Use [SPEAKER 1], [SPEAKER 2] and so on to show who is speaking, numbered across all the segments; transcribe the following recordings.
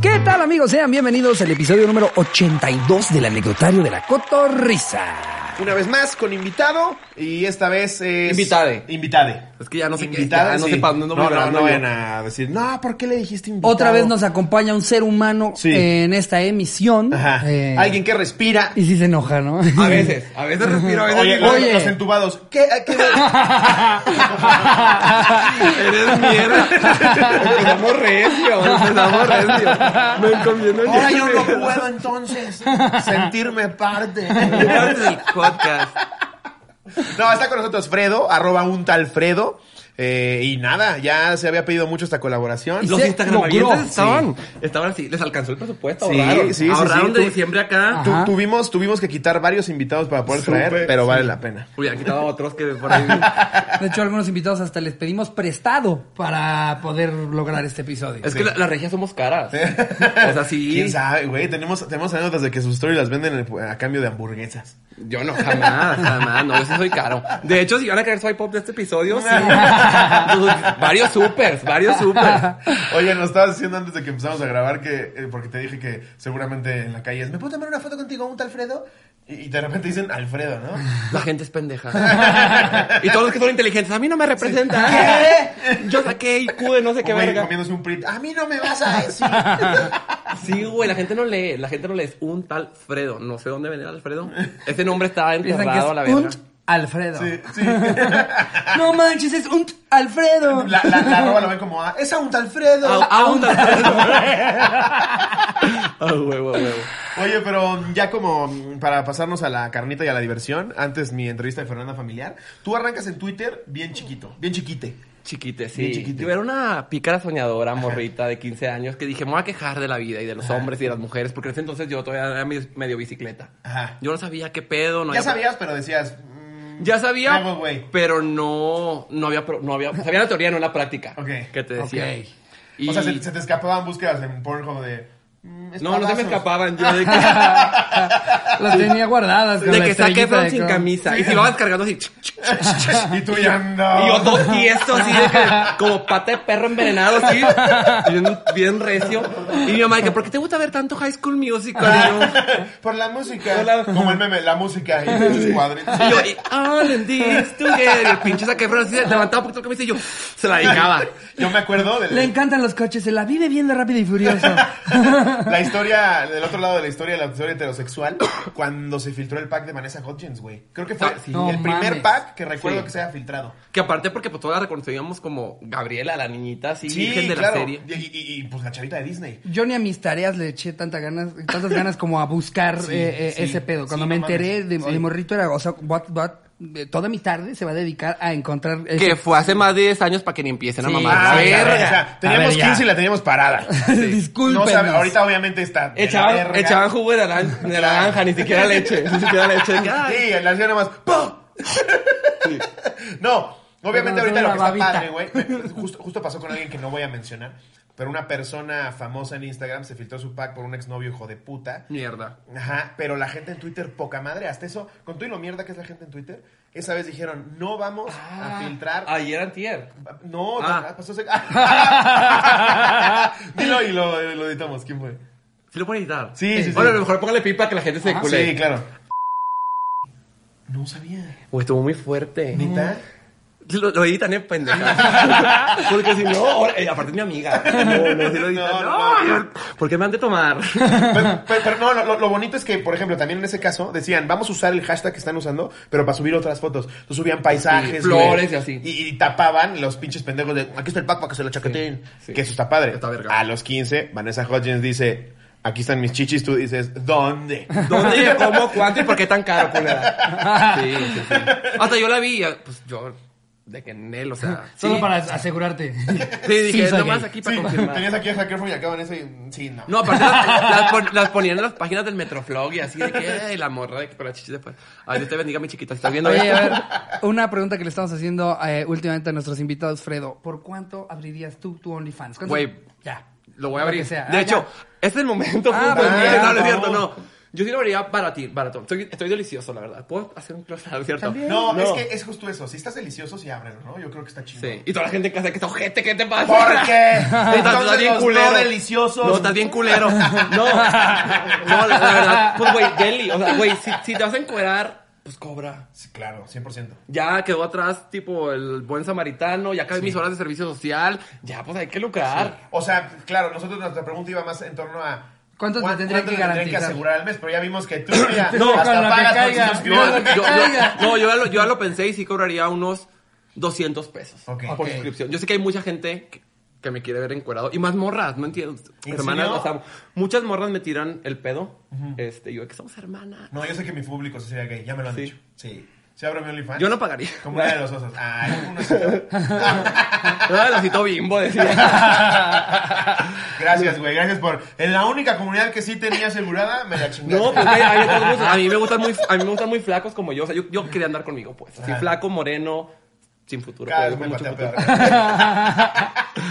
[SPEAKER 1] ¿Qué tal amigos? Sean bienvenidos al episodio número 82 del anecdotario de la cotorrisa.
[SPEAKER 2] Una vez más con invitado y esta vez es...
[SPEAKER 3] Invitade.
[SPEAKER 2] Invitade.
[SPEAKER 3] Es que ya no sé qué-
[SPEAKER 2] Invitada,
[SPEAKER 3] ya no
[SPEAKER 2] sí.
[SPEAKER 3] sé pa' dónde
[SPEAKER 2] no,
[SPEAKER 3] voy
[SPEAKER 2] no,
[SPEAKER 3] grabando
[SPEAKER 2] no
[SPEAKER 3] yo.
[SPEAKER 2] vayan a decir, no, ¿por qué le dijiste invitado?
[SPEAKER 1] Otra vez nos acompaña un ser humano
[SPEAKER 2] Sí.
[SPEAKER 1] en esta emisión.
[SPEAKER 2] Ajá.
[SPEAKER 1] Eh,
[SPEAKER 2] Alguien que respira.
[SPEAKER 1] Y si se enoja, ¿no?
[SPEAKER 3] A veces, a veces respiro, a veces
[SPEAKER 2] Oye,
[SPEAKER 3] digo,
[SPEAKER 2] los-
[SPEAKER 1] oye.
[SPEAKER 2] Los, entubados. ¿Qué? ¿A ¿Qué?
[SPEAKER 3] eres mierda. Empezamos recio, empezamos recio. Me encomiendo en
[SPEAKER 2] Ahora yo no puedo entonces sentirme parte.
[SPEAKER 3] parte del podcast.
[SPEAKER 2] No, está con nosotros Fredo, arroba un tal Fredo. Eh, y nada, ya se había pedido mucho esta colaboración.
[SPEAKER 3] Los
[SPEAKER 1] se
[SPEAKER 3] Instagramavientes
[SPEAKER 1] logró,
[SPEAKER 3] estaban, estaban así, les alcanzó el presupuesto,
[SPEAKER 2] Sí,
[SPEAKER 3] ahorraron.
[SPEAKER 2] sí, sí,
[SPEAKER 3] ahorraron
[SPEAKER 2] sí,
[SPEAKER 3] de
[SPEAKER 2] tú-
[SPEAKER 3] diciembre acá.
[SPEAKER 2] Tu-
[SPEAKER 1] Ajá.
[SPEAKER 2] tuvimos, tuvimos que quitar varios invitados para poder traer,
[SPEAKER 3] Súper,
[SPEAKER 2] pero vale la pena.
[SPEAKER 3] Hubiera quitado otros que por ahí.
[SPEAKER 1] De hecho, algunos invitados hasta les pedimos prestado para poder lograr este episodio.
[SPEAKER 3] Es que la- las regias somos caras. O sea, sí.
[SPEAKER 2] ¿Quién sabe, güey? Tenemos, tenemos anécdotas de que sus stories las venden en- a cambio de hamburguesas.
[SPEAKER 3] Yo no, jamás, jamás, no, yo sí soy caro. De hecho, si van a querer soy pop de este episodio, sí. varios supers, varios supers.
[SPEAKER 2] Oye, nos estabas diciendo antes de que empezamos a grabar que, eh, porque te dije que seguramente en la calle es, ¿me puedo tomar una foto contigo, un tal Alfredo? Y, y de repente dicen Alfredo, ¿no?
[SPEAKER 3] La gente es pendeja. Y todos los que son inteligentes, a mí no me representan. ¿Qué? Yo saqué IQ de no sé qué
[SPEAKER 2] Un güey
[SPEAKER 3] verga.
[SPEAKER 2] comiéndose un prit. A mí no me vas a decir.
[SPEAKER 3] Sí, güey, la gente no lee, la gente no lee. Es un tal Fredo. No sé dónde venía el Alfredo. Ese nombre estaba
[SPEAKER 1] Piensan que
[SPEAKER 3] enterrado a la
[SPEAKER 1] es
[SPEAKER 3] verga.
[SPEAKER 1] Unt Alfredo.
[SPEAKER 2] sí, sí.
[SPEAKER 1] No manches, es Unt Alfredo.
[SPEAKER 2] La, la, la arroba lo ven como, ah, es a un tal Alfredo.
[SPEAKER 3] A, a ah, un tal Fredo. A huevo, a huevo.
[SPEAKER 2] Oye, pero ya como mm, para pasarnos a la carnita y a la diversión, antes mi entrevista de Fernanda Familiar, tú arrancas en Twitter bien chiquito, bien chiquite.
[SPEAKER 3] Chiquite,
[SPEAKER 2] Bien
[SPEAKER 3] sí.
[SPEAKER 2] chiquite.
[SPEAKER 3] Yo era una pícara soñadora, morrita de 15 años, que dije, me voy a quejar de la vida y de los hombres y de las mujeres, porque en ese entonces yo todavía era mis- medio bicicleta.
[SPEAKER 2] Ajá.
[SPEAKER 3] Yo no sabía qué pedo, no
[SPEAKER 2] ya
[SPEAKER 3] había-
[SPEAKER 2] sabías, pero decías... mm,
[SPEAKER 3] Ya sabía,
[SPEAKER 2] me hago güey.
[SPEAKER 3] pero no, no había, pro- no había, sabía la teoría, no la práctica.
[SPEAKER 2] Ok.
[SPEAKER 3] Que te decía.
[SPEAKER 1] Ok.
[SPEAKER 3] Y-
[SPEAKER 2] O sea, se, se te escapaban búsquedas en Pornhub de... mm,
[SPEAKER 3] no, no se me
[SPEAKER 2] espalazos.
[SPEAKER 3] escapaban. Yo de que,
[SPEAKER 1] Las tenía guardadas. con
[SPEAKER 3] de
[SPEAKER 1] la
[SPEAKER 3] que saqué
[SPEAKER 1] estrellita
[SPEAKER 3] Fran
[SPEAKER 1] de
[SPEAKER 3] sin
[SPEAKER 1] Chrome.
[SPEAKER 3] camisa. Y si lo vas cargando así.
[SPEAKER 2] y tú ya no.
[SPEAKER 3] Y yo todo tieso, así de que, como pata de perro envenenado, así, bien, bien recio. Y mi mamá, de que, ¿por qué te gusta ver tanto High School Musical? Y
[SPEAKER 2] Por la música.
[SPEAKER 3] Por la-
[SPEAKER 2] Como el meme, la música. Y tus cuadritos.
[SPEAKER 3] yo, y yo, y ah, all in this together. Y el pinche saque Fran así, levantaba un poquito la camisa y yo, se la dedicaba.
[SPEAKER 2] Yo me acuerdo de
[SPEAKER 1] Le
[SPEAKER 2] la,
[SPEAKER 1] encantan los coches, se la vive viendo rápido y furioso.
[SPEAKER 2] la historia, del otro lado de la historia, la historia heterosexual, cuando se filtró el pack de Vanessa Hudgens, güey. Creo que fue
[SPEAKER 3] Ah, sí.
[SPEAKER 1] No
[SPEAKER 2] el primer
[SPEAKER 1] mames.
[SPEAKER 2] pack que recuerdo
[SPEAKER 3] Sí.
[SPEAKER 2] que se haya filtrado.
[SPEAKER 3] Que aparte, porque pues todas la reconocíamos como Gabriela, la niñita, así,
[SPEAKER 2] Sí,
[SPEAKER 3] virgen de
[SPEAKER 2] claro.
[SPEAKER 3] la serie.
[SPEAKER 2] Y, y- y, pues la chavita de Disney.
[SPEAKER 1] Yo ni a mis tareas le eché tantas ganas, tantas ganas como a buscar
[SPEAKER 2] Sí,
[SPEAKER 1] eh, eh,
[SPEAKER 2] sí,
[SPEAKER 1] ese pedo. Cuando
[SPEAKER 2] sí,
[SPEAKER 1] me
[SPEAKER 2] no
[SPEAKER 1] enteré
[SPEAKER 2] mames,
[SPEAKER 1] de,
[SPEAKER 2] sí.
[SPEAKER 1] de morrito era, o sea, what, what, eh, toda mi tarde se va a dedicar a encontrar ese-
[SPEAKER 3] Que fue hace más de 10 años para que ni empiecen a
[SPEAKER 1] Sí.
[SPEAKER 3] mamar.
[SPEAKER 2] Ah,
[SPEAKER 3] la
[SPEAKER 1] A ver,
[SPEAKER 2] ya,
[SPEAKER 3] verga.
[SPEAKER 2] ya, o sea,
[SPEAKER 1] A
[SPEAKER 2] teníamos
[SPEAKER 1] ver, ya.
[SPEAKER 2] 15 y la teníamos parada. No
[SPEAKER 1] Discúlpenos.
[SPEAKER 2] sabe- ahorita obviamente está. de la
[SPEAKER 3] Echaban,
[SPEAKER 2] verga.
[SPEAKER 3] echaban jugo de naran- de naranja, ni siquiera leche, ni siquiera leche. De que, ay,
[SPEAKER 2] Sí, la hacía nomás. ¡pum! no, obviamente
[SPEAKER 1] Pero no tiene
[SPEAKER 2] ahorita lo que está
[SPEAKER 1] babita.
[SPEAKER 2] padre, güey. Justo, justo pasó con alguien que no voy a mencionar. Pero una persona famosa en Instagram se filtró su pack por un exnovio hijo de puta.
[SPEAKER 3] Mierda.
[SPEAKER 2] Ajá, pero la gente en Twitter, poca madre, hasta eso, con todo y lo mierda que es la gente en Twitter, esa vez dijeron, no vamos
[SPEAKER 1] Ah.
[SPEAKER 2] a filtrar.
[SPEAKER 3] Ayer antier.
[SPEAKER 2] No,
[SPEAKER 3] Ah.
[SPEAKER 2] pasó ese- Dilo y lo, lo editamos, ¿quién fue?
[SPEAKER 3] ¿Sí lo pueden editar?
[SPEAKER 2] Sí, sí, sí.
[SPEAKER 3] Bueno, a lo mejor póngale pipa que la gente se culé.
[SPEAKER 2] Sí, claro. No sabía.
[SPEAKER 3] Uy, estuvo muy fuerte.
[SPEAKER 2] ¿Neta?
[SPEAKER 3] Lo, lo editan en pendeja. Porque si no, ahora- eh, aparte es mi amiga. No, no, si lo editan.
[SPEAKER 2] No,
[SPEAKER 3] No,
[SPEAKER 2] no, no.
[SPEAKER 3] yo- ¿Por qué me han de tomar?
[SPEAKER 2] pero, pero- pero no, lo, lo bonito es que, por ejemplo, también en ese caso decían, vamos a usar el hashtag que están usando, pero para subir otras fotos. Entonces subían paisajes,
[SPEAKER 3] Sí, flores
[SPEAKER 2] güey,
[SPEAKER 3] y así.
[SPEAKER 2] Y, y tapaban los pinches pendejos de, aquí está el pack para que se lo chaqueteen.
[SPEAKER 3] sí.
[SPEAKER 2] Que eso está padre.
[SPEAKER 3] Está verga.
[SPEAKER 2] a los 15, Vanessa Hodgins dice, aquí están mis chichis, tú dices, ¿dónde?
[SPEAKER 3] ¿Dónde, cómo, cuánto y por qué tan caro, culera? Sí, sí, sí. Hasta yo la vi, ya, pues yo, de que en él, o sea.
[SPEAKER 1] Solo
[SPEAKER 3] sí.
[SPEAKER 1] para asegurarte.
[SPEAKER 3] Sí, dije,
[SPEAKER 1] soy
[SPEAKER 3] nomás
[SPEAKER 1] gay.
[SPEAKER 3] aquí para
[SPEAKER 2] Sí,
[SPEAKER 3] confirmar.
[SPEAKER 2] tenías aquí a Zac Efron y acá Vanessa y, mm, sí, no.
[SPEAKER 3] No, aparte las, las pon- las ponían en las páginas del Metroflog y así de que, "Ay, la morra de que con la chichis después. Ay, Dios te bendiga, mi chiquita. si ¿Estás viendo
[SPEAKER 1] Oye,
[SPEAKER 3] esto?
[SPEAKER 1] a ver, una pregunta que le estamos haciendo eh, últimamente a nuestros invitados, Fredo. ¿Por cuánto abrirías tú tu OnlyFans? ¿Cuánto-
[SPEAKER 3] Güey,
[SPEAKER 1] ya.
[SPEAKER 3] Lo voy
[SPEAKER 1] Lo
[SPEAKER 3] a
[SPEAKER 1] que
[SPEAKER 3] abrir.
[SPEAKER 1] sea.
[SPEAKER 3] De
[SPEAKER 1] Ah,
[SPEAKER 3] hecho, es el momento.
[SPEAKER 1] Ah,
[SPEAKER 3] puta,
[SPEAKER 1] pues
[SPEAKER 3] mira,
[SPEAKER 2] mira,
[SPEAKER 3] no, no es
[SPEAKER 2] vamos.
[SPEAKER 3] cierto, no. Yo sí lo vería baratín, baratón. Estoy, estoy delicioso, la verdad. Puedo hacer un croissant, ¿cierto?
[SPEAKER 1] También.
[SPEAKER 2] No,
[SPEAKER 3] No.
[SPEAKER 2] es que es justo eso. Si estás delicioso, sí ábrelo, ¿no? Yo creo que está chido.
[SPEAKER 3] Sí. Y toda la gente en casa que está ojete, ¿qué te pasa?
[SPEAKER 2] ¿Por qué?
[SPEAKER 3] Estás
[SPEAKER 2] Entonces
[SPEAKER 3] bien
[SPEAKER 2] los
[SPEAKER 3] culero.
[SPEAKER 2] no deliciosos.
[SPEAKER 3] No, estás bien culero. No, no, la verdad, pues, güey, deli. O sea, güey, si, si te vas a encuerar, pues cobra.
[SPEAKER 2] Sí, claro, 100%.
[SPEAKER 3] Ya quedó atrás, tipo, el buen samaritano, ya acabé mis horas de servicio social, ya, pues hay que lucrar.
[SPEAKER 2] O sea, claro, nosotros nuestra pregunta iba más en torno a...
[SPEAKER 1] ¿Cuánto te
[SPEAKER 2] ¿cuán-
[SPEAKER 1] tendrían
[SPEAKER 2] cuánto
[SPEAKER 1] que
[SPEAKER 2] le
[SPEAKER 1] garantizar?
[SPEAKER 2] asegurar al mes? Pero ya vimos que tú ya
[SPEAKER 1] No, con
[SPEAKER 2] hasta
[SPEAKER 1] lo que
[SPEAKER 2] pagas por
[SPEAKER 1] caiga.
[SPEAKER 2] tus
[SPEAKER 3] No,
[SPEAKER 1] Mira lo
[SPEAKER 2] suscriptores.
[SPEAKER 1] que
[SPEAKER 3] yo, yo-
[SPEAKER 1] caiga.
[SPEAKER 3] no, yo ya lo, yo ya lo pensé y sí cobraría unos 200 pesos
[SPEAKER 2] Ok.
[SPEAKER 3] por
[SPEAKER 1] Ok.
[SPEAKER 3] suscripción. Yo sé que hay mucha gente que, que me quiere ver encuerado y más morras, no entiendo.
[SPEAKER 2] ¿En
[SPEAKER 3] Hermanas,
[SPEAKER 2] serio?
[SPEAKER 3] o sea, muchas morras me tiran el pedo. Este, yo, que somos hermanas.
[SPEAKER 2] No, yo sé que mi público sí sería gay, ya me lo han
[SPEAKER 3] Sí.
[SPEAKER 2] dicho. Sí. ¿Se abre mi OnlyFans?
[SPEAKER 3] Yo no pagaría.
[SPEAKER 2] Como una de los osos. Ay, uno sí.
[SPEAKER 3] Ah, lo citó Bimbo, decía.
[SPEAKER 2] Gracias, güey. Gracias por. En la única comunidad que sí tenía asegurada, me la chingaste.
[SPEAKER 3] No, pues güey, hay otros gustos. A mí me gustan muy, a mí me gustan muy flacos como yo. O sea, yo, yo quería andar conmigo, pues. Así
[SPEAKER 2] Ajá.
[SPEAKER 3] flaco, moreno, sin futuro.
[SPEAKER 2] Cada
[SPEAKER 3] pues,
[SPEAKER 2] vez me
[SPEAKER 3] con mucho
[SPEAKER 2] patea
[SPEAKER 3] futuro.
[SPEAKER 2] peor.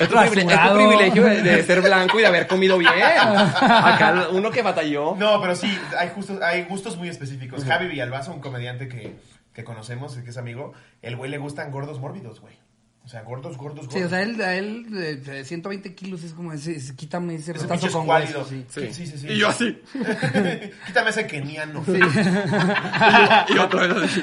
[SPEAKER 3] Es tu privile- es tu
[SPEAKER 1] Rasurado.
[SPEAKER 3] privilegio de, de ser blanco y de haber comido bien. Acá uno que batalló.
[SPEAKER 2] No, pero sí, hay, justos, hay gustos muy específicos. Javi Villalbazo, un comediante que, que conocemos, que es amigo, el güey le gustan gordos mórbidos, güey. O sea, gordos, gordos, gordos.
[SPEAKER 1] Sí, o sea, él, a él eh, de 120 kilos es como ese, ese- quítame ese
[SPEAKER 2] Esos
[SPEAKER 1] retazo
[SPEAKER 2] pinches
[SPEAKER 1] con
[SPEAKER 2] cuálidos.
[SPEAKER 1] hueso, sí.
[SPEAKER 2] Sí, sí, sí, sí.
[SPEAKER 3] Y yo así.
[SPEAKER 2] Quítame ese keniano.
[SPEAKER 3] Y otra vez así.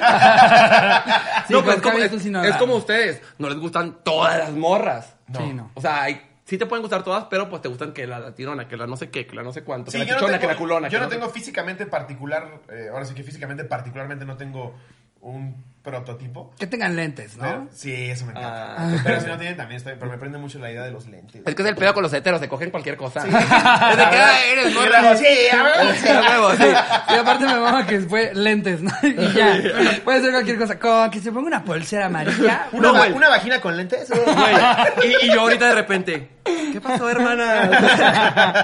[SPEAKER 1] Sí,
[SPEAKER 3] no,
[SPEAKER 1] con
[SPEAKER 3] pero es como,
[SPEAKER 1] Javi
[SPEAKER 3] es-
[SPEAKER 1] tú sí no
[SPEAKER 3] es
[SPEAKER 1] hablas.
[SPEAKER 3] como ustedes. No les gustan todas las morras.
[SPEAKER 2] No.
[SPEAKER 1] Sí, no.
[SPEAKER 3] O sea, hay- sí te pueden gustar todas, pero pues te gustan que la latinona, que la no sé qué, que la no sé cuánto,
[SPEAKER 2] Sí,
[SPEAKER 3] que la
[SPEAKER 2] yo no
[SPEAKER 3] chichona,
[SPEAKER 2] tengo,
[SPEAKER 3] que la culona.
[SPEAKER 2] yo
[SPEAKER 3] que
[SPEAKER 2] no
[SPEAKER 3] sé-
[SPEAKER 2] tengo físicamente particular, eh, ahora sí que físicamente particularmente no tengo un prototipo.
[SPEAKER 1] Que tengan lentes, ¿no?
[SPEAKER 2] Pero- sí, eso me encanta.
[SPEAKER 3] Ah.
[SPEAKER 2] Pero si no tienen también está bien, pero me prende mucho la idea de los lentes.
[SPEAKER 3] Es que es el pedo con los heteros, se cogen cualquier cosa. Desde
[SPEAKER 2] La
[SPEAKER 3] que
[SPEAKER 2] verdad,
[SPEAKER 3] "Ay, eres
[SPEAKER 2] sí,
[SPEAKER 3] morra.
[SPEAKER 2] claro, sí, a ver.
[SPEAKER 3] Sí, a huevo, sí.
[SPEAKER 1] Y aparte me mama que fue lentes, ¿no? Y ya. Puede ser cualquier cosa. Con que se ponga una pulsera amarilla.
[SPEAKER 2] ¿Una,
[SPEAKER 3] No,
[SPEAKER 2] va-
[SPEAKER 3] güey.
[SPEAKER 2] una vagina con lentes?
[SPEAKER 3] Güey, Y, y yo ahorita de repente, ¿qué pasó,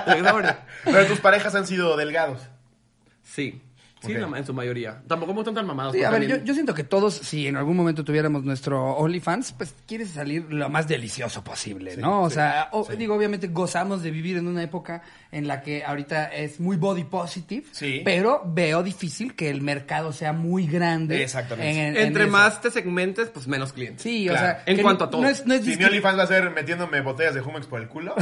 [SPEAKER 3] hermana?
[SPEAKER 2] Pero tus parejas han sido delgados.
[SPEAKER 3] sí. Sí,
[SPEAKER 2] Ok.
[SPEAKER 3] la ma- en su mayoría. Tampoco me gustan tan mamados.
[SPEAKER 1] Sí, a
[SPEAKER 3] porque
[SPEAKER 1] ver, yo,
[SPEAKER 3] también-
[SPEAKER 1] yo siento que todos, si en algún momento tuviéramos nuestro OnlyFans, pues quieres salir lo más delicioso posible, ¿no? o sea, o- digo, obviamente gozamos de vivir en una época en la que ahorita es muy body positive,
[SPEAKER 2] Sí.
[SPEAKER 1] pero veo difícil que el mercado sea muy grande.
[SPEAKER 2] Exactamente.
[SPEAKER 1] en- en
[SPEAKER 3] Entre
[SPEAKER 1] eso.
[SPEAKER 3] más te segmentes, pues menos clientes.
[SPEAKER 1] Sí, o
[SPEAKER 2] Claro.
[SPEAKER 1] sea.
[SPEAKER 3] En
[SPEAKER 1] que
[SPEAKER 3] cuanto
[SPEAKER 1] no-
[SPEAKER 3] a todo.
[SPEAKER 1] No es, no es
[SPEAKER 2] Si mi
[SPEAKER 1] discri-
[SPEAKER 2] OnlyFans va a ser metiéndome botellas de Humex por el culo,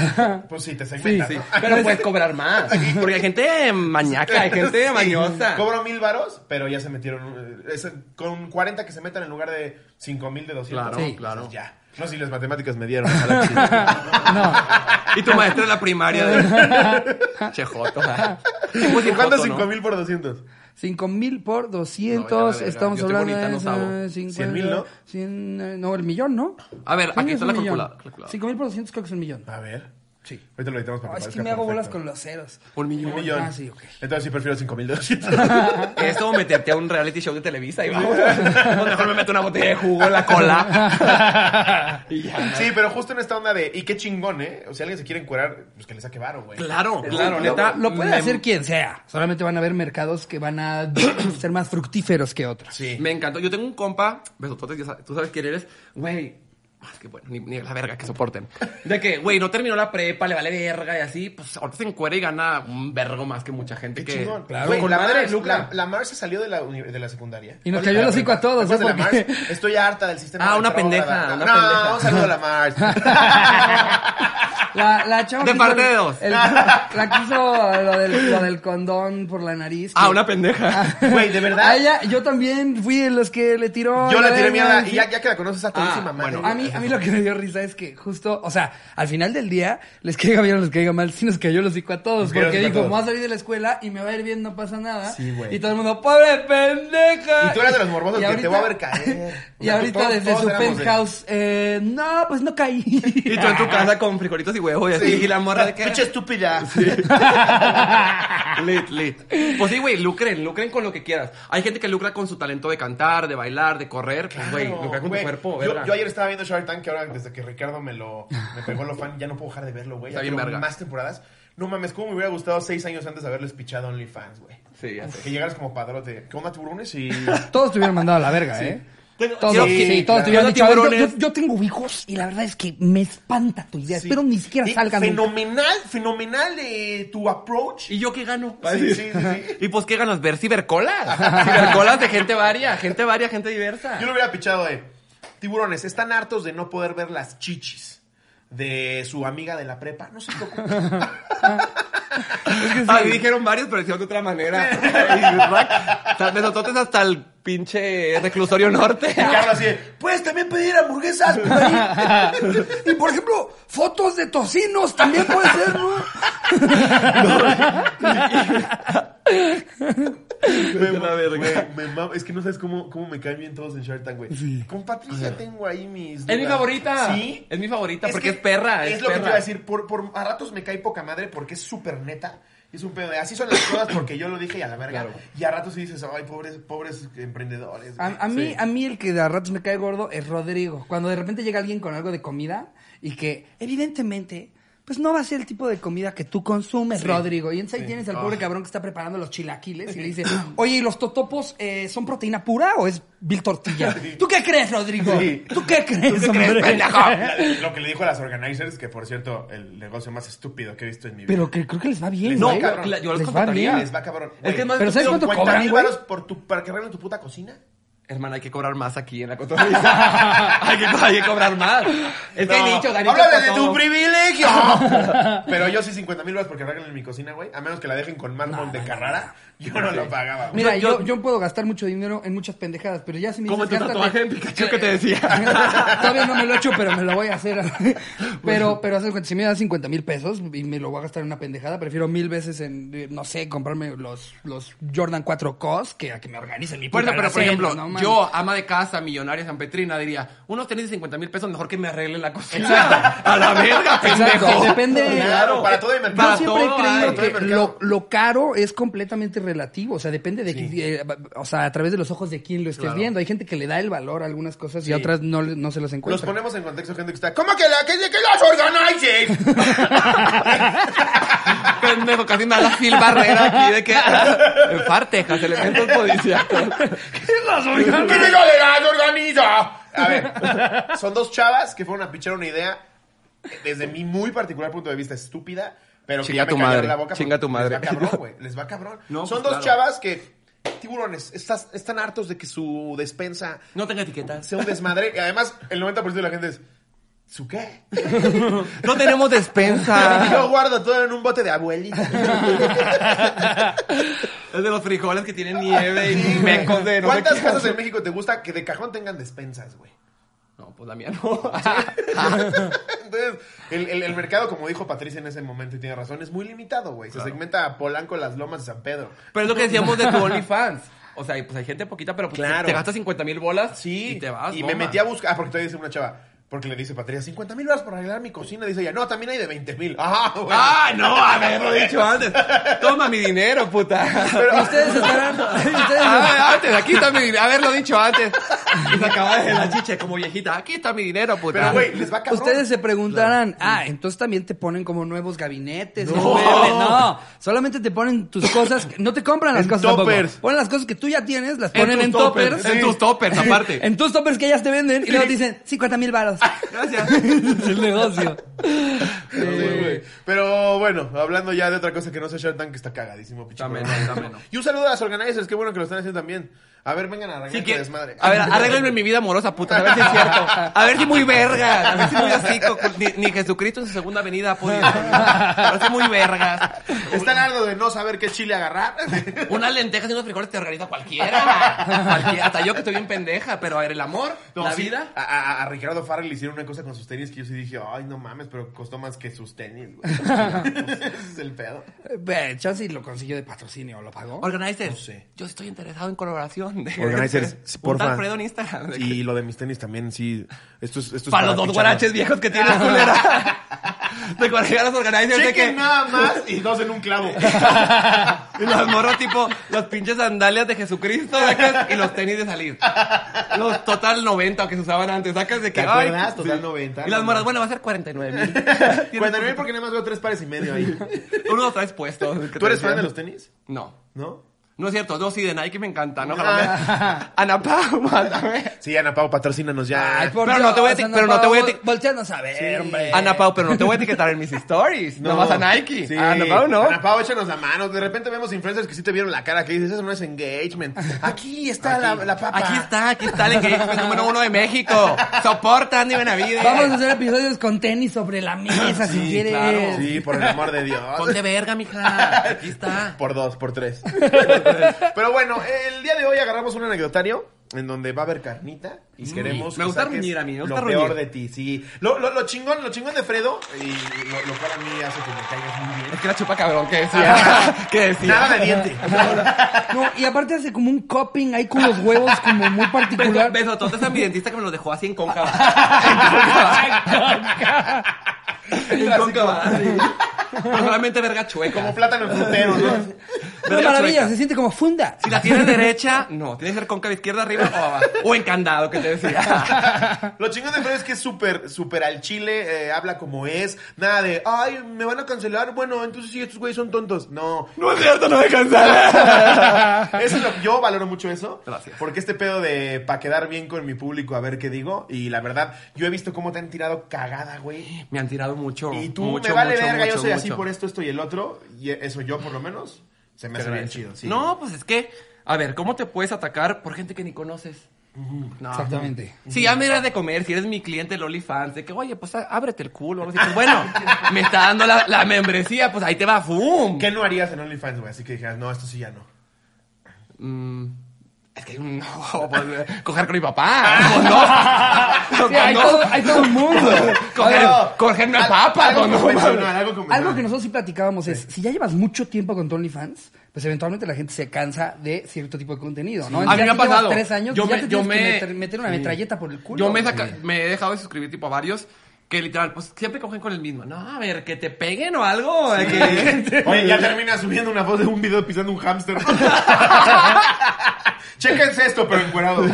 [SPEAKER 2] pues sí, te
[SPEAKER 3] Sí,
[SPEAKER 2] segmentas,
[SPEAKER 3] sí.
[SPEAKER 2] ¿no?
[SPEAKER 3] Pero puedes cobrar más. Porque hay gente mañaca, hay gente
[SPEAKER 2] Sí.
[SPEAKER 3] mañosa.
[SPEAKER 2] Cobro mil varos, pero ya se metieron. eh, es- con 40 que se metan en lugar de 5 mil de 200.
[SPEAKER 3] Claro,
[SPEAKER 1] Sí.
[SPEAKER 3] claro.
[SPEAKER 2] Ya. No, si las matemáticas me dieron. ojalá que sí.
[SPEAKER 3] Y tu maestra de la primaria. de- Che, joto. Tipo
[SPEAKER 2] pues, ¿Y cuánto
[SPEAKER 3] joto,
[SPEAKER 2] 5
[SPEAKER 3] ¿no?
[SPEAKER 2] mil por 200?
[SPEAKER 1] 5 mil por
[SPEAKER 3] No, vete a la
[SPEAKER 1] 200,
[SPEAKER 3] verga.
[SPEAKER 1] estamos
[SPEAKER 3] Yo estoy
[SPEAKER 1] hablando
[SPEAKER 3] bonita, no sabo.
[SPEAKER 1] de...
[SPEAKER 2] 100 mil, ¿no?
[SPEAKER 1] 100, eh, no, el millón, ¿no?
[SPEAKER 3] A ver,
[SPEAKER 1] Sí,
[SPEAKER 3] aquí
[SPEAKER 1] es
[SPEAKER 3] está
[SPEAKER 1] un
[SPEAKER 3] la
[SPEAKER 1] millón.
[SPEAKER 3] calcula- calculadora.
[SPEAKER 1] 5 mil por 200 creo que es un millón.
[SPEAKER 2] A ver.
[SPEAKER 1] Sí.
[SPEAKER 2] Ahorita lo editamos para
[SPEAKER 1] No,
[SPEAKER 2] que
[SPEAKER 1] es que
[SPEAKER 2] parezca
[SPEAKER 1] me hago bolas
[SPEAKER 2] perfecto.
[SPEAKER 1] con los ceros.
[SPEAKER 3] Un millón.
[SPEAKER 2] Un millón.
[SPEAKER 1] Ah, sí, ok.
[SPEAKER 2] Entonces sí prefiero 5 mil de 200.
[SPEAKER 3] Eso o meterte a un reality show de Televisa y vamos. Pues mejor me meto una botella de jugo en la cola. y ya.
[SPEAKER 2] Sí, pero justo en esta onda de, y qué chingón, ¿eh? O sea, alguien se quiere encuerar, pues que le saque varo, güey.
[SPEAKER 3] Claro, claro,
[SPEAKER 1] Lo-
[SPEAKER 3] neta.
[SPEAKER 1] Lo, puede
[SPEAKER 3] me-
[SPEAKER 1] hacer quien sea. Solamente van a haber mercados que van a ser más fructíferos que otros.
[SPEAKER 2] Sí.
[SPEAKER 3] Me encantó. Yo tengo un compa, besototes, ya sabes- tú sabes quién eres. Güey, es que bueno, ni, ni la verga que soporten. De que, güey, no terminó la prepa, le vale verga y así, pues ahorita se encuera y gana un vergo más que mucha gente
[SPEAKER 2] Qué
[SPEAKER 3] que.
[SPEAKER 2] chingón.
[SPEAKER 3] Claro.
[SPEAKER 2] Güey,
[SPEAKER 3] con
[SPEAKER 2] la
[SPEAKER 3] la madre
[SPEAKER 2] Mars,
[SPEAKER 3] de Lucla.
[SPEAKER 2] La, la Mars se salió de la, uni- de la secundaria.
[SPEAKER 1] Y nos
[SPEAKER 2] ¿Cuál
[SPEAKER 1] cayó
[SPEAKER 2] es la
[SPEAKER 1] el hocico a todos,
[SPEAKER 2] ¿Te acuerdas
[SPEAKER 1] ¿eh?
[SPEAKER 2] de la
[SPEAKER 1] Porque-
[SPEAKER 2] Mars? Estoy harta del sistema.
[SPEAKER 3] Ah, una
[SPEAKER 2] retrógrada.
[SPEAKER 3] pendeja, una
[SPEAKER 2] no,
[SPEAKER 3] pendeja.
[SPEAKER 2] un saludo a la Mars.
[SPEAKER 1] La, la chava
[SPEAKER 3] De
[SPEAKER 1] que hizo
[SPEAKER 3] parte
[SPEAKER 1] el-
[SPEAKER 3] de dos.
[SPEAKER 1] el- la que hizo lo del, lo del condón por la nariz.
[SPEAKER 3] Ah,
[SPEAKER 1] que-
[SPEAKER 3] una pendeja.
[SPEAKER 2] Güey, de verdad.
[SPEAKER 1] A ella, yo también fui de los que le tiró.
[SPEAKER 2] Yo
[SPEAKER 1] la
[SPEAKER 2] la tiré
[SPEAKER 1] verga,
[SPEAKER 2] mierda y
[SPEAKER 1] sí.
[SPEAKER 2] ya, ya que la conoces a todísima
[SPEAKER 3] Ah,
[SPEAKER 2] madre.
[SPEAKER 3] bueno.
[SPEAKER 1] A mí, a mí lo que me dio risa es que justo, o sea, al final del día, les caiga bien o les caiga mal, sí nos cayó el hocico a todos.
[SPEAKER 2] Nos cayó el
[SPEAKER 1] Porque
[SPEAKER 2] hocico a
[SPEAKER 1] dijo,
[SPEAKER 2] todos.
[SPEAKER 1] me voy a salir de la escuela y me va a ir bien, no pasa nada.
[SPEAKER 2] Sí, güey.
[SPEAKER 1] Y todo el mundo, pobre pendeja.
[SPEAKER 2] Y tú eras de los morbosos
[SPEAKER 1] Y
[SPEAKER 2] que te voy a ver
[SPEAKER 1] ahorita-
[SPEAKER 2] caer.
[SPEAKER 1] y ahorita
[SPEAKER 2] Todos-
[SPEAKER 1] desde
[SPEAKER 2] todos
[SPEAKER 1] su
[SPEAKER 2] éramos de-
[SPEAKER 1] penthouse, eh, no, pues no caí.
[SPEAKER 3] Y tú en tu casa con frijolitos y huevos y así. Y la morra de que.
[SPEAKER 2] Pinche estúpida.
[SPEAKER 3] Lit, lit. Pues sí, güey, lucren, lucren con lo que quieras. Hay gente que lucra con su talento de cantar, de bailar, de correr. Pues, güey,
[SPEAKER 2] Claro,
[SPEAKER 3] lucra con
[SPEAKER 2] güey.
[SPEAKER 3] tu cuerpo,
[SPEAKER 2] yo,
[SPEAKER 3] verga.
[SPEAKER 2] yo ayer estaba viendo Shark Tank, que ahora desde que Ricardo me lo me pegó lo fan, ya no puedo dejar de verlo, güey.
[SPEAKER 3] Está
[SPEAKER 2] Ya
[SPEAKER 3] bien
[SPEAKER 2] quiero
[SPEAKER 3] verga.
[SPEAKER 2] Más temporadas. No mames, cómo me hubiera gustado seis años antes de haberles pichado a OnlyFans, güey.
[SPEAKER 3] Sí, ya sé.
[SPEAKER 2] Que llegaras como padrote. ¿Qué onda, tiburones? Y...
[SPEAKER 1] Todos te hubieran mandado a la verga, ¿eh?
[SPEAKER 3] Tengo-
[SPEAKER 1] Todos,
[SPEAKER 3] quiero-
[SPEAKER 1] sí,
[SPEAKER 3] quiero-
[SPEAKER 1] todos
[SPEAKER 3] quiero
[SPEAKER 1] tuvieron dicho, a ver, yo,
[SPEAKER 3] tiburones.
[SPEAKER 1] yo- yo tengo hijos y la verdad es que me espanta tu idea. Espero ni siquiera
[SPEAKER 2] Sí,
[SPEAKER 1] salgan. nunca.
[SPEAKER 2] Fenomenal, fenomenal eh, tu approach.
[SPEAKER 3] ¿Y yo qué gano?
[SPEAKER 2] Sí, sí, sí, sí.
[SPEAKER 3] ¿Y pues qué ganas? Ver cibercolas. Cibercolas de gente varia, gente varia, gente diversa.
[SPEAKER 2] Yo lo hubiera pichado de tiburones, están hartos de no poder ver las chichis de su amiga de la prepa. No se preocupen.
[SPEAKER 3] Ah, y dijeron varios, pero decían de otra manera. Y, ¿verdad? O sea, Besototes hasta el pinche reclusorio norte.
[SPEAKER 2] Y Carlos así de, puedes también pedir hamburguesas. por ahí?"
[SPEAKER 1] Y por ejemplo, fotos de tocinos también puede ser, ¿no?
[SPEAKER 2] me,
[SPEAKER 3] la verga.
[SPEAKER 2] güey, me mama. Es que no sabes cómo, cómo me caen bien todos en Shark Tank, güey. Con Patricia tengo ahí mis.
[SPEAKER 3] Es mi
[SPEAKER 2] dudas.
[SPEAKER 3] favorita.
[SPEAKER 2] ¿Sí?
[SPEAKER 3] Es mi favorita porque
[SPEAKER 2] que
[SPEAKER 3] es perra.
[SPEAKER 2] Es,
[SPEAKER 3] Es,
[SPEAKER 2] lo que te
[SPEAKER 3] perra.
[SPEAKER 2] iba a decir. Por, por, a ratos me cae poca madre porque es súper neta. Y Es un pedo de así son las cosas porque yo lo dije y a la verga.
[SPEAKER 3] Claro.
[SPEAKER 2] Y a ratos sí dices, ay, pobres, pobres emprendedores. güey".
[SPEAKER 1] A, a mí,
[SPEAKER 2] Sí.
[SPEAKER 1] a mí el que de a ratos me cae gordo es Rodrigo. Cuando de repente llega alguien con algo de comida y que, evidentemente, pues no va a ser el tipo de comida que tú consumes, Rodrigo. Y entonces ahí tienes al pobre cabrón que está preparando los chilaquiles y le dice, oye, ¿y los totopos eh, son proteína pura o es vil tortilla? ¿Tú qué crees, Rodrigo?
[SPEAKER 2] Sí.
[SPEAKER 1] ¿Tú qué crees,
[SPEAKER 3] crees,
[SPEAKER 1] hombre?
[SPEAKER 3] pendejo?
[SPEAKER 2] La- lo que le dijo a las organizers, que por cierto, el negocio más estúpido que he visto en mi vida.
[SPEAKER 1] Pero que creo que les va bien,
[SPEAKER 2] Les va
[SPEAKER 1] ¿no?
[SPEAKER 2] cabrón.
[SPEAKER 3] la- yo los
[SPEAKER 1] Les va
[SPEAKER 3] contrataría.
[SPEAKER 1] bien.
[SPEAKER 2] les va cabrón.
[SPEAKER 3] Es que es más
[SPEAKER 1] Pero ¿sabes cuánto
[SPEAKER 2] ¿Cincuenta
[SPEAKER 1] cobran,
[SPEAKER 2] mil
[SPEAKER 1] güey?
[SPEAKER 2] varos por tu para que arreglen tu puta cocina?
[SPEAKER 3] Hermana, hay que cobrar más aquí en la cotorriza. hay, que, hay que cobrar más. Es que hay dicho, ganito
[SPEAKER 2] ¡Háblale
[SPEAKER 3] para
[SPEAKER 2] de tu
[SPEAKER 3] todo.
[SPEAKER 2] privilegio! Pero yo sí 50 mil varos porque arreglen mi cocina, güey. A menos que la dejen con mármol de Carrara. Yo no lo pagaba, güey.
[SPEAKER 1] Mira,
[SPEAKER 3] Yo-
[SPEAKER 1] yo, yo puedo gastar mucho dinero en muchas pendejadas, pero ya si me
[SPEAKER 3] Como
[SPEAKER 1] dices,
[SPEAKER 3] tu
[SPEAKER 1] "Gástate-"
[SPEAKER 3] tatuaje en Pikachu que te decía. Pues
[SPEAKER 1] Todavía no me lo he hecho, pero me lo voy a hacer. pero, pero haz de cuenta, si me das 50 mil pesos y me lo voy a gastar en una pendejada, prefiero mil veces en, eh, no sé, comprarme los, los Jordan 4 Cos que a que me organicen mi puta
[SPEAKER 3] Bueno, pero por
[SPEAKER 1] alacena,
[SPEAKER 3] ejemplo,
[SPEAKER 1] no mames.
[SPEAKER 3] yo, ama de casa, millonaria, San Petrina, diría, unos tenis de 50 mil pesos, mejor que me arreglen la cocina.
[SPEAKER 1] Exacto.
[SPEAKER 3] A la verga,
[SPEAKER 1] Exacto,
[SPEAKER 3] pendejo.
[SPEAKER 1] depende-
[SPEAKER 2] Claro, para todo hay
[SPEAKER 1] Yo
[SPEAKER 2] mercado.
[SPEAKER 3] Para
[SPEAKER 1] siempre
[SPEAKER 3] todo
[SPEAKER 1] he creído
[SPEAKER 3] hay.
[SPEAKER 2] Para todo
[SPEAKER 1] que
[SPEAKER 2] hay mercado.
[SPEAKER 1] lo, lo caro es completamente relativo, o sea, depende de, eh, o sea, a través de los ojos de quién lo estés
[SPEAKER 3] Claro.
[SPEAKER 1] viendo. Hay gente que le da el valor a algunas cosas y a
[SPEAKER 3] Sí.
[SPEAKER 1] otras no, le- no se los
[SPEAKER 2] Los
[SPEAKER 1] encuentra.
[SPEAKER 2] ponemos en contexto gente que está. ¿Cómo que la que, que las eh?" organizers?
[SPEAKER 3] Pendejo, casi me da la Phil Barrera aquí de que... En Fartejas, elementos policiales.
[SPEAKER 2] ¿Qué digo de las organiza? A ver, son dos chavas que fueron a pichar una idea desde mi muy particular punto de vista estúpida, pero que ya
[SPEAKER 3] Chinga
[SPEAKER 2] me
[SPEAKER 3] tu
[SPEAKER 2] cayeron
[SPEAKER 3] madre,
[SPEAKER 2] la boca
[SPEAKER 3] chinga
[SPEAKER 2] porque
[SPEAKER 3] tu madre.
[SPEAKER 2] Les va cabrón, güey. Les va cabrón.
[SPEAKER 3] No,
[SPEAKER 2] son
[SPEAKER 3] pues,
[SPEAKER 2] dos
[SPEAKER 3] claro.
[SPEAKER 2] chavas que tiburones, estás, están hartos de que su despensa
[SPEAKER 3] No tenga etiquetas.
[SPEAKER 2] sea un desmadre y además el 90% de la gente es ¿Su qué?
[SPEAKER 3] No tenemos despensa.
[SPEAKER 2] Yo guardo todo en un bote de abuelita.
[SPEAKER 3] Es de los frijoles que tienen nieve y mecos de... no sé
[SPEAKER 2] ¿Cuántas
[SPEAKER 3] qué.
[SPEAKER 2] casas en México te gusta que de cajón tengan despensas, güey?
[SPEAKER 3] No, pues la mía no.
[SPEAKER 2] Entonces, el, el- el mercado, como dijo Patricia en ese momento, y tiene razón, es muy limitado, güey. Se segmenta a Polanco, Las Lomas y San Pedro.
[SPEAKER 3] Pero es lo que decíamos de tu OnlyFans. O sea, pues hay gente poquita, pero pues,
[SPEAKER 2] Claro.
[SPEAKER 3] te gastas 50 mil bolas y te vas.
[SPEAKER 2] Y
[SPEAKER 3] goma.
[SPEAKER 2] me metí a buscar. Ah, porque todavía dice una chava. Porque le dice Patricia, 50 mil dólares por arreglar mi cocina. Dice ella, no, también hay de 20 mil. Ah, güey.
[SPEAKER 3] ¡Ah, no! Haberlo dicho antes. Toma mi dinero, puta.
[SPEAKER 1] Y ustedes estarán, y ustedes
[SPEAKER 3] A ver, antes, aquí está mi dinero. Haberlo dicho antes. Y se acaba de la chiche como viejita. Aquí está mi dinero, puta.
[SPEAKER 2] Pero, güey, les va a cabrón.
[SPEAKER 1] Ustedes se preguntarán, ah, entonces también te ponen como nuevos gabinetes. No, no solamente te ponen tus cosas, que- no te compran las
[SPEAKER 2] En
[SPEAKER 1] cosas tampoco.
[SPEAKER 2] toppers.
[SPEAKER 1] Ponen las cosas que tú ya tienes, las ponen
[SPEAKER 3] tus
[SPEAKER 1] en
[SPEAKER 3] toppers,
[SPEAKER 1] toppers.
[SPEAKER 3] en tus toppers, aparte.
[SPEAKER 1] En tus toppers que ellas te venden y luego te dicen 50 mil baros.
[SPEAKER 3] Gracias.
[SPEAKER 1] es el negocio.
[SPEAKER 2] Sí, güey. Pero bueno, hablando ya de otra cosa que no sea Shark Tank, que está cagadísimo, pinche
[SPEAKER 3] Dame,
[SPEAKER 2] programa.
[SPEAKER 3] no, dame, no.
[SPEAKER 2] Y un saludo a las organizers, qué bueno que lo están haciendo también. A ver, vengan a arreglar
[SPEAKER 3] Si
[SPEAKER 2] este
[SPEAKER 3] quieres-
[SPEAKER 2] desmadre.
[SPEAKER 3] A ver, arréglenme mi vida amorosa, puta. A ver si es cierto. A ver si muy verga. A ver si muy así. co- Ni, ni Jesucristo en su segunda venida ha podido. A ver si muy vergas.
[SPEAKER 2] ¿Están hartos de no saber qué chile agarrar?
[SPEAKER 3] Unas lentejas y unos frijoles te organiza cualquiera. Cualquiera. Hasta yo que estoy bien pendeja, pero a ver, el amor,
[SPEAKER 2] No,
[SPEAKER 3] la
[SPEAKER 2] sí,
[SPEAKER 3] vida.
[SPEAKER 2] A, a- a Ricardo Farrell le hicieron una cosa con sus tenis que yo sí dije, ay, no mames, pero costó más que sus tenis, güey. Ese es el pedo.
[SPEAKER 1] Ve, Chance y lo consiguió de patrocinio, lo pagó.
[SPEAKER 3] Organizer,
[SPEAKER 2] sé.
[SPEAKER 3] yo estoy interesado en colaboración. De,
[SPEAKER 2] Organizers,
[SPEAKER 3] Un
[SPEAKER 2] porfa.
[SPEAKER 3] tal Fredo en Instagram.
[SPEAKER 2] Y lo de mis tenis también, sí. Esto es, esto es
[SPEAKER 3] para los dos
[SPEAKER 2] picharlos.
[SPEAKER 3] guaraches viejos que tienes, culera. Te corregí a los organizers de
[SPEAKER 2] Chequen
[SPEAKER 3] que
[SPEAKER 2] nada más y dos en un clavo.
[SPEAKER 3] y los morros tipo los pinches sandalias de Jesucristo sacas y los tenis de salir. Los total 90 que se usaban antes, sacas de que
[SPEAKER 2] ¿Te
[SPEAKER 3] ay,
[SPEAKER 2] acuerdas? Total 90,
[SPEAKER 3] Y las
[SPEAKER 2] no mames.
[SPEAKER 3] morras, bueno, va a ser 49 mil.
[SPEAKER 2] Cuando vi porque nada más veo tres pares y medio ahí.
[SPEAKER 3] Uno los traes puestos.
[SPEAKER 2] ¿Tú eres fan de los tenis?
[SPEAKER 3] No.
[SPEAKER 2] ¿No?
[SPEAKER 3] No es cierto, no, sí, de Nike me encantan. ¿no? Ojalá me- Ana Pau, mándame.
[SPEAKER 2] Sí, Ana Pau, patrocínanos ya.
[SPEAKER 1] Ay, por
[SPEAKER 3] Pero
[SPEAKER 1] Dios,
[SPEAKER 3] no te voy a eti-
[SPEAKER 1] Ana
[SPEAKER 3] pero no
[SPEAKER 1] Pau,
[SPEAKER 3] te voy a
[SPEAKER 1] vol-
[SPEAKER 3] eti-
[SPEAKER 1] volteanos a ver, hombre.
[SPEAKER 3] Ana Pau, pero no te voy a etiquetar en mis stories. No. vas a Nike. A Ana Pau, no.
[SPEAKER 2] Ana Pau, échanos la mano. De repente vemos influencers que sí te vieron la cara, que dices, eso no es engagement. Aquí está La, la papa.
[SPEAKER 3] Aquí está, aquí está el engagement número uno de México. Soporta Andy Benavides.
[SPEAKER 1] Vamos a hacer episodios con tenis sobre la mesa si quieres.
[SPEAKER 3] claro.
[SPEAKER 2] Sí, por el amor de Dios.
[SPEAKER 3] Ponte verga, mija. Aquí está.
[SPEAKER 2] Por dos, por tres. Pero bueno, el día de hoy agarramos un anecdotario en donde va a haber carnita y queremos
[SPEAKER 3] me
[SPEAKER 2] que
[SPEAKER 3] gusta
[SPEAKER 2] saques
[SPEAKER 3] reunir a mí, me gusta
[SPEAKER 2] lo
[SPEAKER 3] reunir.
[SPEAKER 2] peor de ti, sí. Lo, lo, lo chingón, lo chingón de Fredo y lo, lo cual a mí hace que me caigas muy bien.
[SPEAKER 3] Es que la chupa cabrón, ¿qué decía? ¿Qué decía?
[SPEAKER 2] Nada de diente.
[SPEAKER 1] No, y aparte hace como un coping ahí con los huevos como muy particular.
[SPEAKER 3] Beso, besototes a mi dentista que me lo dejó así en cóncava. en cóncava. En cóncava, sí. Pero solamente verga chueca.
[SPEAKER 2] Como plátano frutero, ¿no?
[SPEAKER 1] Una
[SPEAKER 3] Verga
[SPEAKER 1] maravilla,
[SPEAKER 3] chueca.
[SPEAKER 1] se siente como funda.
[SPEAKER 3] Si la tienes derecha, no. Tiene que ser cóncava izquierda arriba o abajo. O encandado, que te decía.
[SPEAKER 2] Lo chingón de Fredo es que es súper, súper al chile, eh, habla como es. Nada de, ay, me van a cancelar. Bueno, entonces sí, estos güeyes son tontos. No,
[SPEAKER 3] No es cierto, no me cansaré.
[SPEAKER 2] Eso es lo que yo valoro mucho eso.
[SPEAKER 3] Gracias.
[SPEAKER 2] Porque este pedo de para quedar bien con mi público, a ver qué digo. Y la verdad, yo he visto cómo te han tirado cagada, güey.
[SPEAKER 3] Me han tirado mucho.
[SPEAKER 2] Y tú
[SPEAKER 3] mucho,
[SPEAKER 2] me vale
[SPEAKER 3] mucho,
[SPEAKER 2] verga, yo
[SPEAKER 3] mucho,
[SPEAKER 2] soy así
[SPEAKER 3] mucho.
[SPEAKER 2] por esto, esto y el otro. Y eso yo, por lo menos, se me hace bien chido. sí.
[SPEAKER 3] No, pues es que, a ver, ¿cómo te puedes atacar por gente que ni conoces? No.
[SPEAKER 1] Exactamente.
[SPEAKER 3] Si ya me das de comer, si eres mi cliente el OnlyFans, de que, oye, pues á- ábrete el culo. algo así, pues, bueno, me está dando la, la membresía, pues ahí te va, ¡fum!
[SPEAKER 2] ¿Qué no harías en OnlyFans, güey? Así que dijeras, no, esto sí ya no.
[SPEAKER 3] Mm, es que no, pues, eh, coger con mi papá. pues, no.
[SPEAKER 1] Sí, hay,
[SPEAKER 3] No.
[SPEAKER 1] todo, hay todo el mundo.
[SPEAKER 3] Coger,
[SPEAKER 2] No.
[SPEAKER 3] cogerme al
[SPEAKER 2] Al-
[SPEAKER 3] papa,
[SPEAKER 2] algo
[SPEAKER 3] pues, no,
[SPEAKER 2] convencional,
[SPEAKER 3] mames.
[SPEAKER 2] algo convencional.
[SPEAKER 1] Algo que nosotros sí platicábamos es, si ya llevas mucho tiempo con tu OnlyFans, pues eventualmente la gente se cansa de cierto tipo de contenido, ¿no? Ya
[SPEAKER 3] A mí me ha
[SPEAKER 1] que llevas
[SPEAKER 3] pasado.
[SPEAKER 1] tres años,
[SPEAKER 3] Yo
[SPEAKER 1] ya
[SPEAKER 3] me-
[SPEAKER 1] te
[SPEAKER 3] yo
[SPEAKER 1] tienes que
[SPEAKER 3] me-
[SPEAKER 1] meter, meter una
[SPEAKER 3] Sí.
[SPEAKER 1] metralleta por el culo.
[SPEAKER 3] Yo me, saca- me he dejado de suscribir tipo a varios que literal, pues siempre cogen con el mismo. No, a ver, que te peguen o algo. de que-
[SPEAKER 2] Oye, ya termina subiendo una voz de un video pisando un hámster. Chéquense esto, pero encuerado.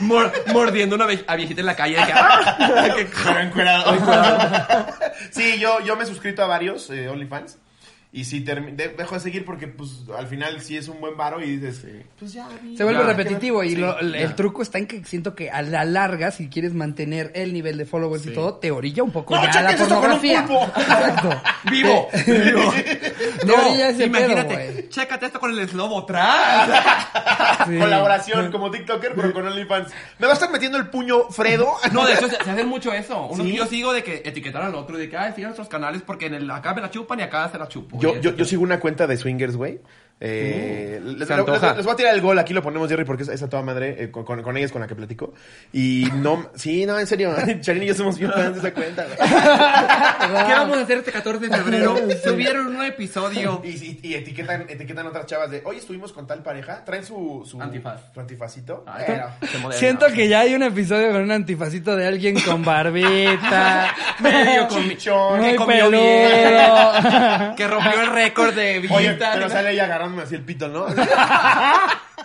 [SPEAKER 3] Mor- mordiendo una ve- a viejita en la calle. de que, ¡ah! Que-
[SPEAKER 2] Pero encuerado. sí, yo, yo me he suscrito a varios eh, OnlyFans. Y sí, termi- de- dejo de seguir porque, pues, al final sí es un buen varo y dices, pues ya. vi.
[SPEAKER 1] Se vuelve
[SPEAKER 3] Ya.
[SPEAKER 1] repetitivo y
[SPEAKER 2] Sí,
[SPEAKER 1] lo- el,
[SPEAKER 3] ya.
[SPEAKER 1] el truco está en que siento que a la larga, si quieres mantener el nivel de followers y todo, te orilla un poco
[SPEAKER 2] No,
[SPEAKER 1] ya a la
[SPEAKER 2] cheques esto con un
[SPEAKER 1] pornografía.
[SPEAKER 2] pulpo.
[SPEAKER 1] Exacto.
[SPEAKER 3] ¡Vivo! ¡Vivo!
[SPEAKER 1] No, ya ese
[SPEAKER 3] imagínate,
[SPEAKER 1] pedo, güey.
[SPEAKER 3] chécate esto con el slobo atrás.
[SPEAKER 1] Sí.
[SPEAKER 2] "Pues, Colaboración como TikToker, pero con OnlyFans. ¿Me va a estar metiendo el puño Fredo?
[SPEAKER 3] No, de hecho, se, se hacen mucho eso. Uno
[SPEAKER 2] Sí.
[SPEAKER 3] que yo sigo de que etiquetar al otro, de que, ay, sigan nuestros canales porque en el, acá me la chupan y acá se la chupo.
[SPEAKER 2] Yo,
[SPEAKER 3] Y
[SPEAKER 2] yo,
[SPEAKER 3] eso. Mm.
[SPEAKER 2] yo sigo una cuenta de swingers, güey. Eh, les,
[SPEAKER 3] se
[SPEAKER 2] les-
[SPEAKER 3] antoja.
[SPEAKER 2] les- les voy a tirar el gol, aquí lo ponemos Jerry porque es, es a toda madre eh, con, con, con ellas con la que platico. Y no, sí, no, en serio, Charín y yo somos bien fans de esa cuenta. güey.
[SPEAKER 3] ¿Qué vamos a hacer este 14 de febrero? Subieron un episodio.
[SPEAKER 2] Y, y- y etiquetan, etiquetan otras chavas de, oye, estuvimos con tal pareja, traen su, su
[SPEAKER 3] Antifaz. Ah,
[SPEAKER 2] su antifacito.
[SPEAKER 3] Ay,
[SPEAKER 2] Era-
[SPEAKER 3] se moderna.
[SPEAKER 1] Siento que ya hay un episodio con un antifacito de alguien con barbita.
[SPEAKER 3] medio comi-
[SPEAKER 2] Chichón.
[SPEAKER 1] Muy
[SPEAKER 3] que comió
[SPEAKER 1] peludo.
[SPEAKER 3] bien, que rompió el récord de
[SPEAKER 2] Oye,
[SPEAKER 3] visita.
[SPEAKER 2] pero sale ella agarrándome así el pito, ¿no?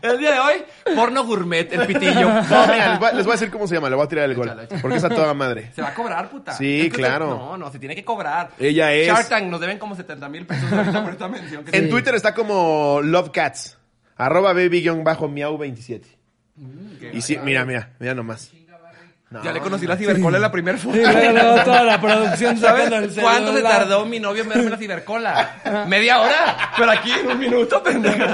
[SPEAKER 3] El día de hoy, porno gourmet, el pitillo.
[SPEAKER 2] No, mira, les voy, a- les voy a decir cómo se llama, le voy a tirar el gol.
[SPEAKER 3] Échale, échale.
[SPEAKER 2] Porque es a toda madre.
[SPEAKER 3] Se va a cobrar, puta.
[SPEAKER 2] Sí,
[SPEAKER 3] Es que
[SPEAKER 2] claro.
[SPEAKER 3] se- no, no, se tiene que cobrar.
[SPEAKER 2] Ella es-
[SPEAKER 3] Shark Tank, nos deben como 70 mil pesos ahorita por esta mención. que
[SPEAKER 2] En
[SPEAKER 3] sí.
[SPEAKER 2] Twitter está como LoveCats. Arroba baby-miau27.
[SPEAKER 3] Mm,
[SPEAKER 2] Y sí, mira, mira, mira nomás. No,
[SPEAKER 3] Ya le conocí la cibercola en la primera foto.
[SPEAKER 1] Sí, luego, luego toda la producción
[SPEAKER 3] ¿Sabes
[SPEAKER 1] sacando el celular.
[SPEAKER 3] cuánto se tardó mi novio en verme la cibercola? Media hora. Pero aquí en un minuto, pendeja.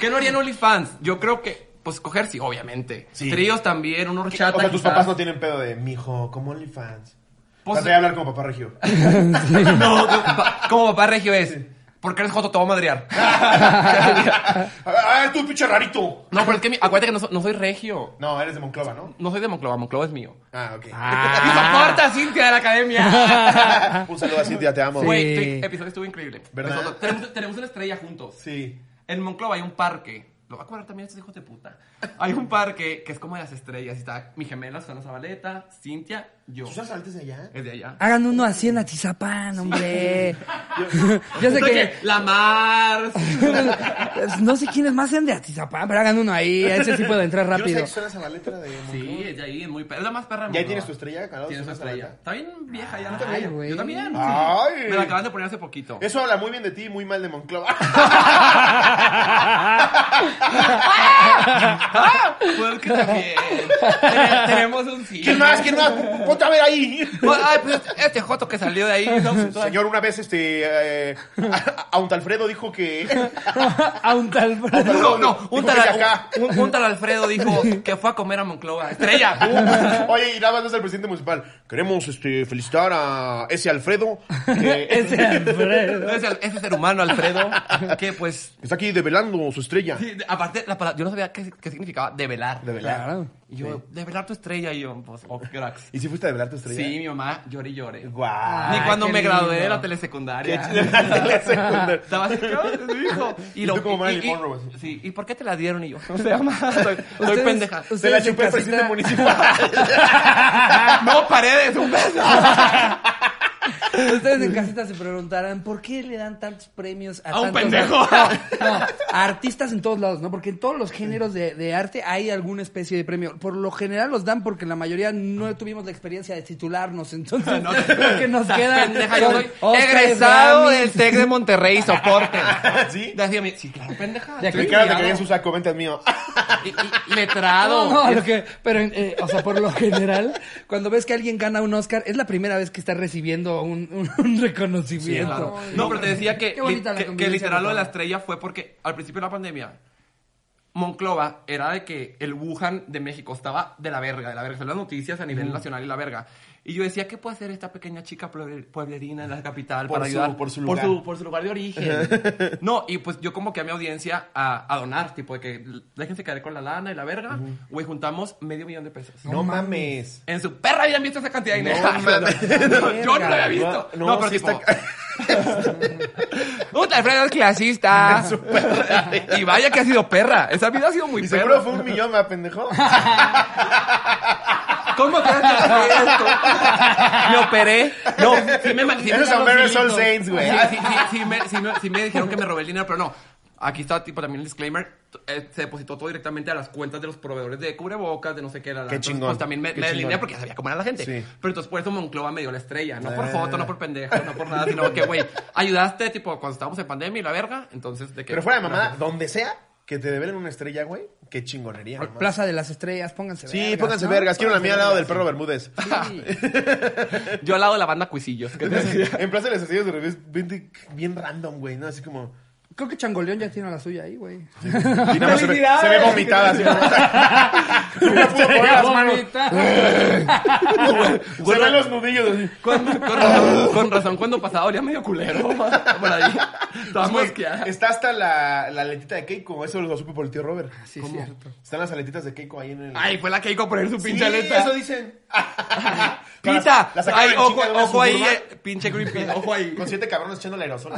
[SPEAKER 3] ¿Qué no harían OnlyFans? Yo creo que, pues coger sí, obviamente.
[SPEAKER 2] Sí.
[SPEAKER 3] Tríos también, unos
[SPEAKER 2] O sea,
[SPEAKER 3] horchata.
[SPEAKER 2] tus
[SPEAKER 3] quizás.
[SPEAKER 2] papás no tienen pedo de, mijo, como OnlyFans.
[SPEAKER 3] Pues-
[SPEAKER 2] Pues voy a hablar como papá regio.
[SPEAKER 3] No, pa- como papá regio es. Porque eres joto, te voy a madrear.
[SPEAKER 2] ¡Ah, tú, pinche rarito!
[SPEAKER 3] No, pero es que mi- acuérdate que no, so- no soy regio.
[SPEAKER 2] No, eres de Monclova, ¿no?
[SPEAKER 3] No soy de Monclova, Monclova es mío.
[SPEAKER 2] Ah, ok.
[SPEAKER 3] ¡Y soporta, Cintia, de la academia!
[SPEAKER 2] Un saludo a Cintia, te amo.
[SPEAKER 3] Güey, este episodio estuvo increíble.
[SPEAKER 2] ¿Verdad?
[SPEAKER 3] Nosotros- Tenemos, tenemos una estrella juntos.
[SPEAKER 2] Sí.
[SPEAKER 3] En Monclova hay un parque. Lo va a cobrar también a estos hijos de puta. Hay un parque que es como de las estrellas. y Está mi gemela, Susana Zabaleta, Cintia Yo.
[SPEAKER 2] ¿Sus asaltes de allá?
[SPEAKER 3] Es de allá.
[SPEAKER 1] Hagan uno así en Atizapán, hombre. Yo sé
[SPEAKER 3] Puta
[SPEAKER 1] que...
[SPEAKER 3] que La Mars.
[SPEAKER 1] no sé quiénes más sean de Atizapán, pero hagan uno ahí. a Ese sí puede entrar
[SPEAKER 2] Yo no sé
[SPEAKER 1] rápido.
[SPEAKER 2] que suenas a la letra de...
[SPEAKER 3] Sí, es de ahí, es muy perra. Es la más perra. del
[SPEAKER 2] ¿Ya
[SPEAKER 3] mundo.
[SPEAKER 2] tienes tu estrella, Calado?
[SPEAKER 3] Tienes una
[SPEAKER 2] ¿Suenas a la
[SPEAKER 3] estrella.
[SPEAKER 2] letra?
[SPEAKER 3] Está bien vieja ya. la
[SPEAKER 1] Ay,
[SPEAKER 3] estrella.
[SPEAKER 1] güey.
[SPEAKER 3] Yo también.
[SPEAKER 2] Ay.
[SPEAKER 3] Me la acaban de poner hace poquito.
[SPEAKER 2] Eso habla muy bien de ti y muy mal de Monclova.
[SPEAKER 3] ¡Ah! Porque también. Ten- Tenemos un sí.
[SPEAKER 2] ¿Quién más? ¿Quién más? Ponte a ver ahí.
[SPEAKER 3] Ay, pues este joto que salió de ahí. ¿no?
[SPEAKER 2] Señor, una vez este... eh, a, a- a un Alfredo dijo que...
[SPEAKER 1] a un tal...
[SPEAKER 3] No, no, un
[SPEAKER 2] Dijo que de
[SPEAKER 3] tal,
[SPEAKER 2] acá.
[SPEAKER 3] un, un- un tal Alfredo dijo que fue a comer a Monclova. Estrella.
[SPEAKER 2] Oye, y nada más no es el presidente municipal. Queremos este, felicitar a ese Alfredo que
[SPEAKER 1] Ese Alfredo.
[SPEAKER 3] Ese, ese ser humano, Alfredo, que pues.
[SPEAKER 2] está aquí develando su estrella.
[SPEAKER 3] sí, Aparte, la palabra, yo no sabía qué, qué significaba develar.
[SPEAKER 2] De velar.
[SPEAKER 1] Claro.
[SPEAKER 3] Y yo, develar tu estrella. Y yo, pues, oh, cracks.
[SPEAKER 2] ¿Y si fuiste a develar tu estrella?
[SPEAKER 3] Sí, mi mamá lloré y lloré.
[SPEAKER 2] Guau.
[SPEAKER 1] Ay,
[SPEAKER 3] Ni cuando
[SPEAKER 1] qué
[SPEAKER 3] me gradué de
[SPEAKER 1] lindo.
[SPEAKER 3] la
[SPEAKER 2] Qué
[SPEAKER 3] telesecundaria.
[SPEAKER 2] chido. La secundaria.
[SPEAKER 3] Estaba así, ¿qué onda, mi hijo?
[SPEAKER 2] Y tú como Marilyn Monroe, así.
[SPEAKER 3] sí, ¿y por qué te la dieron? Y yo, no sé, mamá, soy, soy
[SPEAKER 1] Ustedes-
[SPEAKER 3] pendeja.
[SPEAKER 2] Se la
[SPEAKER 1] ustedes en
[SPEAKER 2] chupé al presidente
[SPEAKER 1] casita-
[SPEAKER 2] municipal.
[SPEAKER 3] No, paredes, un beso.
[SPEAKER 1] Ustedes en casita se preguntarán por qué le dan tantos premios a,
[SPEAKER 3] A un
[SPEAKER 1] tantos-
[SPEAKER 3] pendejo.
[SPEAKER 1] No, no, a artistas en todos lados, ¿no? Porque en todos los géneros de, de arte hay alguna especie de premio. Por lo general los dan porque la mayoría no tuvimos la experiencia de titularnos, entonces
[SPEAKER 3] No,
[SPEAKER 1] lo que nos
[SPEAKER 3] Estás
[SPEAKER 1] queda
[SPEAKER 3] pendeja, yo
[SPEAKER 1] son
[SPEAKER 3] soy
[SPEAKER 1] Oscar,
[SPEAKER 3] egresado
[SPEAKER 1] Grammys.
[SPEAKER 3] del TEC de Monterrey, soporte.
[SPEAKER 2] ¿Sí?
[SPEAKER 3] Decía, mi- sí, claro, pendeja.
[SPEAKER 1] De aquí.
[SPEAKER 2] Le cara de que en su saco, vente al mío.
[SPEAKER 3] Y- y- letrado.
[SPEAKER 1] No, no, lo que- pero, eh, o sea, por lo general, cuando ves que alguien gana un Oscar, es la primera vez que está recibiendo un, un- un
[SPEAKER 3] Sí,
[SPEAKER 1] reconocimiento.
[SPEAKER 3] claro. No, pero te decía que,
[SPEAKER 1] Qué bonita la
[SPEAKER 3] que- que
[SPEAKER 1] convivencia
[SPEAKER 3] literal lo de la
[SPEAKER 1] local.
[SPEAKER 3] estrella fue porque al principio de la pandemia, Monclova era de que el Wuhan de México estaba de la verga, de la verga. Son las noticias a nivel nacional y la verga. Y yo decía, ¿qué puede hacer esta pequeña chica pueble- pueblerina en la capital
[SPEAKER 2] Por
[SPEAKER 3] para
[SPEAKER 2] su-
[SPEAKER 3] ayudar?
[SPEAKER 2] por su
[SPEAKER 3] Por
[SPEAKER 2] lugar.
[SPEAKER 3] su, por su lugar de origen. no, y pues yo como que a mi audiencia a, a donar, tipo de que déjense caer con la lana y la verga, güey, juntamos medio millón de pesos.
[SPEAKER 2] No mames.
[SPEAKER 3] En su perra habían visto esa cantidad de dinero.
[SPEAKER 2] No mames.
[SPEAKER 3] No, yo no la había
[SPEAKER 2] No,
[SPEAKER 3] visto.
[SPEAKER 2] no,
[SPEAKER 3] No, pero
[SPEAKER 2] sí
[SPEAKER 3] tipo,
[SPEAKER 2] está-
[SPEAKER 3] Puta, Alfredo es clasista. y vaya que ha sido perra. Esa vida ha sido muy
[SPEAKER 2] Y
[SPEAKER 3] perra.
[SPEAKER 2] seguro fue un millón, ¿me pendejo?
[SPEAKER 3] ¿Cómo crees que fue esto? Me operé. No, sí me ma- sí me
[SPEAKER 2] Eres
[SPEAKER 3] dan los
[SPEAKER 2] Homero Sol
[SPEAKER 3] hilitos.
[SPEAKER 2] Saints, güey.
[SPEAKER 3] Sí, sí, sí, sí me, sí me- sí me dijeron que me robé el dinero, pero no. Aquí está tipo también el disclaimer. T- eh, se depositó todo directamente a las cuentas de los proveedores de cubrebocas, de no sé qué era.
[SPEAKER 2] Qué
[SPEAKER 3] Entonces,
[SPEAKER 2] chingón,
[SPEAKER 3] Pues también me,
[SPEAKER 2] qué
[SPEAKER 3] me
[SPEAKER 2] chingón.
[SPEAKER 3] alineé porque ya sabía cómo era la gente.
[SPEAKER 2] Sí.
[SPEAKER 3] Pero entonces por eso Monclova me dio la estrella. No por
[SPEAKER 2] Ah.
[SPEAKER 3] foto, no por pendejo, no por nada, sino que, güey, ayudaste tipo cuando estábamos en pandemia y la verga. Entonces, de que.
[SPEAKER 2] Pero fuera de mamada, donde sea que te develen una estrella, güey, qué chingonería. no mames.
[SPEAKER 1] Plaza de las Estrellas, pónganse
[SPEAKER 2] Sí,
[SPEAKER 1] vergas,
[SPEAKER 2] pónganse
[SPEAKER 1] ¿no?
[SPEAKER 2] vergas. Quiero la mía al lado del
[SPEAKER 1] Pónganse
[SPEAKER 2] perro Bermúdez.
[SPEAKER 1] vergas. Sí.
[SPEAKER 3] Yo al lado de la banda Cuisillos. ¿qué te decía?
[SPEAKER 2] en Plaza de las Estrellas de revés, vente bien random, güey, ¿no? Así como...
[SPEAKER 1] Creo que Changoleón ya tiene la suya ahí, güey.
[SPEAKER 2] y nada más se, ve, se ve vomitada, así como... no puedo poner las manos. Se ven los nudillos así.
[SPEAKER 3] Con, con razón, con razón, cuando pasaba olía medio culero. Por ahí. Estaba
[SPEAKER 2] Pues, Güey,
[SPEAKER 3] mosqueada.
[SPEAKER 2] Está hasta la, la letita de Keiko. Eso lo supe por el tío Robert.
[SPEAKER 1] Sí, es cierto.
[SPEAKER 2] Están las aletitas de Keiko ahí en el...
[SPEAKER 3] Ay, fue la que Keiko por poner su
[SPEAKER 2] Sí,
[SPEAKER 3] pinche aleta.
[SPEAKER 2] eso dicen.
[SPEAKER 3] Pita,
[SPEAKER 2] La sacaron
[SPEAKER 3] ay,
[SPEAKER 2] en
[SPEAKER 3] ojo,
[SPEAKER 2] chinga de una
[SPEAKER 3] ojo ahí,
[SPEAKER 2] Suburban.
[SPEAKER 3] eh, pinche Greenpeace, ojo ahí.
[SPEAKER 2] Con siete cabrones echando el aerosol.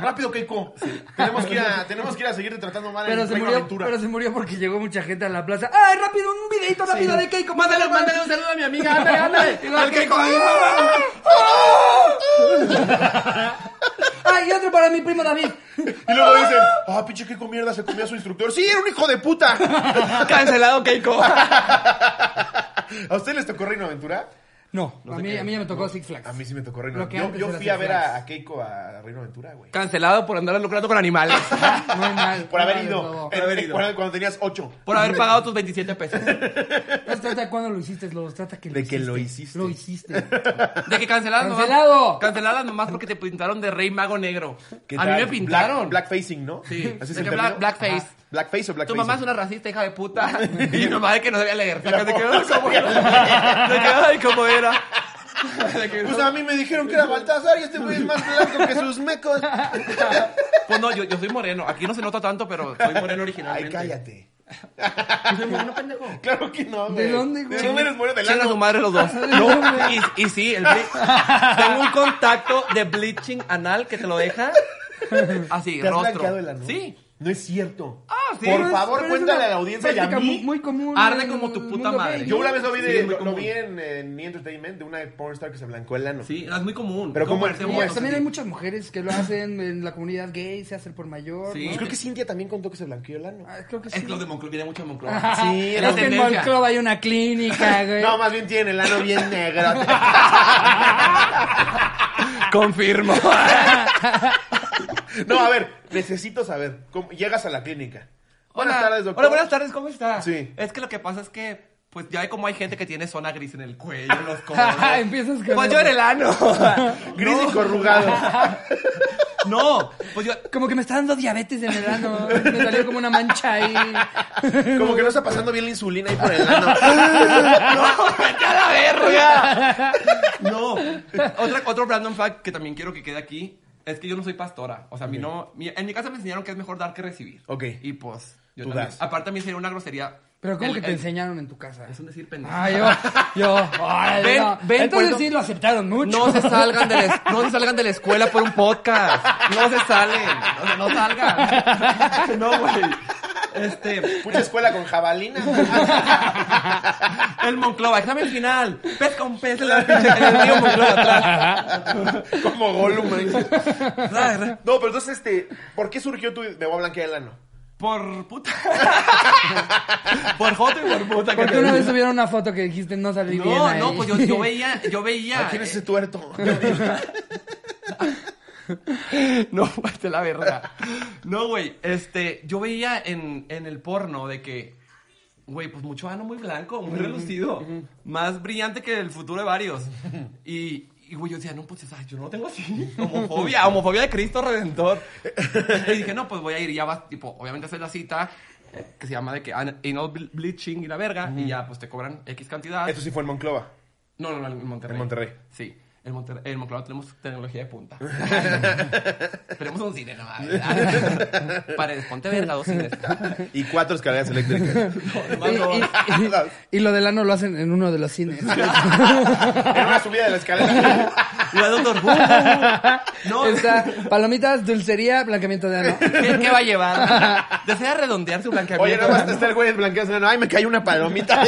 [SPEAKER 2] Rápido, Keiko. Tenemos, que ir a, tenemos que ir a seguir tratando mal
[SPEAKER 1] Pero
[SPEAKER 2] en
[SPEAKER 1] se,
[SPEAKER 2] Reino
[SPEAKER 1] murió,
[SPEAKER 2] Aventura.
[SPEAKER 1] pero se murió porque llegó mucha gente a la plaza. ¡Ay, rápido! ¡Un videito rápido de Keiko!
[SPEAKER 3] Mándale, mándale un saludo a mi amiga, ándale, ándale.
[SPEAKER 1] Y la
[SPEAKER 3] El Keiko.
[SPEAKER 1] ¡Ay, y otro para mi primo David!
[SPEAKER 2] Y luego dicen, ah, pinche Keiko mierda, se comió a su instructor. Sí, era un hijo de puta.
[SPEAKER 3] Cancelado Keiko.
[SPEAKER 2] ¿A ustedes les tocó Reino Aventura?
[SPEAKER 1] No, a, mí, a mí ya me tocó Six Flags.
[SPEAKER 2] A mí sí me tocó Reino
[SPEAKER 1] Lo que
[SPEAKER 2] Aventura.
[SPEAKER 1] antes
[SPEAKER 2] Yo, yo
[SPEAKER 1] era
[SPEAKER 2] fui a
[SPEAKER 1] Six
[SPEAKER 2] ver
[SPEAKER 1] Flags.
[SPEAKER 2] a, a Keiko a Reino Aventura, güey.
[SPEAKER 3] Cancelado por andar lucrando con animales.
[SPEAKER 1] Muy mal.
[SPEAKER 2] Por haber
[SPEAKER 1] muy mal,
[SPEAKER 2] ido.
[SPEAKER 1] Lobo.
[SPEAKER 2] En-
[SPEAKER 3] haber ido.
[SPEAKER 2] Cuando, cuando tenías ocho.
[SPEAKER 3] Por haber pagado tus 27 pesos.
[SPEAKER 1] No se trata de cuándo lo hiciste, lo trata que lo
[SPEAKER 2] De
[SPEAKER 1] hiciste.
[SPEAKER 2] que lo hiciste.
[SPEAKER 1] Lo hiciste.
[SPEAKER 3] De que canceladas nomás.
[SPEAKER 1] Cancelado.
[SPEAKER 3] Canceladas nomás porque te pintaron de rey mago negro.
[SPEAKER 2] ¿Qué
[SPEAKER 3] A mí
[SPEAKER 2] tal?
[SPEAKER 3] me pintaron.
[SPEAKER 2] Black, blackfacing, ¿no?
[SPEAKER 3] Sí.
[SPEAKER 2] Así es
[SPEAKER 3] De
[SPEAKER 2] el
[SPEAKER 3] que bla-
[SPEAKER 2] término.
[SPEAKER 3] blackface.
[SPEAKER 2] Ajá. Blackface o blackface.
[SPEAKER 3] Tu mamá es una racista, hija de puta. Y mi mamá de que no sabía leer. Saca, te quedó como
[SPEAKER 2] sabía
[SPEAKER 3] era. Te quedó ahí como era. De que,
[SPEAKER 2] Pues a mí me dijeron que era Baltasar y este güey es más blanco que sus mecos.
[SPEAKER 3] Pues no, yo, yo soy moreno. Aquí no se nota tanto, pero soy moreno
[SPEAKER 2] Ay,
[SPEAKER 3] originalmente.
[SPEAKER 2] cállate.
[SPEAKER 3] Yo soy moreno, pendejo.
[SPEAKER 2] Claro que no, güey.
[SPEAKER 1] ¿De dónde, güey?
[SPEAKER 2] ¿De dónde eres bueno de
[SPEAKER 3] Chinga su
[SPEAKER 2] lano?
[SPEAKER 3] madre los dos. y, y sí, el ble- tengo un contacto de bleaching anal que te lo deja así,
[SPEAKER 2] ¿Te has
[SPEAKER 3] rostro.
[SPEAKER 2] blanqueado el ano?
[SPEAKER 3] Sí.
[SPEAKER 2] No es cierto.
[SPEAKER 3] Ah, sí,
[SPEAKER 2] Por
[SPEAKER 3] es-
[SPEAKER 2] favor,
[SPEAKER 1] Pero es
[SPEAKER 2] cuéntale
[SPEAKER 1] una
[SPEAKER 2] a la audiencia y a
[SPEAKER 1] práctica
[SPEAKER 2] mí.
[SPEAKER 1] mu- Muy común.
[SPEAKER 3] Arde
[SPEAKER 1] en
[SPEAKER 3] como tu
[SPEAKER 1] el
[SPEAKER 3] puta
[SPEAKER 1] mundo
[SPEAKER 3] madre.
[SPEAKER 1] gay.
[SPEAKER 2] Yo una vez lo vi,
[SPEAKER 3] Sí,
[SPEAKER 2] de-
[SPEAKER 3] es muy
[SPEAKER 2] lo, lo
[SPEAKER 3] común.
[SPEAKER 2] vi en, en E! Entertainment de una pornstar que se blancó el ano.
[SPEAKER 3] Sí, no, es muy común.
[SPEAKER 2] Pero
[SPEAKER 3] No,
[SPEAKER 2] como-
[SPEAKER 3] parece
[SPEAKER 2] como-
[SPEAKER 3] bueno,
[SPEAKER 1] Pues también
[SPEAKER 3] sí.
[SPEAKER 1] hay muchas mujeres que lo hacen en la comunidad gay, se hace el por mayor.
[SPEAKER 3] Sí.
[SPEAKER 2] Pues
[SPEAKER 1] ¿no?
[SPEAKER 2] creo que Cintia también contó que se blanqueó el ano.
[SPEAKER 1] Ah, creo que sí. Ah,
[SPEAKER 3] Es que los de Monclova, viene mucho de Monclova.
[SPEAKER 2] Sí,
[SPEAKER 1] es que
[SPEAKER 2] era
[SPEAKER 1] en
[SPEAKER 3] tendencia.
[SPEAKER 1] Monclova hay una clínica, güey.
[SPEAKER 2] No, más bien tiene el ano bien negro.
[SPEAKER 3] Confirmo.
[SPEAKER 2] No, a ver, necesito saber. ¿Cómo- Llegas a la clínica. Buenas tardes, doctor.
[SPEAKER 3] Hola, buenas tardes, ¿cómo está?
[SPEAKER 2] Sí.
[SPEAKER 3] Es que lo que pasa es que, pues ya hay como hay gente que tiene zona gris en el cuello, en los codos.
[SPEAKER 1] Empiezas con
[SPEAKER 3] Pues
[SPEAKER 1] el-
[SPEAKER 3] yo en el ano.
[SPEAKER 2] Gris y corrugado.
[SPEAKER 3] No, pues yo.
[SPEAKER 1] Como que me está dando diabetes en el ano. Me salió como una mancha ahí.
[SPEAKER 2] Como que no está pasando bien la insulina ahí por el ano.
[SPEAKER 3] ¡No! ¡Vete a la verga! No. Otra, otro random fact que también quiero que quede aquí es que yo no soy pastora. O sea, a mí no. mi- en mi casa me enseñaron que es mejor dar que recibir.
[SPEAKER 2] Ok.
[SPEAKER 3] Y pues. Yo
[SPEAKER 2] Tú
[SPEAKER 3] también.
[SPEAKER 2] das.
[SPEAKER 3] Aparte, a mí sería una grosería.
[SPEAKER 1] Pero ¿cómo
[SPEAKER 3] El-
[SPEAKER 1] que te
[SPEAKER 3] el-
[SPEAKER 1] enseñaron en tu casa?
[SPEAKER 3] Es un decir pendejo.
[SPEAKER 1] Ah, yo, yo. Órale,
[SPEAKER 3] Ven-
[SPEAKER 1] no.
[SPEAKER 3] ven,
[SPEAKER 1] Entonces
[SPEAKER 3] Puerto-
[SPEAKER 1] sí lo aceptaron mucho.
[SPEAKER 3] No se salgan de la, es- no se salgan de la escuela por un podcast. No se salen. O sea, no salgan. No, güey. Este,
[SPEAKER 2] Mucha escuela con jabalina.
[SPEAKER 3] el Monclova, examen final. Pesca un pez en, la pinche- en el río Monclova atrás.
[SPEAKER 2] Como Gollum. ahí.
[SPEAKER 3] Ra, ra.
[SPEAKER 2] No, pero entonces, este, ¿por qué surgió tu me voy a blanquear el ano?
[SPEAKER 3] Por puta. Por joto y por puta. que
[SPEAKER 1] Porque
[SPEAKER 3] te-
[SPEAKER 1] una vez subieron una foto que dijiste no salí bien.
[SPEAKER 3] No,
[SPEAKER 1] ahí.
[SPEAKER 3] no, pues yo, yo veía, yo veía.
[SPEAKER 2] Ah, ¿Quién es ese tuerto?
[SPEAKER 3] No, fuiste la verga. No, güey, este, yo veía en, en el porno de que, güey, pues mucho ano muy blanco, muy relucido, más brillante que el futuro de varios. Y, y, güey, yo decía, no, pues, o sea, yo no tengo así. Homofobia, homofobia de Cristo Redentor. Y dije, no, pues voy a ir, ya vas, tipo, obviamente hacer la cita. eh, Que se llama de que an- anal ble- bleaching y la verga, y ya pues te cobran X cantidad.
[SPEAKER 2] Eso sí fue en Monclova.
[SPEAKER 3] No, no, no, en Monterrey.
[SPEAKER 2] En Monterrey.
[SPEAKER 3] Sí. En, Monterrey, en Monclova tenemos tecnología de punta. tenemos un cine, no Paredes, ponte verga, dos cines.
[SPEAKER 2] Y cuatro escaleras eléctricas.
[SPEAKER 3] No,
[SPEAKER 1] Y,
[SPEAKER 3] nomás no.
[SPEAKER 1] y- y- y lo del ano lo hacen en uno de los cines.
[SPEAKER 2] en una subida de la escalera.
[SPEAKER 3] Y va el doctor, "Uh, uh, uh". No,
[SPEAKER 1] Está palomitas, dulcería, blanqueamiento de ano.
[SPEAKER 3] ¿qué, qué va a llevar? ¿Desea redondear su
[SPEAKER 2] Oye,
[SPEAKER 3] blanqueamiento?
[SPEAKER 2] nada más te está el güey blanqueando el ano. Ay, me cayó una palomita.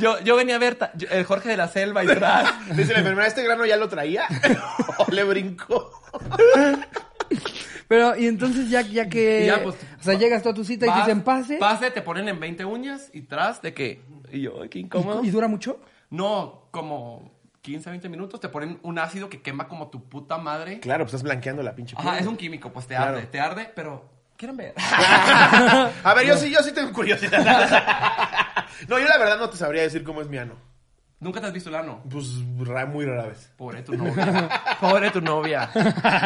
[SPEAKER 3] yo, yo venía a ver ta- yo- el Jorge de la Selva y atrás.
[SPEAKER 2] Dice la enfermera, ¿este grano ya lo traía? ¿O le brincó?
[SPEAKER 1] Pero, y entonces ya, ya que.
[SPEAKER 3] Y ya, pues,
[SPEAKER 1] o sea, llegas tú a tu cita y te
[SPEAKER 3] Vas-
[SPEAKER 1] dicen pase.
[SPEAKER 3] Pase, te ponen en 20 uñas y tras de que... Y yo, "Ay, qué incómodo.
[SPEAKER 1] ¿Y dura mucho?
[SPEAKER 3] No, como 15, 20 minutos te ponen un ácido que quema como tu puta madre.
[SPEAKER 2] Claro, pues estás blanqueando la pinche
[SPEAKER 3] Ajá,
[SPEAKER 2] piel.
[SPEAKER 3] es un químico, pues te
[SPEAKER 2] Claro.
[SPEAKER 3] arde, te arde, pero quieren ver.
[SPEAKER 2] A ver, yo sí, yo sí tengo curiosidad. No, yo la verdad no te sabría decir cómo es mi ano.
[SPEAKER 3] Nunca te has visto el ano.
[SPEAKER 2] Pues ra- muy rara vez.
[SPEAKER 3] Pobre tu novia. Pobre tu novia.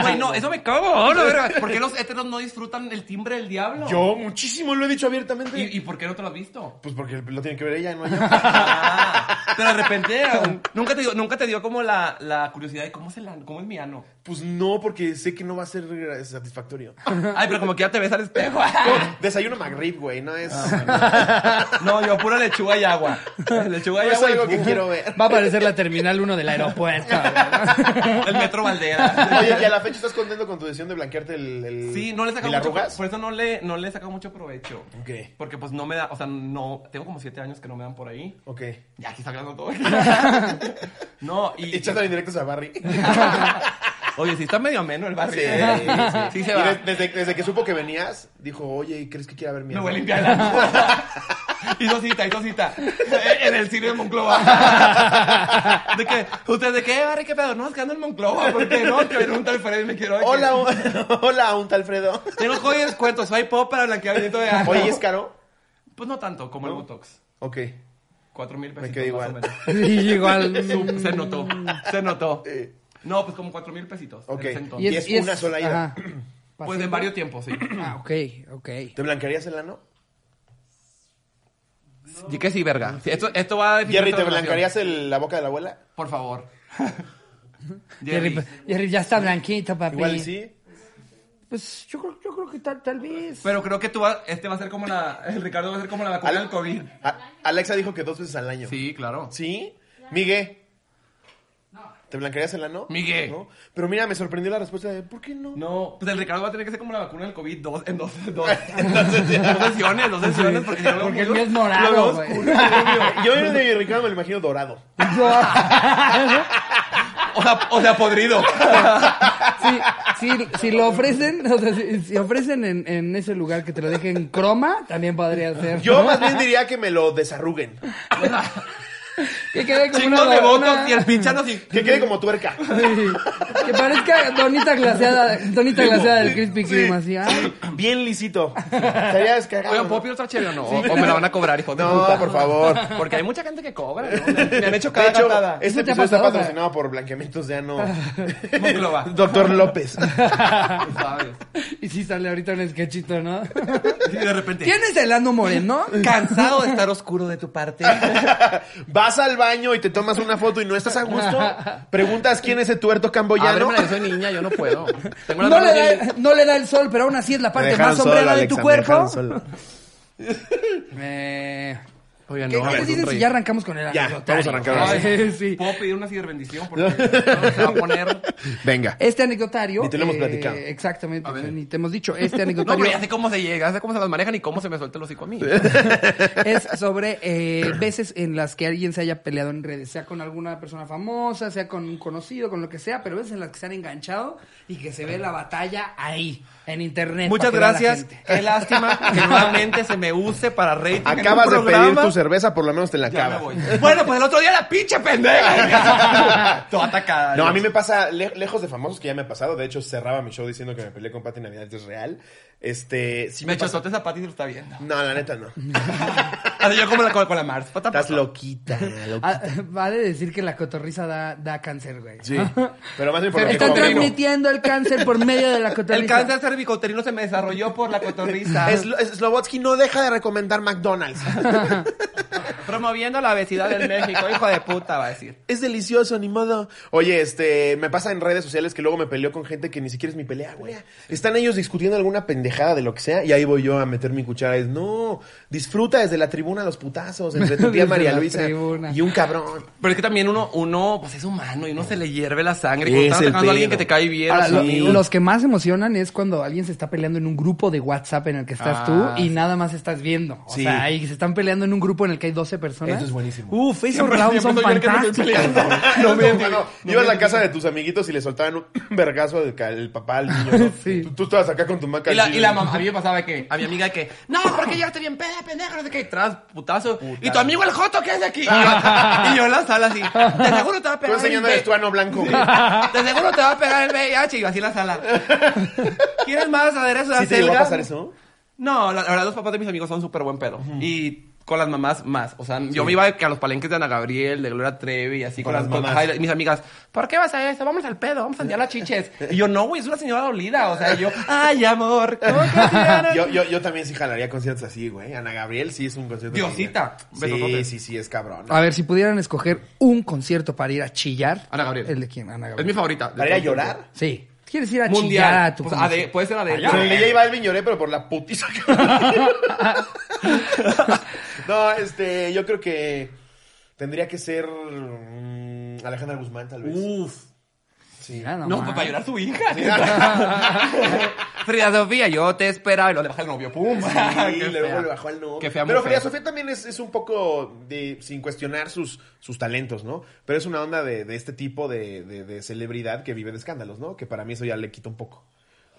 [SPEAKER 3] Güey, no, eso me cago. No, verga. ¿Por qué los héteros no disfrutan el timbre del diablo?
[SPEAKER 2] Yo muchísimo lo he dicho abiertamente.
[SPEAKER 3] ¿Y, y por qué no te lo has visto?
[SPEAKER 2] Pues porque lo tiene que ver ella, no yo.
[SPEAKER 3] Ah, te lo arrepentieron. Nunca te dio, nunca te dio como la, la curiosidad de cómo es, el ano, cómo es mi ano.
[SPEAKER 2] Pues no, porque sé que no va a ser eh, satisfactorio.
[SPEAKER 3] Ay, pero como que ya te ves al espejo.
[SPEAKER 2] Desayuno McRib, güey, no es,
[SPEAKER 3] No, yo pura lechuga y agua. Lechuga
[SPEAKER 2] no
[SPEAKER 3] y
[SPEAKER 2] es
[SPEAKER 3] agua. y
[SPEAKER 2] Pues algo que
[SPEAKER 3] pum.
[SPEAKER 2] quiero ver.
[SPEAKER 1] Va a aparecer la terminal 1 del aeropuerto. güey.
[SPEAKER 3] El metro Valdera.
[SPEAKER 2] Oye, ¿y a la fecha estás contento con tu decisión de blanquearte el... el-
[SPEAKER 3] Sí, no le saca
[SPEAKER 2] ¿Y la
[SPEAKER 3] mucho
[SPEAKER 2] arrugas?
[SPEAKER 3] Por eso no le, no le he sacado mucho provecho.
[SPEAKER 2] Ok.
[SPEAKER 3] Porque pues no me da, o sea, no, tengo como siete años que no me dan por ahí.
[SPEAKER 2] Ok.
[SPEAKER 3] Ya aquí está grabando todo. no, y...
[SPEAKER 2] Echando indirectos a Barry.
[SPEAKER 3] Oye, sí está medio ameno el
[SPEAKER 2] Sí,
[SPEAKER 3] barrio.
[SPEAKER 2] sí,
[SPEAKER 3] Sí se
[SPEAKER 2] Y
[SPEAKER 3] va.
[SPEAKER 2] des- desde, desde que supo que venías, dijo, oye, ¿crees que quiera ver mi
[SPEAKER 3] Me
[SPEAKER 2] ano?
[SPEAKER 3] voy a limpiar la Y tosita, y tosita. En el cine de Monclova. ¿De qué? ¿Ustedes de qué, Barry? ¿Qué pedo? No, es que ando en Monclova. ¿Por qué no? Que viene un tal Freddy y me quiero...
[SPEAKER 2] Hola, un- hola, un tal Fredo.
[SPEAKER 3] Tengo hoy descuento. Soy pop para blanqueamiento de... ano.
[SPEAKER 2] Oye, ¿y ¿es caro?
[SPEAKER 3] Pues no tanto, como el Botox.
[SPEAKER 2] Ok. "Eh,
[SPEAKER 3] Cuatro mil pesitos.
[SPEAKER 2] quedé
[SPEAKER 3] más
[SPEAKER 2] igual.
[SPEAKER 3] o menos.
[SPEAKER 1] Y igual.
[SPEAKER 3] Sup, se notó, se notó. No, pues como cuatro mil pesitos. en
[SPEAKER 2] Ok.
[SPEAKER 3] ese entonces.
[SPEAKER 2] Y es una sola ida.
[SPEAKER 1] ajá.
[SPEAKER 3] Pues en varios tiempos, sí.
[SPEAKER 1] Ah, ok, ok.
[SPEAKER 2] ¿Te blanquearías el ano?
[SPEAKER 3] Di que sí, verga. Sí, esto, esto va a definir.
[SPEAKER 2] Jerry, ¿te
[SPEAKER 3] nuestra relación.
[SPEAKER 2] blanquearías el- la boca de la abuela?
[SPEAKER 3] Por favor. Jerry.
[SPEAKER 1] Jerry, pues. Jerry ya está blanquito, papi.
[SPEAKER 2] Igual y sí.
[SPEAKER 1] Pues yo creo, yo creo que tal, tal vez.
[SPEAKER 3] Pero creo que tú vas, este va a ser como la, el Ricardo va a ser como la vacuna del COVID.
[SPEAKER 2] "Ah, A- Alexa dijo que dos veces al año.
[SPEAKER 3] Sí, claro.
[SPEAKER 2] ¿Sí? Miguel. ¿Te blanquearías el ano?
[SPEAKER 3] Miguel.
[SPEAKER 2] ¿No? Pero mira, me sorprendió la respuesta de ¿por qué no?
[SPEAKER 3] No, pues el Ricardo va a tener que ser como la vacuna del COVID dos, en dos, dos, dos sesiones, dos sesiones, porque si no lo
[SPEAKER 1] Porque el
[SPEAKER 3] juro-
[SPEAKER 1] mío es morado,
[SPEAKER 3] lo veo
[SPEAKER 1] güey.
[SPEAKER 3] oscuro.
[SPEAKER 2] Yo el de Ricardo me lo imagino dorado.
[SPEAKER 3] O sea, o sea, podrido.
[SPEAKER 1] Si, si, si lo ofrecen, o sea, si, si ofrecen en, en ese lugar que te lo dejen croma, también podría ser.
[SPEAKER 2] Yo más bien diría que me lo desarruguen.
[SPEAKER 1] Que quede como una
[SPEAKER 3] Chingos de votos
[SPEAKER 1] dona.
[SPEAKER 3] y el pinche ano así.
[SPEAKER 2] Que quede como tuerca.
[SPEAKER 1] Sí. Que parezca donita glaseada, donita glaseada del Krispy Kreme, así. ay.
[SPEAKER 2] Bien lisito. Sería descargado.
[SPEAKER 3] Oigan, ¿puedo pedir otra chévere o no? O- O me la van a cobrar, hijo de
[SPEAKER 2] No,
[SPEAKER 3] puta.
[SPEAKER 2] por favor.
[SPEAKER 3] Porque hay mucha gente que cobra, ¿no? Me me han hecho
[SPEAKER 2] De
[SPEAKER 3] cada
[SPEAKER 2] hecho,
[SPEAKER 3] cantada.
[SPEAKER 2] este
[SPEAKER 1] ¿Eso te ha
[SPEAKER 2] episodio
[SPEAKER 1] pasado,
[SPEAKER 2] está
[SPEAKER 1] o sea?
[SPEAKER 2] patrocinado por Blanqueamientos de Ano.
[SPEAKER 3] Monclova.
[SPEAKER 2] Doctor López.
[SPEAKER 3] ¿Sabes?
[SPEAKER 1] Y sí sale ahorita un sketchito, ¿no?
[SPEAKER 3] Y de repente...
[SPEAKER 1] ¿Tienes el ano moreno?
[SPEAKER 3] Cansado de estar oscuro de tu parte.
[SPEAKER 2] Vas al baño y te tomas una foto y no estás a gusto. Preguntas quién es ese tuerto camboyano.
[SPEAKER 3] Ábremela, yo soy niña, yo no puedo. Tengo la
[SPEAKER 1] No le,
[SPEAKER 3] nariz-
[SPEAKER 1] da, no le da el sol, pero aún así es la parte
[SPEAKER 2] dejaron
[SPEAKER 1] más sombreada
[SPEAKER 2] solo,
[SPEAKER 1] de tu
[SPEAKER 2] Alexa, me
[SPEAKER 1] cuerpo.
[SPEAKER 2] dejaron solo.
[SPEAKER 1] Eh,
[SPEAKER 3] Oigan,
[SPEAKER 1] ¿Qué,
[SPEAKER 3] no,
[SPEAKER 1] qué
[SPEAKER 3] es un
[SPEAKER 1] dicen si
[SPEAKER 3] rey.
[SPEAKER 1] ya arrancamos con el
[SPEAKER 2] Ya,
[SPEAKER 1] anecdotario?
[SPEAKER 2] vamos a arrancar ahora
[SPEAKER 1] Ay, sí.
[SPEAKER 3] Puedo pedir una ciberbendición porque se va a poner.
[SPEAKER 2] Venga.
[SPEAKER 1] Este anecdotario...
[SPEAKER 2] Ni te lo hemos platicado.
[SPEAKER 1] Exactamente,
[SPEAKER 3] A ver.
[SPEAKER 1] ni te hemos dicho. Este
[SPEAKER 3] No,
[SPEAKER 1] anecdotario...
[SPEAKER 3] pero ya sé cómo se llega, ya sé cómo se las manejan y cómo se me suelta el hocico a mí.
[SPEAKER 1] es sobre eh, veces en las que alguien se haya peleado en redes, sea con alguna persona famosa, sea con un conocido, con lo que sea, pero veces en las que se han enganchado y que se ve la batalla ahí, en internet.
[SPEAKER 3] Muchas
[SPEAKER 1] para que vea la
[SPEAKER 3] gracias.
[SPEAKER 1] gente. Eh,
[SPEAKER 3] Qué lástima que nuevamente se me use para rating. en un
[SPEAKER 2] Acabas de pedir
[SPEAKER 3] programa.
[SPEAKER 2] tu cerveza, por lo menos te la
[SPEAKER 3] Ya me
[SPEAKER 2] acabas.
[SPEAKER 3] voy. Bueno, pues el otro día la pinche pendeja. Toda atacada.
[SPEAKER 2] No, a mí me pasa, le- lejos de famosos que ya me ha pasado, de hecho cerraba mi show diciendo que me peleé con Pati Navidad, es real. Este, sí
[SPEAKER 3] me
[SPEAKER 2] me
[SPEAKER 3] echó
[SPEAKER 2] pasa-
[SPEAKER 3] sotes a Pati y lo está viendo.
[SPEAKER 2] No, la neta no.
[SPEAKER 3] Así yo como la con, con la Mars. Pues Pata,
[SPEAKER 2] Estás
[SPEAKER 3] pata.
[SPEAKER 2] loquita, loquita.
[SPEAKER 1] Ah, vale decir que la cotorriza da, da cáncer, güey.
[SPEAKER 2] Sí, pero más bien por lo que
[SPEAKER 1] Están
[SPEAKER 2] como.
[SPEAKER 1] transmitiendo el cáncer por medio de la cotorriza.
[SPEAKER 3] El cáncer cervicoterino se me desarrolló por la cotorriza.
[SPEAKER 2] Slo- Slobotsky no deja de recomendar McDonald's.
[SPEAKER 3] Promoviendo la obesidad en México, hijo de puta, va a decir.
[SPEAKER 2] es delicioso, ni modo. Oye, este, me pasa en redes sociales que luego me peleo con gente que ni siquiera es mi pelea, güey. Están ellos discutiendo alguna pendejada de lo que sea y ahí voy yo a meter mi cuchara. Es, no, disfruta desde la tribuna los putazos entre tu tía
[SPEAKER 1] Desde
[SPEAKER 2] María
[SPEAKER 1] la
[SPEAKER 2] Luisa
[SPEAKER 1] tribuna.
[SPEAKER 2] y un cabrón.
[SPEAKER 3] Pero es que también uno, uno, pues es humano y uno se le hierve la sangre.
[SPEAKER 2] Es
[SPEAKER 3] Cuando estás
[SPEAKER 2] el
[SPEAKER 3] atacando a alguien que
[SPEAKER 2] pedo.
[SPEAKER 3] te cae bien.
[SPEAKER 1] Ahora,
[SPEAKER 3] a tus
[SPEAKER 1] lo-
[SPEAKER 3] amigos.
[SPEAKER 1] los que más emocionan es cuando alguien se está peleando en un grupo de WhatsApp en el que estás
[SPEAKER 3] Ah,
[SPEAKER 1] tú y
[SPEAKER 3] sí.
[SPEAKER 1] nada más estás viendo. O
[SPEAKER 2] Sí.
[SPEAKER 1] sea, ahí se están peleando en un grupo en el que hay 12 personas.
[SPEAKER 2] Eso es buenísimo.
[SPEAKER 1] Uf, esos
[SPEAKER 3] Siempre-
[SPEAKER 1] rounds son
[SPEAKER 3] siempre soy yo el que me estoy
[SPEAKER 1] fantásticos.
[SPEAKER 3] peleando.
[SPEAKER 2] No, no, Ibas a la casa de tus amiguitos y le soltaban un vergazo del ca- el papá al niño. ¿no?
[SPEAKER 1] Sí.
[SPEAKER 2] Tú, tú estabas acá con tu maca.
[SPEAKER 3] Y la,
[SPEAKER 2] al
[SPEAKER 3] y la
[SPEAKER 2] chile.
[SPEAKER 3] mamá, a mí me pasaba que, a mi amiga que, no, porque yo estoy bien peda, pendeja, no sé qué, y tras, putazo. Y tu amigo el Joto, ¿qué es de aquí? Y yo, y yo en la sala así, de seguro te va a
[SPEAKER 2] Tú
[SPEAKER 3] pegar. el
[SPEAKER 2] enseñándoles
[SPEAKER 3] ve-
[SPEAKER 2] tu ano blanco. güey.
[SPEAKER 3] De seguro te va a pegar el VIH y yo así en la sala. ¿Quieres más aderezo de
[SPEAKER 2] ¿Sí te llegó a
[SPEAKER 3] acelga?
[SPEAKER 2] pasar eso?
[SPEAKER 3] No, la, la verdad, los papás de mis amigos son súper buen pedo. Y con las mamás más. O sea, yo me iba que a los palenques de Ana Gabriel, de Gloria Trevi, así con,
[SPEAKER 2] Con
[SPEAKER 3] las
[SPEAKER 2] las mamás.
[SPEAKER 3] Ay, mis amigas, ¿por qué vas a eso? Vamos al pedo, vamos a enviar las chiches. Y yo, no, güey, es una señora dolida. O sea, yo, ay, amor, ¿cómo que te harán?
[SPEAKER 2] Yo, yo, yo también sí jalaría conciertos así, güey. Ana Gabriel sí es un concierto.
[SPEAKER 3] Diosita.
[SPEAKER 2] que- Sí,
[SPEAKER 3] Besototes.
[SPEAKER 2] sí, sí, es cabrón.
[SPEAKER 1] A ver, si pudieran escoger un concierto para ir a chillar.
[SPEAKER 3] Ana Gabriel.
[SPEAKER 1] ¿El de quién? Ana
[SPEAKER 3] Es
[SPEAKER 1] Gabriel.
[SPEAKER 3] mi favorita.
[SPEAKER 2] ¿Para ir a llorar?
[SPEAKER 1] Sí. ¿Quieres ir a
[SPEAKER 3] Mundial.
[SPEAKER 1] chillar a tu
[SPEAKER 3] Pues,
[SPEAKER 1] concierto?
[SPEAKER 3] Ade- puede ser Adele.
[SPEAKER 2] Yo con el DJ Balvin lloré, pero por la putiza que No, este, yo creo que tendría que ser mm, Alejandra Guzmán, tal vez.
[SPEAKER 3] Uf. Ah,
[SPEAKER 2] sí.
[SPEAKER 1] Ah,
[SPEAKER 3] No, pues,
[SPEAKER 1] mames.
[SPEAKER 3] para llorar su hija. Frida Sofía, yo te esperaba. Y lo le baja el novio. ¡Pum!
[SPEAKER 2] Sí,
[SPEAKER 3] Qué
[SPEAKER 2] le
[SPEAKER 3] fea.
[SPEAKER 2] le bajó al no.
[SPEAKER 3] Qué fea
[SPEAKER 2] Pero
[SPEAKER 3] mujer.
[SPEAKER 2] Frida Sofía también es, es un poco de, sin cuestionar sus, sus talentos, ¿no? Pero es una onda de, de este tipo de, de- de celebridad que vive de escándalos, ¿no? Que para mí eso ya le quita un poco.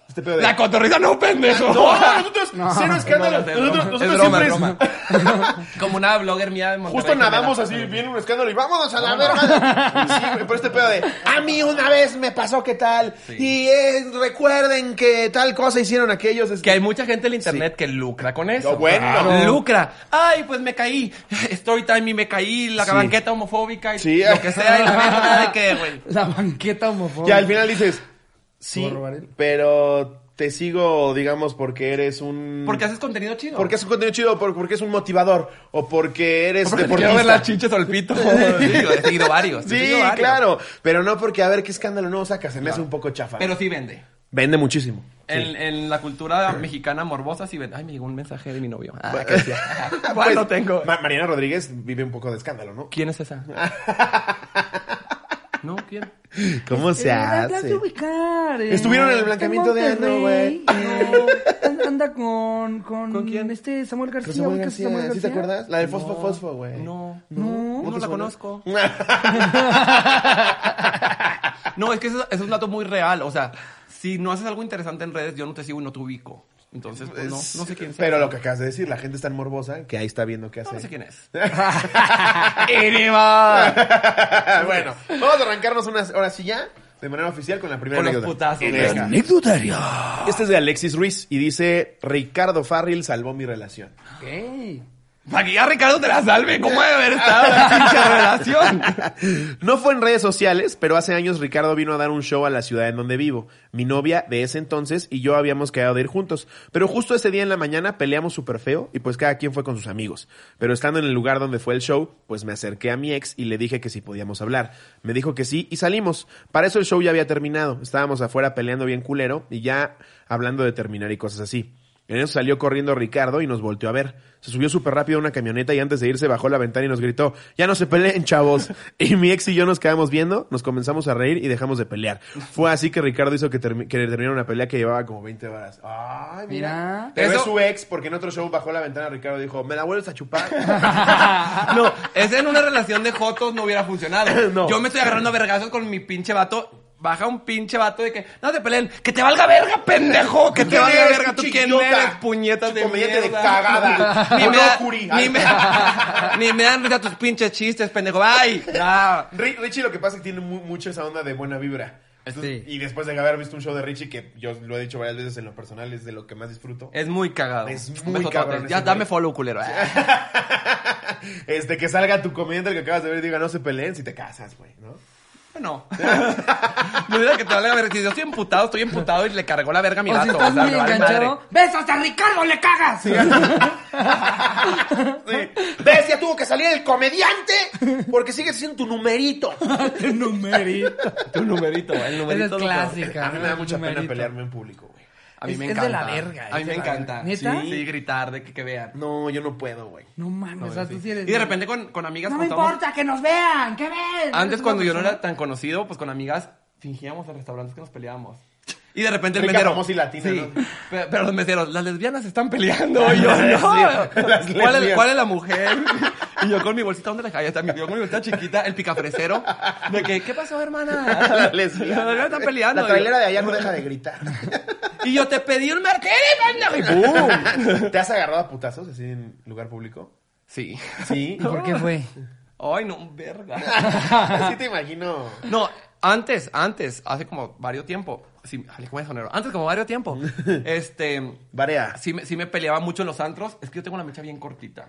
[SPEAKER 2] Este pedo de.
[SPEAKER 3] La cotorriza no, pendejo.
[SPEAKER 2] No, nosotros,
[SPEAKER 1] No.
[SPEAKER 2] cero escándalos.
[SPEAKER 3] No, no,
[SPEAKER 2] nosotros
[SPEAKER 3] no,
[SPEAKER 2] nosotros
[SPEAKER 3] es broma,
[SPEAKER 2] siempre
[SPEAKER 3] es
[SPEAKER 2] es-
[SPEAKER 3] Como una blogger mía de Monterrey.
[SPEAKER 2] Justo nadamos
[SPEAKER 3] que
[SPEAKER 2] así, viene un escándalo y vámonos a la verga. Sí, güey, pero este pedo de, a mí una vez me pasó que tal, y eh, recuerden que tal cosa hicieron aquellos. es-
[SPEAKER 3] me- Que hay mucha gente en el internet que lucra con eso.
[SPEAKER 2] No, bueno.
[SPEAKER 3] Claro. Lucra. Ay, pues me caí. Story time y me caí. La
[SPEAKER 2] Sí.
[SPEAKER 3] banqueta homofóbica y
[SPEAKER 2] Sí.
[SPEAKER 3] lo que sea. Y la verga, nada de qué, güey.
[SPEAKER 1] La banqueta homofóbica.
[SPEAKER 2] Y al final dices, sí,
[SPEAKER 1] ¿Puedo robar él?
[SPEAKER 2] pero te sigo, digamos, porque eres un...
[SPEAKER 3] Porque haces contenido chido.
[SPEAKER 2] Porque es un contenido chido, por- porque es un motivador, o porque eres
[SPEAKER 3] Porque te quiero
[SPEAKER 2] deportista.
[SPEAKER 3] ver las chiches o el pito. Digo, he seguido varios. he
[SPEAKER 2] sí,
[SPEAKER 3] seguido varios.
[SPEAKER 2] claro, pero no porque a ver qué escándalo nuevo sacas, se me hace un poco chafa.
[SPEAKER 3] Pero sí vende.
[SPEAKER 2] Vende muchísimo. Sí.
[SPEAKER 3] En, en la cultura mexicana morbosa, sí ven. Ay, me llegó un mensaje de mi novio. Ah,
[SPEAKER 2] Bueno,
[SPEAKER 3] que- ¿Cuál
[SPEAKER 2] Pues,
[SPEAKER 3] lo tengo?
[SPEAKER 2] Ma- Mariana Rodríguez vive un poco de escándalo, ¿no?
[SPEAKER 3] ¿Quién es esa? ¿No? quién?
[SPEAKER 2] ¿Cómo
[SPEAKER 1] Eh,
[SPEAKER 2] se hace? Estuvieron en el blanqueamiento de Ana,
[SPEAKER 1] Ano,
[SPEAKER 2] güey.
[SPEAKER 1] Anda con, con.
[SPEAKER 3] ¿Con quién?
[SPEAKER 1] Este Samuel García.
[SPEAKER 2] Con Samuel
[SPEAKER 1] ¿ubicas a
[SPEAKER 2] García.
[SPEAKER 1] Samuel
[SPEAKER 2] ¿Sí
[SPEAKER 1] García?
[SPEAKER 2] te acuerdas? La del Fosfo Fosfo, güey. Pues,
[SPEAKER 3] No.
[SPEAKER 1] No.
[SPEAKER 3] No
[SPEAKER 2] te
[SPEAKER 3] la
[SPEAKER 2] suena?
[SPEAKER 3] conozco. No, es que eso, eso es un dato muy real. O sea, si no haces algo interesante en redes, yo no te sigo y no te ubico. Entonces, pues, no, no sé quién es.
[SPEAKER 2] Pero lo que acabas de decir, la gente es tan morbosa que ahí está viendo qué hace.
[SPEAKER 3] No, no sé quién es.
[SPEAKER 2] bueno, vamos a arrancarnos unas horas sí ya, de manera oficial, con la primera
[SPEAKER 3] Con los
[SPEAKER 2] anécdota.
[SPEAKER 3] putazos.
[SPEAKER 2] Venga.
[SPEAKER 3] Venga.
[SPEAKER 1] Anecdotario.
[SPEAKER 2] Este es de Alexis Ruiz y dice, Ricardo Farril salvó mi relación.
[SPEAKER 1] Ok.
[SPEAKER 3] Para que ya Ricardo te la salve, ¿cómo debe haber estado la pinche relación?
[SPEAKER 2] No fue en redes sociales, pero hace años Ricardo vino a dar un show a la ciudad en donde vivo. Mi novia de ese entonces y yo habíamos quedado de ir juntos, pero justo ese día en la mañana peleamos súper feo y pues cada quien fue con sus amigos. Pero estando en el lugar donde fue el show, pues me acerqué a mi ex y le dije que si podíamos hablar. Me dijo que sí y salimos. Para eso el show ya había terminado. Estábamos afuera peleando bien culero y ya hablando de terminar y cosas así. En eso salió corriendo Ricardo y nos volteó a ver. Se subió súper rápido a una camioneta y antes de irse bajó la ventana y nos gritó, ya no se peleen, chavos. Y mi ex y yo nos quedamos viendo, nos comenzamos a reír y dejamos de pelear. Fue así que Ricardo hizo que, termi- que terminara una pelea que llevaba como 20 horas. Ay, mira.
[SPEAKER 1] Mira.
[SPEAKER 2] Pero
[SPEAKER 3] Eso-
[SPEAKER 2] es su ex porque en otro show bajó la ventana Ricardo y dijo, me la vuelves a chupar.
[SPEAKER 3] No, es en una relación de jotos no hubiera funcionado.
[SPEAKER 2] No.
[SPEAKER 3] Yo me estoy agarrando a vergazos con mi pinche vato. Baja un pinche vato de que, no te peleen, que te valga verga, pendejo, que
[SPEAKER 2] ¿Tú
[SPEAKER 3] te
[SPEAKER 2] quién
[SPEAKER 3] valga
[SPEAKER 2] eres,
[SPEAKER 3] verga, tú quién
[SPEAKER 2] chiquillota?
[SPEAKER 3] eres, puñetas de
[SPEAKER 2] Comediante de
[SPEAKER 3] mierda.
[SPEAKER 2] cagada.
[SPEAKER 3] Ni me,
[SPEAKER 2] Hola,
[SPEAKER 3] da-
[SPEAKER 2] Curi.
[SPEAKER 3] ni, me, ni me dan risa tus pinches chistes, pendejo. Ay, ya.
[SPEAKER 2] Ri- Richie lo que pasa es que tiene mu- mucho esa onda de buena vibra.
[SPEAKER 1] Sí.
[SPEAKER 2] Entonces, Y después de haber visto un show de Richie, que yo lo he dicho varias veces en lo personal, es de lo que más disfruto.
[SPEAKER 3] Es muy cagado.
[SPEAKER 2] Es muy
[SPEAKER 3] Besototes.
[SPEAKER 2] cabrón ese
[SPEAKER 3] Ya dame
[SPEAKER 2] güey.
[SPEAKER 3] follow, culero. Ah.
[SPEAKER 2] Este, que salga tu comediante el que acabas de ver y diga, no se peleen si te casas, güey, ¿no?
[SPEAKER 3] No. No digas Ah, que te valga verga. Si yo estoy emputado, estoy emputado y le cargó la verga a mi
[SPEAKER 1] O si
[SPEAKER 3] vato.
[SPEAKER 1] estás
[SPEAKER 3] o sea,
[SPEAKER 1] muy
[SPEAKER 3] me vale madre.
[SPEAKER 1] enganchado, ¡besos a Ricardo, le cagas!
[SPEAKER 2] Sí. ¿Ves? Ya tuvo que salir el comediante porque sigues siendo tu numerito.
[SPEAKER 1] Tu numerito.
[SPEAKER 3] Tu numerito, el
[SPEAKER 1] Esa es
[SPEAKER 3] numerito.
[SPEAKER 1] clásica.
[SPEAKER 2] A mí me da mucha pena
[SPEAKER 1] numerito.
[SPEAKER 2] pelearme en público, güey.
[SPEAKER 3] A mí
[SPEAKER 1] Es-
[SPEAKER 3] me
[SPEAKER 1] es
[SPEAKER 3] encanta.
[SPEAKER 1] de la verga, es
[SPEAKER 3] A mí me
[SPEAKER 1] de la
[SPEAKER 3] encanta.
[SPEAKER 1] verga. ¿Neta?
[SPEAKER 3] Sí, sí, gritar, de que, que vean.
[SPEAKER 2] No, yo no puedo, güey.
[SPEAKER 1] No mames, o sea, tú sí
[SPEAKER 3] Y
[SPEAKER 1] eres...
[SPEAKER 3] de repente con, con amigas.
[SPEAKER 1] No me
[SPEAKER 3] cuando estábamos-
[SPEAKER 1] importa que nos vean, que ven.
[SPEAKER 3] Antes, cuando yo no era tan conocido, pues con amigas fingíamos en restaurantes que nos peleábamos. Y de repente el
[SPEAKER 2] Rica,
[SPEAKER 3] mesero.
[SPEAKER 2] famosa y latina,
[SPEAKER 3] sí.
[SPEAKER 2] ¿no?
[SPEAKER 3] Pero, pero los meseros, las lesbianas están peleando. Y yo, no.
[SPEAKER 2] Las
[SPEAKER 3] ¿Cuál, es,
[SPEAKER 2] lesbias.
[SPEAKER 3] cuál es la mujer? Y yo con mi bolsita, ¿dónde la dejé? Ahí está mi yo con mi bolsita chiquita, el picafresero. De que, ¿qué pasó, hermana?
[SPEAKER 2] La
[SPEAKER 3] Las
[SPEAKER 2] lesbiana.
[SPEAKER 3] lesbianas están peleando.
[SPEAKER 2] La trailera de allá no deja de gritar.
[SPEAKER 3] Y yo te pedí un martini, pendejo. Y ¡pum!
[SPEAKER 2] ¿Te has agarrado a putazos así en lugar público?
[SPEAKER 3] Sí.
[SPEAKER 2] Sí.
[SPEAKER 1] ¿Y por qué fue?
[SPEAKER 3] Ay, no, verga.
[SPEAKER 2] Así te imagino.
[SPEAKER 3] No, antes, antes, hace como varios tiempo. Sí, Ale, ¿cómo es sonero? Antes, como varios tiempo. Este.
[SPEAKER 2] Varea.
[SPEAKER 3] Sí me, sí me peleaba mucho en los antros. Es que yo tengo la mecha bien cortita.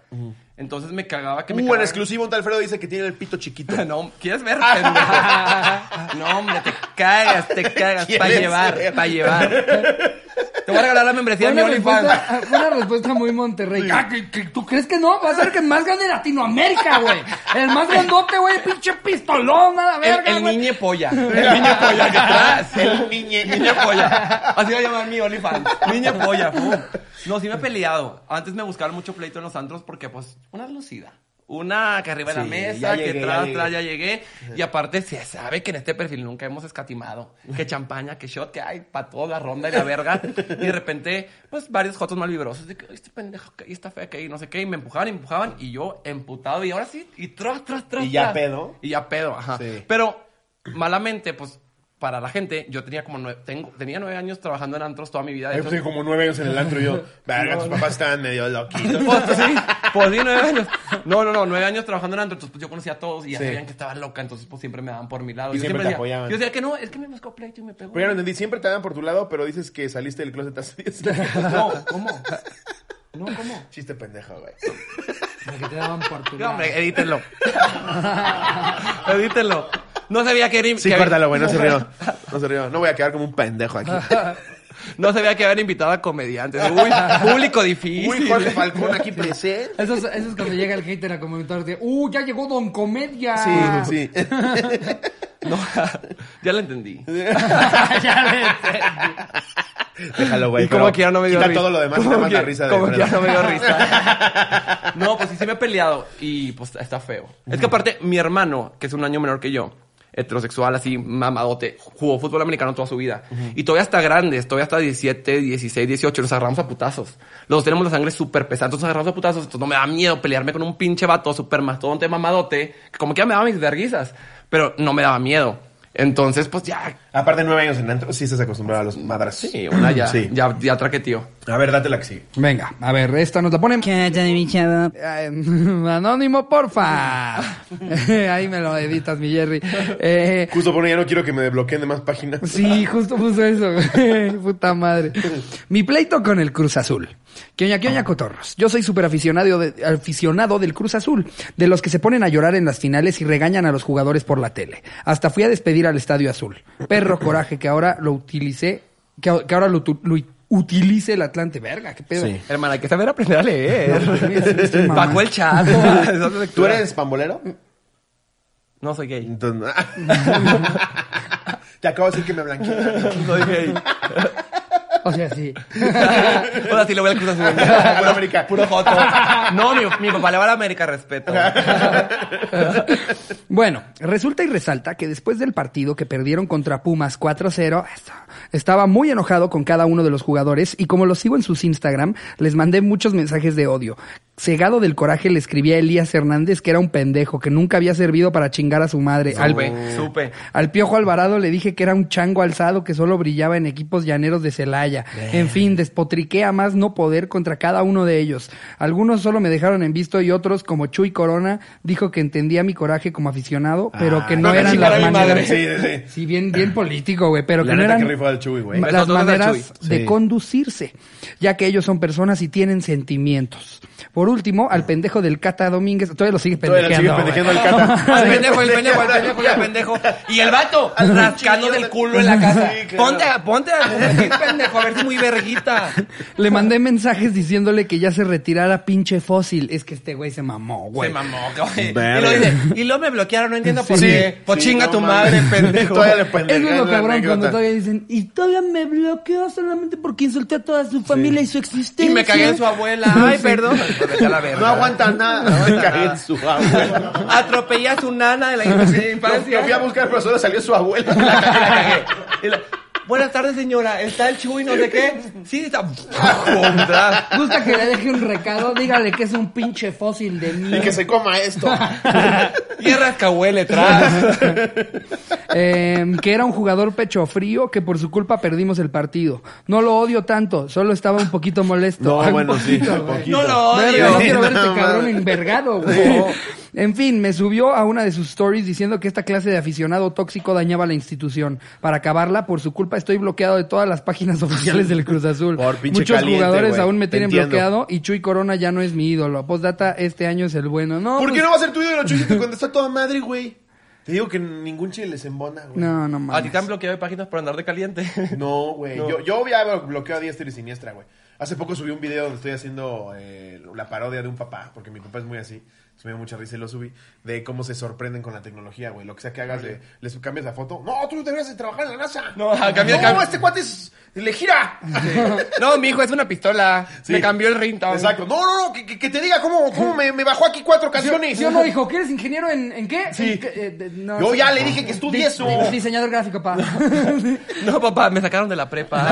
[SPEAKER 3] Entonces me cagaba que me.
[SPEAKER 2] Uh, en
[SPEAKER 3] cagaran-
[SPEAKER 2] exclusivo un tal Alfredo dice que tiene el pito chiquito.
[SPEAKER 3] No, ¿quieres ver? pendejo? no, hombre, te cagas, te cagas. Para
[SPEAKER 2] ¿Quieres
[SPEAKER 3] llevar,
[SPEAKER 2] ver?
[SPEAKER 3] para llevar. Te voy a regalar la membresía
[SPEAKER 1] Fue
[SPEAKER 3] de mi
[SPEAKER 1] una,
[SPEAKER 3] OnlyFans.
[SPEAKER 1] respuesta, fue una respuesta muy Monterrey. Ah, ¿que- que- ¿Tú crees que no? Va a ser el que más grande de Latinoamérica, güey. El más grandote, güey. Pinche pistolón, a la
[SPEAKER 3] El,
[SPEAKER 1] verga,
[SPEAKER 3] el
[SPEAKER 1] güey.
[SPEAKER 3] niñe polla. El niñe polla que atrás.
[SPEAKER 2] El niñe.
[SPEAKER 3] Niña polla. Así va a llamar mi OnlyFans. Niña polla. pum. No, sí me he peleado. Antes me buscaban mucho pleito en los antros porque, pues, una lucida. Una que arriba
[SPEAKER 2] Sí,
[SPEAKER 3] de la mesa,
[SPEAKER 2] ya llegué,
[SPEAKER 3] que
[SPEAKER 2] ya
[SPEAKER 3] tras,
[SPEAKER 2] llegué.
[SPEAKER 3] tras, ya llegué. Y aparte, se sabe que en este perfil nunca hemos escatimado. Que champaña, que shot, que hay para toda la ronda y la verga. Y de repente, pues, varios jotos mal vibrosos. De que, "Ay, este pendejo, que ahí está fea, que ahí no sé qué. Y me empujaban, y me empujaban. Y yo, emputado. Y ahora sí, y tras, tras, tras.
[SPEAKER 2] Y ya
[SPEAKER 3] tras.
[SPEAKER 2] pedo.
[SPEAKER 3] Y ya pedo, ajá.
[SPEAKER 2] Sí.
[SPEAKER 3] Pero malamente, pues para la gente, yo tenía como nueve, tengo, tenía nueve años trabajando en antros toda mi vida.
[SPEAKER 2] Yo
[SPEAKER 3] entonces-
[SPEAKER 2] puse como nueve años en el antro y yo, verga, tus papás estaban medio loquitos.
[SPEAKER 3] pues sí, pues sí, nueve años. No, no, no, nueve años trabajando en antros, entonces pues yo conocía a todos y ya
[SPEAKER 2] Sí.
[SPEAKER 3] sabían que estaba loca, entonces pues siempre me daban por mi lado.
[SPEAKER 2] Y
[SPEAKER 3] yo
[SPEAKER 2] siempre te
[SPEAKER 3] decía,
[SPEAKER 2] apoyaban.
[SPEAKER 3] Yo decía que no, es que me buscó pleito y me pegó.
[SPEAKER 2] Pero ya no entendí, siempre te dan por tu lado, pero dices que saliste del closet hace 10 años.
[SPEAKER 3] no, ¿cómo? No, ¿cómo?
[SPEAKER 2] Chiste pendejo, güey.
[SPEAKER 1] Que te daban por tu
[SPEAKER 3] No,
[SPEAKER 1] lado.
[SPEAKER 3] hombre, edítenlo. edítenlo. No sabía que era...
[SPEAKER 2] Sí,
[SPEAKER 3] que había-
[SPEAKER 2] córtalo, güey, no se rió. No se rió. No voy a quedar como un pendejo aquí.
[SPEAKER 3] No sabía que habían invitado a comediantes. Uy, público difícil.
[SPEAKER 2] Uy, Jorge Falcón aquí presente.
[SPEAKER 1] Eso es, eso es cuando llega el hater a comentarte, ¡Uh, ya llegó Don Comedia!
[SPEAKER 3] Ah.
[SPEAKER 2] sí.
[SPEAKER 3] No, ya lo entendí.
[SPEAKER 1] ya le sé.
[SPEAKER 2] Déjalo, güey.
[SPEAKER 3] y
[SPEAKER 2] Pues, pero
[SPEAKER 3] como que ya no me dio
[SPEAKER 2] quita
[SPEAKER 3] risa.
[SPEAKER 2] todo lo demás,
[SPEAKER 3] Como
[SPEAKER 2] nada más
[SPEAKER 3] que-
[SPEAKER 2] la risa de
[SPEAKER 3] Como que ya no
[SPEAKER 2] Alfredo.
[SPEAKER 3] me dio risa. No, pues sí, sí me he peleado y pues está feo. Es que aparte, mi hermano, que es un año menor que yo, heterosexual, así mamadote, jugó fútbol americano toda su vida. Y todavía hasta grandes, todavía hasta 17, 16, 18, nos agarramos a putazos. Los dos tenemos la sangre súper pesada, entonces nos agarramos a putazos, entonces no me da miedo pelearme con un pinche vato súper mastodonte, mamadote, que como que ya me daba mis verguizas, pero no me daba miedo. Entonces, pues ya,
[SPEAKER 2] Aparte, nueve años en antro, sí estás acostumbrado a los madras.
[SPEAKER 3] sí, una ya,
[SPEAKER 2] Sí.
[SPEAKER 3] ya, ya traqueteó.
[SPEAKER 2] A ver, date la que sigue.
[SPEAKER 1] Venga, a ver, esta nos la ponen. Ay, Anónimo, porfa. Ahí me lo editas, mi Jerry. Eh,
[SPEAKER 2] Justo por ya no quiero que me desbloqueen de más páginas.
[SPEAKER 1] Sí, justo puso eso. Puta madre. Mi pleito con el Cruz Azul. Quioña, quioña, cotorros. Yo soy súper aficionado, de- aficionado del Cruz Azul, de los que se ponen a llorar en las finales y regañan a los jugadores por la tele. Hasta fui a despedir al Estadio Azul. Perro coraje que ahora lo utilicé, que, a- que ahora lo, tu- lo utilice el Atlante. Verga, qué pedo.
[SPEAKER 2] Sí.
[SPEAKER 3] Hermana, hay que saber aprender a leer.
[SPEAKER 1] No, sí, sí, sí, mamá.
[SPEAKER 3] Paco el chato. esas lecturas.
[SPEAKER 2] ¿Tú eres pambolero?
[SPEAKER 3] No soy gay.
[SPEAKER 2] Entonces, Te acabo de decir que me blanqueé.
[SPEAKER 3] Soy gay.
[SPEAKER 1] O sea, sí.
[SPEAKER 3] o sea, sí le voy al Cruz Azul.
[SPEAKER 2] Puro América.
[SPEAKER 3] Puro joto. No, mi, mi papá le va a la América, respeto.
[SPEAKER 1] Bueno, resulta y resalta que después del partido que perdieron contra Pumas 4-0, esto, estaba muy enojado con cada uno de los jugadores y como los sigo en sus Instagram, les mandé muchos mensajes de odio. Cegado del coraje le escribí a Elías Hernández que era un pendejo que nunca había servido para chingar a su madre. Al-
[SPEAKER 3] Supe, supe.
[SPEAKER 1] al Piojo Alvarado le dije que era un chango alzado que solo brillaba en equipos llaneros de Celaya. En fin, despotriqué a más no poder contra cada uno de ellos. Algunos solo me dejaron en visto y otros, como Chuy Corona, dijo que entendía mi coraje como aficionado, pero que no
[SPEAKER 2] no, que
[SPEAKER 1] eran
[SPEAKER 2] chingar
[SPEAKER 1] las
[SPEAKER 2] a mi
[SPEAKER 1] maneras.
[SPEAKER 2] madre. Sí, sí, sí.
[SPEAKER 1] bien, bien político, güey, pero
[SPEAKER 2] La
[SPEAKER 1] que no
[SPEAKER 2] neta
[SPEAKER 1] eran
[SPEAKER 2] que rifó al Chuy, güey.
[SPEAKER 1] las
[SPEAKER 3] Eso no era
[SPEAKER 1] maneras
[SPEAKER 2] Chuy.
[SPEAKER 1] de
[SPEAKER 2] Sí.
[SPEAKER 1] conducirse, ya que ellos son personas y tienen sentimientos. Por último, al pendejo del Cata Domínguez, todavía lo sigue
[SPEAKER 2] Ah. Todavía
[SPEAKER 1] pendejeando.
[SPEAKER 2] le sigue
[SPEAKER 1] güey.
[SPEAKER 2] pendejeando al cata.
[SPEAKER 3] Al pendejo, el pendejo, el pendejo, el pendejo. Y el vato, rascando del culo en la casa.
[SPEAKER 2] Sí, claro.
[SPEAKER 3] Ponte, a- ponte a competir, pendejo, a ver si muy verguita.
[SPEAKER 1] Le mandé mensajes diciéndole que ya se retirara pinche fósil. Es que este güey se mamó, güey.
[SPEAKER 3] Se mamó, güey.
[SPEAKER 2] Verga.
[SPEAKER 3] Y lo dice, y luego me bloquearon, no entiendo por
[SPEAKER 1] Sí.
[SPEAKER 3] qué. Pues
[SPEAKER 2] Sí,
[SPEAKER 3] chinga
[SPEAKER 2] no
[SPEAKER 3] tu madre,
[SPEAKER 2] mames.
[SPEAKER 3] pendejo.
[SPEAKER 2] Todavía le
[SPEAKER 1] Eso
[SPEAKER 2] pendejean
[SPEAKER 1] es lo
[SPEAKER 2] la
[SPEAKER 1] cabrón cuando
[SPEAKER 2] anécdota.
[SPEAKER 1] todavía dicen, y todavía me bloqueó solamente porque insulté a toda su familia y su existencia.
[SPEAKER 3] Y me cagué en su abuela. Ay, perdón. Pues vete a la verga.
[SPEAKER 2] No aguanta nada. No
[SPEAKER 3] aguanta
[SPEAKER 2] cagué
[SPEAKER 3] nada.
[SPEAKER 2] en su abuela.
[SPEAKER 3] Atropellé a su nana de la
[SPEAKER 2] Lo
[SPEAKER 3] infancia.
[SPEAKER 2] lo fui a buscar, pero solo salió su abuela.
[SPEAKER 3] La cagué. Y la- Buenas tardes, señora. ¿Está el Chuy? No sé qué. Sí, está. Contra.
[SPEAKER 1] Gusta que le deje un recado, dígale que es un pinche fósil de mí.
[SPEAKER 2] Y que se coma esto.
[SPEAKER 3] Y es rascahuele atrás.
[SPEAKER 1] Eh, que era un jugador pecho frío que por su culpa perdimos el partido. No lo odio tanto, solo estaba un poquito molesto. Un poquito, güey.
[SPEAKER 3] No lo
[SPEAKER 1] Verga,
[SPEAKER 3] odio.
[SPEAKER 1] no quiero ver
[SPEAKER 2] No,
[SPEAKER 1] este cabrón
[SPEAKER 2] madre.
[SPEAKER 1] envergado, güey. En fin, me subió a una de sus stories diciendo que esta clase de aficionado tóxico dañaba la institución. Para acabarla, por su culpa estoy bloqueado de todas las páginas oficiales del Cruz Azul.
[SPEAKER 2] Por pinche
[SPEAKER 1] Muchos
[SPEAKER 2] caliente,
[SPEAKER 1] jugadores
[SPEAKER 2] güey.
[SPEAKER 1] aún me
[SPEAKER 2] Te
[SPEAKER 1] tienen
[SPEAKER 2] entiendo.
[SPEAKER 1] bloqueado y Chuy Corona ya no es mi ídolo. Postdata, este año es el bueno. No,
[SPEAKER 2] ¿Por qué
[SPEAKER 1] pues,
[SPEAKER 2] no va a ser tu ídolo, Chuy, si te contestó toda madre, güey? Te digo que ningún chile les embona, güey.
[SPEAKER 1] No, no
[SPEAKER 3] A ti
[SPEAKER 1] mames.
[SPEAKER 3] te han bloqueado de páginas por andar de caliente.
[SPEAKER 2] No, güey. Yo, yo ya bloqueo a diestra y siniestra, güey. Hace poco subí un video donde estoy haciendo eh, la parodia de un papá, porque mi papá es muy así. Se me dio mucha risa y lo subí. De cómo se sorprenden con la tecnología, güey. Lo que sea que hagas, le- les cambias la foto. No, tú deberías de trabajar en la NASA.
[SPEAKER 3] No, ajá, cambia-
[SPEAKER 2] No,
[SPEAKER 3] cambia-
[SPEAKER 2] este cuate es... Le gira.
[SPEAKER 3] No, mi hijo es una pistola.
[SPEAKER 2] Sí.
[SPEAKER 3] Me cambió el ringtone.
[SPEAKER 2] Exacto. No, no, no. Que, que- que te diga cómo, cómo me, me bajó aquí cuatro canciones.
[SPEAKER 1] ¿Sí o no, hijo? ¿Que eres ingeniero en, en qué?
[SPEAKER 2] Sí.
[SPEAKER 1] En qué- eh, de- no,
[SPEAKER 2] Yo
[SPEAKER 1] sí.
[SPEAKER 2] ya le dije que estudie
[SPEAKER 1] Di-
[SPEAKER 2] eso.
[SPEAKER 1] di- Diseñador gráfico, pa.
[SPEAKER 3] No, papá, me sacaron de la prepa.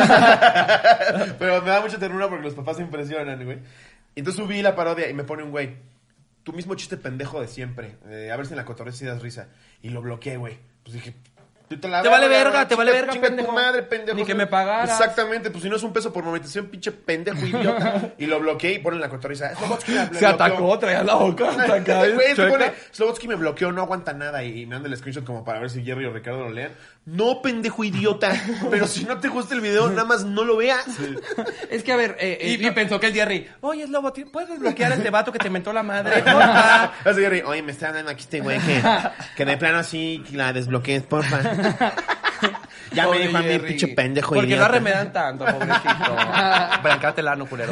[SPEAKER 2] Pero me da mucha ternura porque los papás se impresionan, güey. Entonces subí la parodia y me pone un güey. Tu mismo chiste pendejo de siempre. Eh, a ver si en la cotorreza sí das risa. Y lo bloqueé, güey. Pues dije. "Tú la
[SPEAKER 3] Te vale
[SPEAKER 2] güey,
[SPEAKER 3] verga,
[SPEAKER 2] güey,
[SPEAKER 3] te vale
[SPEAKER 2] chinga-
[SPEAKER 3] verga,
[SPEAKER 2] chinga
[SPEAKER 3] pendejo.
[SPEAKER 2] tu madre, pendejo.
[SPEAKER 3] Ni que
[SPEAKER 2] güey".
[SPEAKER 3] me pagaras.
[SPEAKER 2] Exactamente, pues si no es un peso por momentación, pinche pendejo idiota. y lo bloqueé y pone en la cotorreza. "Slobotsky la
[SPEAKER 3] Se
[SPEAKER 2] bloqueó".
[SPEAKER 3] atacó, traía la boca. hasta acá,
[SPEAKER 2] Este güey, este
[SPEAKER 3] chueca.
[SPEAKER 2] pone, Slobotsky me bloqueó, no aguanta nada y, y me manda el screenshot como para ver si Jerry o Ricardo lo lean. No, pendejo idiota. Pero si no te gusta el video, nada más no lo veas.
[SPEAKER 1] es que, a ver, eh, eh,
[SPEAKER 3] Y, y pensó que el Jerry, oye, es lobo, ¿puedes desbloquear a este vato que te mentó la madre? Porfa.
[SPEAKER 2] Así, Jerry, oye, me está hablando aquí este güey que, que de plano así que la desbloquees, porfa. Ya me
[SPEAKER 3] Pobre
[SPEAKER 2] dijo a mí,
[SPEAKER 3] Jerry.
[SPEAKER 2] pinche pendejo
[SPEAKER 3] Porque
[SPEAKER 2] idiota.
[SPEAKER 3] no arremedan tanto, pobrecito. Brancatelano, culero.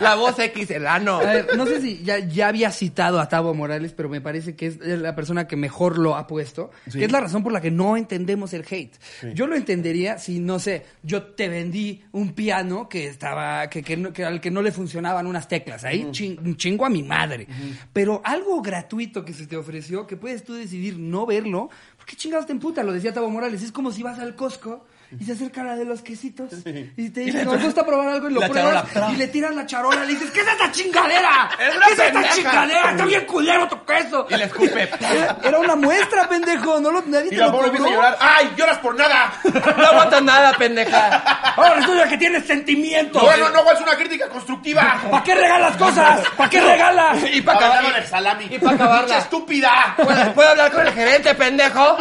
[SPEAKER 3] La voz X, el ano.
[SPEAKER 1] A ver, no sé si ya, ya había citado a Tavo Morales, pero me parece que es la persona que mejor lo ha puesto, que es la razón por la que no entendemos el hate. Yo lo entendería si, no sé, yo te vendí un piano que estaba, que, que no- que al que no le funcionaban unas teclas. Ahí chin- chingo a mi madre. Pero algo gratuito que se te ofreció, que puedes tú decidir no verlo, ¿por qué chingados te emputa? Lo decía Tavo Morales, es como si vas al Costco. Y se acerca la de los quesitos y te dice, nos gusta probar algo y lo
[SPEAKER 4] La
[SPEAKER 1] pruebas
[SPEAKER 4] charola.
[SPEAKER 1] y le tiras la charola y le dices, ¿qué es esta chingadera?
[SPEAKER 3] ¡Es una
[SPEAKER 1] ¿Qué es esta
[SPEAKER 3] pendeja!
[SPEAKER 1] chingadera? ¡Está bien culero tu queso!
[SPEAKER 3] Y le escupe.
[SPEAKER 1] Era, era una muestra, pendejo. No lo, nadie
[SPEAKER 2] Y
[SPEAKER 1] te
[SPEAKER 2] la
[SPEAKER 1] lo
[SPEAKER 2] pobre
[SPEAKER 1] cobró.
[SPEAKER 2] empieza a llorar. ¡Ay, lloras por nada!
[SPEAKER 3] No aguantas nada, pendeja.
[SPEAKER 1] Ahora resulta que tienes sentimientos.
[SPEAKER 2] No, no, no, es una crítica constructiva.
[SPEAKER 1] ¿Para qué regalas cosas? ¿Para qué regalas?
[SPEAKER 3] Y para
[SPEAKER 2] Hablando del
[SPEAKER 3] acabar.
[SPEAKER 2] salami.
[SPEAKER 3] Y para acabarla.
[SPEAKER 2] estúpida!
[SPEAKER 3] ¿Puedo, puedo hablar con el gerente, pendejo?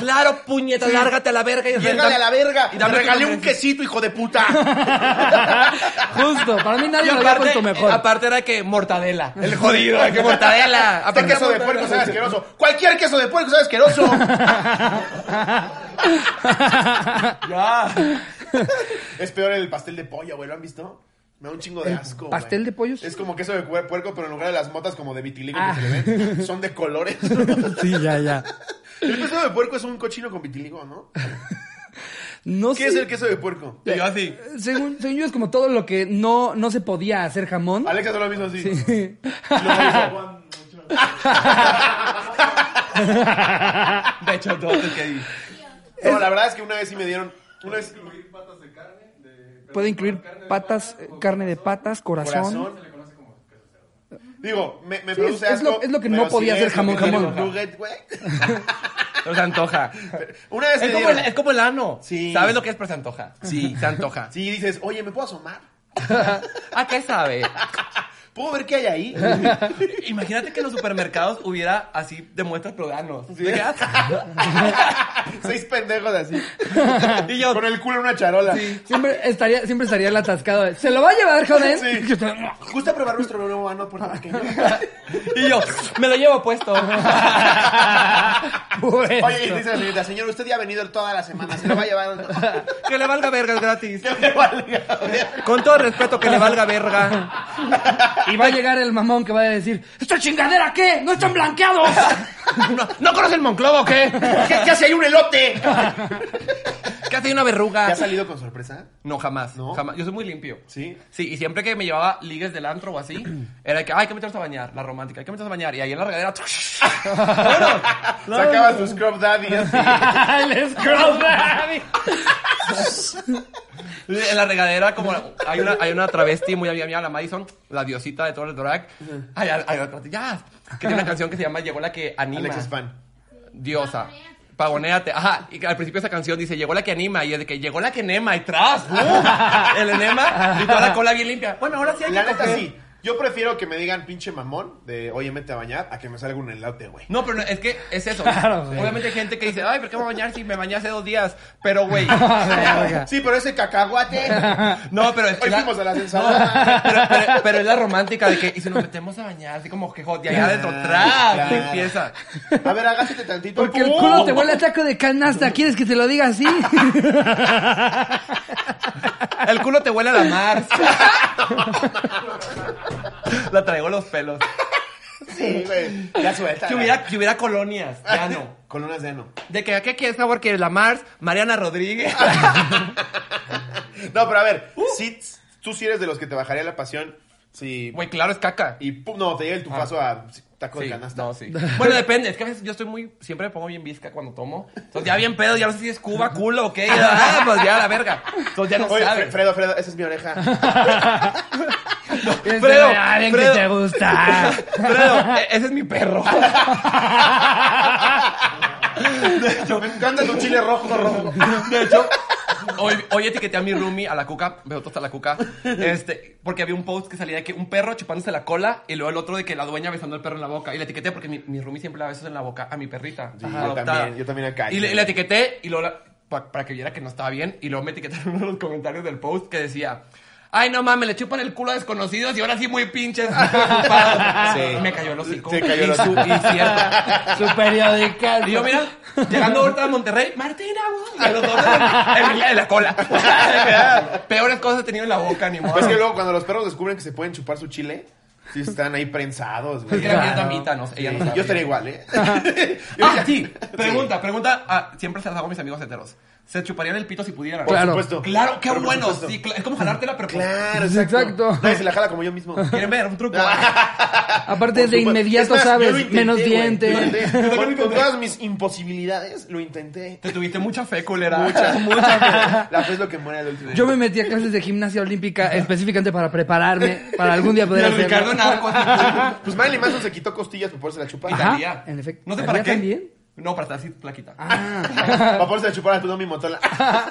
[SPEAKER 3] Claro, puñeta, lárgate a la verga y
[SPEAKER 2] Llegale a la verga.
[SPEAKER 3] Y
[SPEAKER 2] Y
[SPEAKER 3] dame tu
[SPEAKER 2] regalé un
[SPEAKER 3] conferencia.
[SPEAKER 2] quesito, hijo de puta.
[SPEAKER 1] Justo, para mí
[SPEAKER 3] Y
[SPEAKER 1] nadie lo había
[SPEAKER 3] aparte,
[SPEAKER 1] puesto mejor.
[SPEAKER 3] aparte era que mortadela. El jodido, de que mortadela.
[SPEAKER 2] Este
[SPEAKER 3] Aprendí a
[SPEAKER 2] queso de
[SPEAKER 3] mortadela.
[SPEAKER 2] puerco sabe asqueroso. Cualquier queso de puerco sabe asqueroso.
[SPEAKER 3] Ya.
[SPEAKER 2] es peor el pastel de pollo, güey. ¿Lo han visto? Me da un chingo de asco. güey.
[SPEAKER 1] pastel de pollo?
[SPEAKER 2] Es como queso de puer- puerco, pero en lugar de las motas como de vitiligo
[SPEAKER 1] Ah.
[SPEAKER 2] que se le ven, son de colores. el
[SPEAKER 1] Sí, ya, ya.
[SPEAKER 2] queso de puerco es un cochino con vitiligo, ¿no?
[SPEAKER 1] No
[SPEAKER 2] ¿Qué
[SPEAKER 1] sé.
[SPEAKER 2] es el queso de puerco?
[SPEAKER 3] Y yo así.
[SPEAKER 1] Según, según yo es como todo lo que no, no se podía hacer jamón.
[SPEAKER 2] Alexa solo lo mismo así.
[SPEAKER 3] De hecho, todo el que di.
[SPEAKER 2] No, la verdad es que una vez sí me dieron. Una vez.
[SPEAKER 1] Puede incluir patas, eh, carne de patas, corazón.
[SPEAKER 2] corazón. Digo, me, me
[SPEAKER 1] Sí,
[SPEAKER 2] produce
[SPEAKER 1] es-
[SPEAKER 2] asco.
[SPEAKER 1] es lo- es lo que no
[SPEAKER 2] pero sí
[SPEAKER 1] podía
[SPEAKER 2] es
[SPEAKER 1] hacer
[SPEAKER 2] lo
[SPEAKER 1] jamón,
[SPEAKER 2] que tiene
[SPEAKER 1] jamón.
[SPEAKER 2] un nugget, güey.
[SPEAKER 3] No se antoja.
[SPEAKER 2] Una vez
[SPEAKER 3] Es
[SPEAKER 2] me
[SPEAKER 3] como, el,
[SPEAKER 2] dieron-
[SPEAKER 3] es como el ano.
[SPEAKER 2] Sí.
[SPEAKER 3] ¿Sabes lo que es? Pero se antoja. Sí, se antoja.
[SPEAKER 2] Sí, dices, oye, ¿me puedo asomar?
[SPEAKER 3] ¿A qué sabe?
[SPEAKER 2] ¿Puedo ver qué hay ahí?
[SPEAKER 3] Imagínate que en los supermercados hubiera así de muestras pero de anos. ¿De ah, qué?
[SPEAKER 2] Seis pendejos así.
[SPEAKER 3] Y yo,
[SPEAKER 2] Con el culo en una charola.
[SPEAKER 1] Siempre estaría, siempre estaría el atascado. de, ¿Se lo va a llevar, joven?
[SPEAKER 2] Sí. ¿Gusta probar nuestro nuevo ano por favor?
[SPEAKER 3] y yo, me lo llevo puesto.
[SPEAKER 1] Pues,
[SPEAKER 2] Oye, y dice la señorita, señor, usted ya ha venido toda la semana, se lo va a llevar.
[SPEAKER 3] Que le valga verga, es gratis.
[SPEAKER 2] ¿Qué le valga?
[SPEAKER 3] Con todo respeto, que le valga verga.
[SPEAKER 1] y va a llegar el mamón que va a decir, ¿esta chingadera qué? ¡No están blanqueados!
[SPEAKER 3] ¿No, ¿no conoce el Monclovo o qué?
[SPEAKER 2] ¿Qué, qué hace ahí un elote?
[SPEAKER 3] ¿Qué hace una
[SPEAKER 2] ¿Te
[SPEAKER 3] verruga?
[SPEAKER 2] ha salido con sorpresa?
[SPEAKER 3] No, jamás.
[SPEAKER 2] ¿No?
[SPEAKER 3] Jamás. Yo soy muy limpio.
[SPEAKER 2] ¿Sí?
[SPEAKER 3] Sí, y siempre que me llevaba ligues del antro o así, era que, ay, hay que meternos a bañar, la romántica, hay que meternos a bañar. Y ahí en la regadera, bueno,
[SPEAKER 2] Sacaba sus crop daddy así.
[SPEAKER 1] ¡El Scrub Daddy!
[SPEAKER 3] en la regadera, como hay una, hay una travesti muy amiga mía, la Madison, la diosita de todo el drag. Hay, hay otra, ya, que tiene una canción que se llama Llegó la que anima.
[SPEAKER 2] Alex Span.
[SPEAKER 3] Diosa. Pagoneate. Ajá. Y que al principio esa canción dice, llegó la que anima. Y es de que llegó la que enema. Y tras. ¡uh! El enema. Y toda la cola bien limpia. Bueno, ahora sí hay
[SPEAKER 2] La
[SPEAKER 3] que
[SPEAKER 2] neta
[SPEAKER 3] coger.
[SPEAKER 2] sí. Yo prefiero que me digan pinche mamón de oye, mete a bañar a que me salga un elote, güey.
[SPEAKER 3] No, pero no, es que es eso.
[SPEAKER 1] Claro, güey.
[SPEAKER 3] Obviamente hay gente que dice, ay, ¿por qué me voy a bañar si me bañé hace dos días? Pero, güey.
[SPEAKER 2] Sí, pero ese cacahuate.
[SPEAKER 3] No, pero es
[SPEAKER 2] Hoy
[SPEAKER 3] la-
[SPEAKER 2] fuimos a las ensaladas.
[SPEAKER 3] pero, pero- pero es la romántica de que, y si nos metemos a bañar, así como que hot, y allá adentro, tras,
[SPEAKER 2] Claro.
[SPEAKER 3] limpieza.
[SPEAKER 2] A ver, agáchate tantito. Oh.
[SPEAKER 1] Porque el culo te huele a taco de canasta. ¿Quieres que te lo diga así?
[SPEAKER 3] El culo te huele a la mar. la traigo los pelos.
[SPEAKER 2] Sí, güey. Ya suelta.
[SPEAKER 3] Que hubiera, que hubiera colonias, ya no.
[SPEAKER 2] Con unas de ano.
[SPEAKER 3] De que, ¿a ¿qué quieres sabor? ¿Quieres la Mars? Mariana Rodríguez.
[SPEAKER 2] No, pero a ver,
[SPEAKER 1] Uh.
[SPEAKER 2] si tú sí eres de los que te bajaría la pasión si.
[SPEAKER 3] Güey, claro, es caca.
[SPEAKER 2] Y pum, no, te llega el tufazo
[SPEAKER 1] Ah.
[SPEAKER 2] a si- taco de
[SPEAKER 3] Sí,
[SPEAKER 2] canasta.
[SPEAKER 3] no, sí. Bueno, depende. Es que a veces yo estoy muy... Siempre me pongo bien visca cuando tomo. Entonces ya bien pedo, ya no sé si es Cuba, culo o qué. Ah, pues ya la verga. Entonces ya no
[SPEAKER 2] Oye, Fre-
[SPEAKER 3] sabes.
[SPEAKER 2] Fredo, Fredo, esa es mi oreja.
[SPEAKER 3] Fredo,
[SPEAKER 1] Ah, bien
[SPEAKER 3] Fredo.
[SPEAKER 1] que te gusta.
[SPEAKER 3] Fredo, e- ese es mi perro.
[SPEAKER 2] De hecho, me encanta tu chile rojo, rojo.
[SPEAKER 3] De hecho, hoy, hoy etiqueté a mi roomie, a la cuca, veo toda la cuca, este, porque había un post que salía de que un perro chupándose la cola y luego el otro de que la dueña besando al perro en la boca. Y la etiqueté porque mi, mi roomie siempre la besos en la boca a mi perrita.
[SPEAKER 2] Sí,
[SPEAKER 3] Ajá.
[SPEAKER 2] yo también, yo también acá.
[SPEAKER 3] Y le- y la etiqueté y luego la- pa- para que viera que no estaba bien y luego me etiquetaron en los comentarios del post que decía... Ay, no mames, le chupan el culo a desconocidos y ahora sí muy pinches. preocupados.
[SPEAKER 2] Sí.
[SPEAKER 3] Me cayó el hocico.
[SPEAKER 2] Se cayó el
[SPEAKER 3] Y su-
[SPEAKER 2] hocico.
[SPEAKER 3] y cierto.
[SPEAKER 1] Su periódica.
[SPEAKER 3] Y yo, mira, llegando ahorita a Monterrey, Martina, güey, a los dos en, en- en la cola. Peores cosas he tenido en la boca, ni modo.
[SPEAKER 2] Pues que luego cuando los perros descubren que se pueden chupar su chile, sí están ahí prensados,
[SPEAKER 3] Es
[SPEAKER 2] güey.
[SPEAKER 3] que la mía es
[SPEAKER 1] Claro.
[SPEAKER 3] damita, no sé, ella no sabe.
[SPEAKER 2] Yo estaría igual, ¿eh? Yo
[SPEAKER 3] Ah,
[SPEAKER 2] decía-
[SPEAKER 3] sí, pregunta, pregunta. ah, siempre se las hago a mis amigos heteros. ¿Se chuparían el pito si pudieran?
[SPEAKER 2] Por
[SPEAKER 1] Claro.
[SPEAKER 2] supuesto.
[SPEAKER 3] Claro, qué
[SPEAKER 2] Por
[SPEAKER 3] bueno.
[SPEAKER 2] supuesto.
[SPEAKER 3] Sí, cla- es como jalártela, pero...
[SPEAKER 2] Claro,
[SPEAKER 1] Sí,
[SPEAKER 2] exacto.
[SPEAKER 1] exacto.
[SPEAKER 2] Nadie se la jala como yo mismo.
[SPEAKER 3] ¿Quieren ver? Un truco.
[SPEAKER 2] Ah,
[SPEAKER 1] Aparte,
[SPEAKER 2] Por
[SPEAKER 1] de
[SPEAKER 2] supuesto.
[SPEAKER 1] inmediato
[SPEAKER 2] Es más, yo
[SPEAKER 1] sabes,
[SPEAKER 2] lo intenté,
[SPEAKER 1] menos
[SPEAKER 2] güey.
[SPEAKER 1] dientes.
[SPEAKER 2] Lo intenté.
[SPEAKER 3] Yo también
[SPEAKER 2] Con,
[SPEAKER 3] intenté.
[SPEAKER 2] con todas mis imposibilidades, lo intenté.
[SPEAKER 3] Te tuviste mucha fe, culera.
[SPEAKER 2] Muchas, muchas. pero La fe es lo que muere al último.
[SPEAKER 1] Yo me metí a clases de gimnasia olímpica específicamente para prepararme para algún día
[SPEAKER 3] Y
[SPEAKER 1] poder
[SPEAKER 3] el
[SPEAKER 1] hacerlo.
[SPEAKER 3] Ricardo Narco. así,
[SPEAKER 2] Pues Marilyn Manson se quitó costillas para poderse la chupar.
[SPEAKER 1] Ajá.
[SPEAKER 3] Talía.
[SPEAKER 1] en efecto.
[SPEAKER 3] No sé para
[SPEAKER 1] ¿Talía
[SPEAKER 3] qué.
[SPEAKER 1] también?
[SPEAKER 3] No, para estar así plaquita.
[SPEAKER 1] Ah,
[SPEAKER 2] Para poderse la chupar a tu Domi Motola.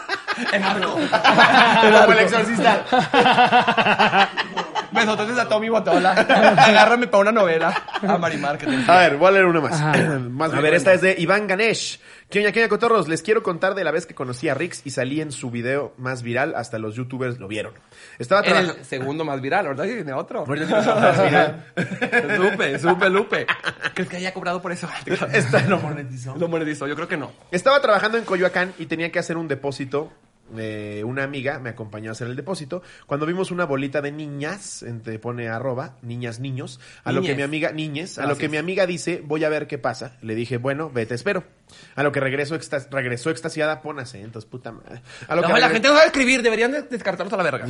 [SPEAKER 3] En arco.
[SPEAKER 2] Como el exorcista.
[SPEAKER 3] Besototes a Tommy Botola. Agárrame para una novela. A Marimar, que te
[SPEAKER 2] A ver, voy a leer una más.
[SPEAKER 1] Ajá.
[SPEAKER 2] Más a ver, esta es de Iván Ganesh. ¿Qué oña, qué oña, cotorros? Les quiero contar de la vez que conocí a Rix y salí en su video más viral. Hasta los youtubers lo vieron. Estaba
[SPEAKER 3] Era
[SPEAKER 2] trabajando...
[SPEAKER 3] el segundo más viral, ¿verdad? Que tiene otro.
[SPEAKER 2] Ahorita sí nos vamos a viral.
[SPEAKER 3] Supe, supe, Lupe. ¿Crees que haya cobrado por eso?
[SPEAKER 2] Esta lo monetizó.
[SPEAKER 3] Lo monetizó, yo creo que no.
[SPEAKER 2] Estaba trabajando en Coyoacán y tenía que hacer un depósito. Eh, una amiga me acompañó a hacer el depósito. Cuando vimos una bolita de niñas, entre pone arroba, niñas, niños, a lo que
[SPEAKER 3] Niñes.
[SPEAKER 2] mi amiga, niñes, a lo
[SPEAKER 3] Gracias.
[SPEAKER 2] que mi amiga dice, voy a ver qué pasa. Le dije, bueno, vete, espero. A lo que regreso extas- regresó extasiada, pon acentos, puta madre. A lo
[SPEAKER 3] No,
[SPEAKER 2] que
[SPEAKER 3] la
[SPEAKER 2] regre-
[SPEAKER 3] gente no sabe escribir, deberían de- descartarlos a la verga.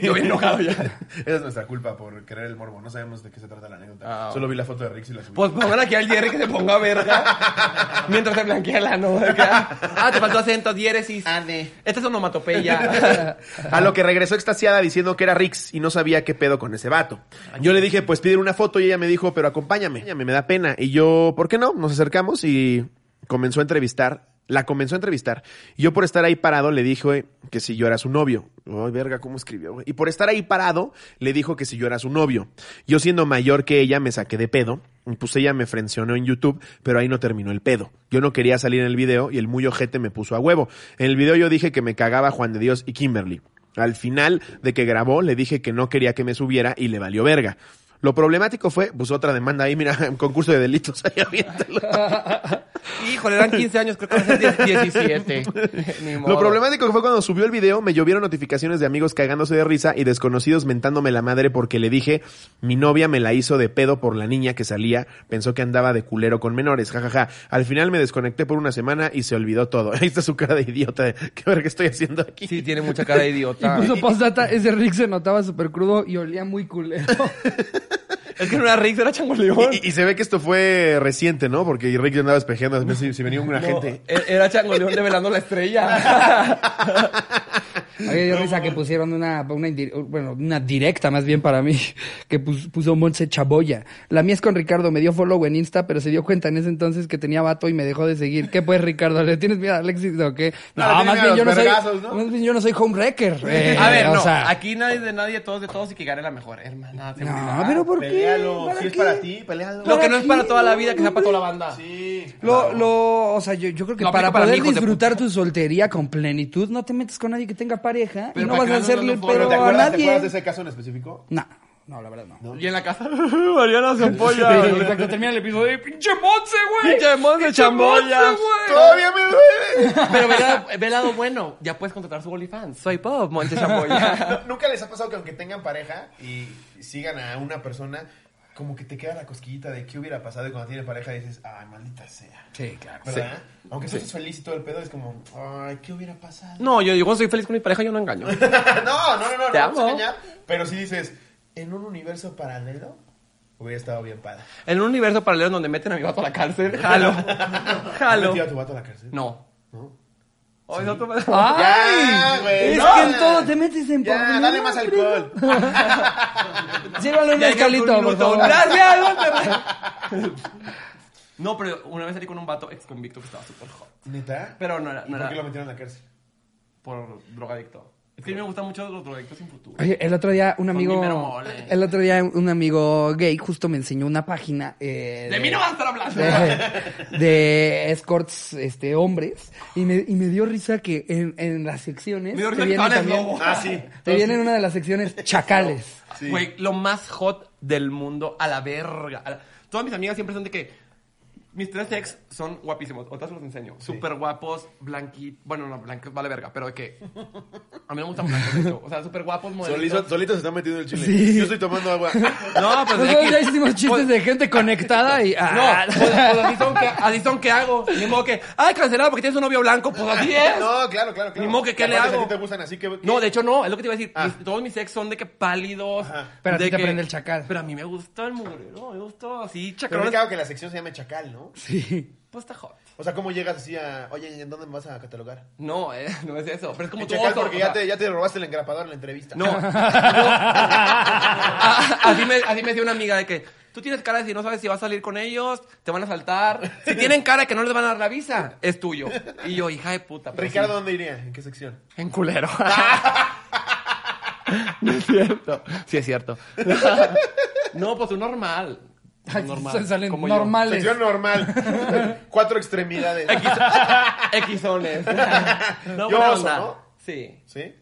[SPEAKER 3] Yo bien enojado ya.
[SPEAKER 2] Esa es nuestra culpa por querer el morbo. No sabemos de qué se trata la anécdota.
[SPEAKER 3] Ah.
[SPEAKER 2] Solo vi la foto de Rix y la subí.
[SPEAKER 3] Pues pongan aquí al Jerry que se ponga verga mientras se blanquea la ano. acá. Ah, te faltó acento, diéresis.
[SPEAKER 2] Ah,
[SPEAKER 3] Esta es onomatopeya.
[SPEAKER 2] A lo que regresó extasiada diciendo que era Rix y no sabía qué pedo con ese vato. Yo le dije, pues pide una foto y ella me dijo, pero acompáñame. Ella me, me da pena. Y yo, ¿por qué no? Nos acercamos y comenzó a entrevistar. La comenzó a entrevistar. Y yo por estar ahí parado le dije que si yo era su novio. Ay, verga, ¿cómo escribió? güey? Y por estar ahí parado le dijo que si yo era su novio. Yo siendo mayor que ella me saqué de pedo. Y Pues ella me frencionó en YouTube, pero ahí no terminó el pedo. Yo no quería salir en el video y el muy ojete me puso a huevo. En el video yo dije que me cagaba Juan de Dios y Kimberly. Al final de que grabó, le dije que no quería que me subiera y le valió verga. Lo problemático fue, pues otra demanda ahí, mira, un concurso de delitos ahí aviéntalo.
[SPEAKER 3] Híjole, eran 15 años, creo que ahora son 17. Ni modo.
[SPEAKER 2] Lo problemático que fue cuando subió el video, me llovieron notificaciones de amigos cagándose de risa y desconocidos mentándome la madre porque le dije, mi novia me la hizo de pedo por la niña que salía, pensó que andaba de culero con menores, jajaja. Al final me desconecté por una semana y se olvidó todo. Ahí está su cara de idiota, de, qué verga estoy haciendo aquí.
[SPEAKER 3] Sí, tiene mucha cara de
[SPEAKER 1] y
[SPEAKER 3] idiota.
[SPEAKER 1] puso postdata, ese Rick se notaba súper crudo y olía muy culero.
[SPEAKER 3] Es que no era Rix, era Changoleón.
[SPEAKER 2] Y, y- y se ve que esto fue reciente, ¿no? Porque Rick ya andaba espejeando, si, si venía una
[SPEAKER 3] No,
[SPEAKER 2] gente.
[SPEAKER 3] e- Era Changoleón develando la estrella.
[SPEAKER 1] Había dio risa que pusieron una, una indi- bueno, una directa más bien para mí, que pus- puso Monse Chaboya. La mía es con Ricardo, me dio follow en Insta, pero se dio cuenta en ese entonces que tenía vato y me dejó de seguir. ¿Qué pues, Ricardo? ¿Le tienes miedo a Alexis o qué?
[SPEAKER 2] No, le tiene miedo a los vergazos,
[SPEAKER 1] soy,
[SPEAKER 2] ¿no?
[SPEAKER 1] más bien yo no soy home wrecker. eh,
[SPEAKER 3] A ver,
[SPEAKER 1] o
[SPEAKER 3] no,
[SPEAKER 1] sea,
[SPEAKER 3] aquí nadie de nadie, todos de todos y que gane la mejor, hermana. seguridad.
[SPEAKER 1] no, pero ¿por qué?
[SPEAKER 2] Peléalo,
[SPEAKER 1] ¿Para
[SPEAKER 2] Ah, si es
[SPEAKER 1] qué?
[SPEAKER 2] para ti, pelealo.
[SPEAKER 3] Lo que no es para
[SPEAKER 1] aquí,
[SPEAKER 3] toda la vida, que sea para
[SPEAKER 1] hombre.
[SPEAKER 3] toda la banda.
[SPEAKER 2] Sí.
[SPEAKER 1] Lo, lo, o sea, yo, yo creo que
[SPEAKER 3] Lo
[SPEAKER 1] para
[SPEAKER 3] aplico para
[SPEAKER 1] poder
[SPEAKER 3] mí, hijos de
[SPEAKER 1] disfrutar tu soltería con plenitud, no te metes con nadie que tenga pareja
[SPEAKER 3] Pero
[SPEAKER 1] y no vas
[SPEAKER 3] para que
[SPEAKER 1] a
[SPEAKER 3] no nos
[SPEAKER 1] hacerle el
[SPEAKER 3] nos
[SPEAKER 2] Pero
[SPEAKER 1] pedo
[SPEAKER 2] ¿te
[SPEAKER 1] a
[SPEAKER 2] acuerdas, ¿Te
[SPEAKER 1] nadie.
[SPEAKER 2] acuerdas de ese caso en específico?
[SPEAKER 1] No, no, la verdad no.
[SPEAKER 3] Y en la casa, Mariana se empolla.
[SPEAKER 1] Cuando termina el episodio, ¡pinche Monse, güey!
[SPEAKER 3] Pinche monstruo de chamboya.
[SPEAKER 2] Todavía me duele.
[SPEAKER 3] Pero ve, la- ve el lado bueno, ya puedes contratar su OnlyFans. Soy Pop, Monche Chamboya.
[SPEAKER 2] No, ¿Nunca les ha pasado que aunque tengan pareja y sigan a una persona, como que te queda la cosquillita de qué hubiera pasado y cuando tiene pareja dices, ay, maldita sea?
[SPEAKER 1] Sí, claro.
[SPEAKER 2] ¿Verdad? Aunque tú estés feliz y todo el pedo, es como, ay, ¿qué hubiera pasado?
[SPEAKER 3] No, yo digo, soy feliz con mi pareja, yo no engaño.
[SPEAKER 2] no, no, no, no,
[SPEAKER 3] Te
[SPEAKER 2] no vamos a
[SPEAKER 3] amo.
[SPEAKER 2] engañar. Pero si dices, en un universo paralelo, hubiera estado bien padre.
[SPEAKER 3] En un universo paralelo donde meten a mi vato a la cárcel, jalo.
[SPEAKER 2] ¿Has
[SPEAKER 3] Jalo.
[SPEAKER 2] metido a tu vato a la cárcel?
[SPEAKER 3] No.
[SPEAKER 2] ¿No?
[SPEAKER 3] Ay, no te
[SPEAKER 1] Ah.
[SPEAKER 2] Ya,
[SPEAKER 1] ¡Ay!
[SPEAKER 2] güey,
[SPEAKER 1] es
[SPEAKER 2] no.
[SPEAKER 1] que en todo te metes en
[SPEAKER 2] Ya, dale más alcohol.
[SPEAKER 1] Llévale un
[SPEAKER 3] Ya llegaste
[SPEAKER 1] mezcalito,
[SPEAKER 3] un
[SPEAKER 1] por
[SPEAKER 3] minuto.
[SPEAKER 1] favor.
[SPEAKER 3] Gracias, no te- No, pero una vez salí con un vato ex convicto que estaba súper hot.
[SPEAKER 2] ¿Neta?
[SPEAKER 3] Pero no era,
[SPEAKER 2] ¿Y
[SPEAKER 3] no
[SPEAKER 2] por qué lo
[SPEAKER 3] era
[SPEAKER 2] metieron a la cárcel?
[SPEAKER 3] por drogadicto. Es que a mí me gustan mucho los drogadictos sin futuro.
[SPEAKER 1] Oye, el otro día un
[SPEAKER 3] mi mero
[SPEAKER 1] amigo,
[SPEAKER 3] mole.
[SPEAKER 1] el otro día un amigo gay justo me enseñó una página eh,
[SPEAKER 3] De mí no vas a estar hablando.
[SPEAKER 1] de, de escorts este hombres y me, y me dio risa que en, en las secciones
[SPEAKER 3] Me dio
[SPEAKER 1] te
[SPEAKER 3] risa que
[SPEAKER 1] viene
[SPEAKER 3] estaban en
[SPEAKER 1] también-
[SPEAKER 3] lobo.
[SPEAKER 2] Ah, sí.
[SPEAKER 1] te viene en una de las secciones chacales.
[SPEAKER 2] Sí.
[SPEAKER 3] Güey, lo más hot del mundo, a la verga. a la- Todas mis amigas siempre son de que mis tres ex son guapísimos. Otras los enseño. Súper guapos, blanquitos. Bueno, no, blancos vale verga, pero de que. A mí no me gustan blancos, de hecho. O sea, súper guapos,
[SPEAKER 2] Solito,
[SPEAKER 3] modelitos.
[SPEAKER 2] solito se está metiendo el chile.
[SPEAKER 1] Sí.
[SPEAKER 2] Yo estoy tomando agua.
[SPEAKER 3] No, pues. de
[SPEAKER 1] Nosotros
[SPEAKER 3] que-
[SPEAKER 1] ya hicimos
[SPEAKER 3] Pues-
[SPEAKER 1] chistes de gente conectada y
[SPEAKER 3] No,
[SPEAKER 1] ah,
[SPEAKER 3] pues, pues así, son que, así son que hago. Ni modo que. ¡Ay, cancelado porque tienes un novio blanco! Pues así es.
[SPEAKER 2] No, claro, claro, claro.
[SPEAKER 3] Ni modo que, ¿qué le
[SPEAKER 2] Aparte, si
[SPEAKER 3] hago?
[SPEAKER 2] a ti te gustan así que...
[SPEAKER 3] No, de hecho no, es lo que te iba a decir.
[SPEAKER 2] Ah.
[SPEAKER 3] Mis- todos mis ex son de que pálidos.
[SPEAKER 1] Pero a ti
[SPEAKER 3] de
[SPEAKER 1] te
[SPEAKER 3] que-
[SPEAKER 1] prende el chacal.
[SPEAKER 3] Pero a mí me gusta el murero, me gusta así,
[SPEAKER 2] Pero me
[SPEAKER 3] chacal.
[SPEAKER 2] cago que la sección se llame Chacal, ¿no?
[SPEAKER 1] sí.
[SPEAKER 3] Pues está hot.
[SPEAKER 2] O sea, ¿cómo llegas así a... Oye, ¿en dónde me vas a catalogar?
[SPEAKER 3] No, eh, no es eso. Pero es como
[SPEAKER 2] En
[SPEAKER 3] tu
[SPEAKER 2] Chacal
[SPEAKER 3] oso,
[SPEAKER 2] porque
[SPEAKER 3] o
[SPEAKER 2] ya,
[SPEAKER 3] sea,
[SPEAKER 2] te, ya te robaste el engrapador en la entrevista.
[SPEAKER 3] No. Ah, así, me, así me decía una amiga de que tú tienes cara de si no sabes si vas a salir con ellos, te van a saltar. Si tienen cara de que no les van a dar la visa, es tuyo. Y yo, hija de puta. pero Ah.
[SPEAKER 2] Ricardo, ¿dónde iría? ¿En qué sección?
[SPEAKER 3] sí, en culero. no es cierto. Sí, es cierto. no, pues tú normal.
[SPEAKER 1] Ay,
[SPEAKER 3] Normal.
[SPEAKER 1] salen
[SPEAKER 3] como yo.
[SPEAKER 1] normales.
[SPEAKER 2] Sección normal. Cuatro extremidades.
[SPEAKER 3] Equisones. no,
[SPEAKER 2] Yo
[SPEAKER 3] buena
[SPEAKER 2] oso,
[SPEAKER 3] onda.
[SPEAKER 2] ¿no?
[SPEAKER 3] Sí.
[SPEAKER 2] ¿Sí?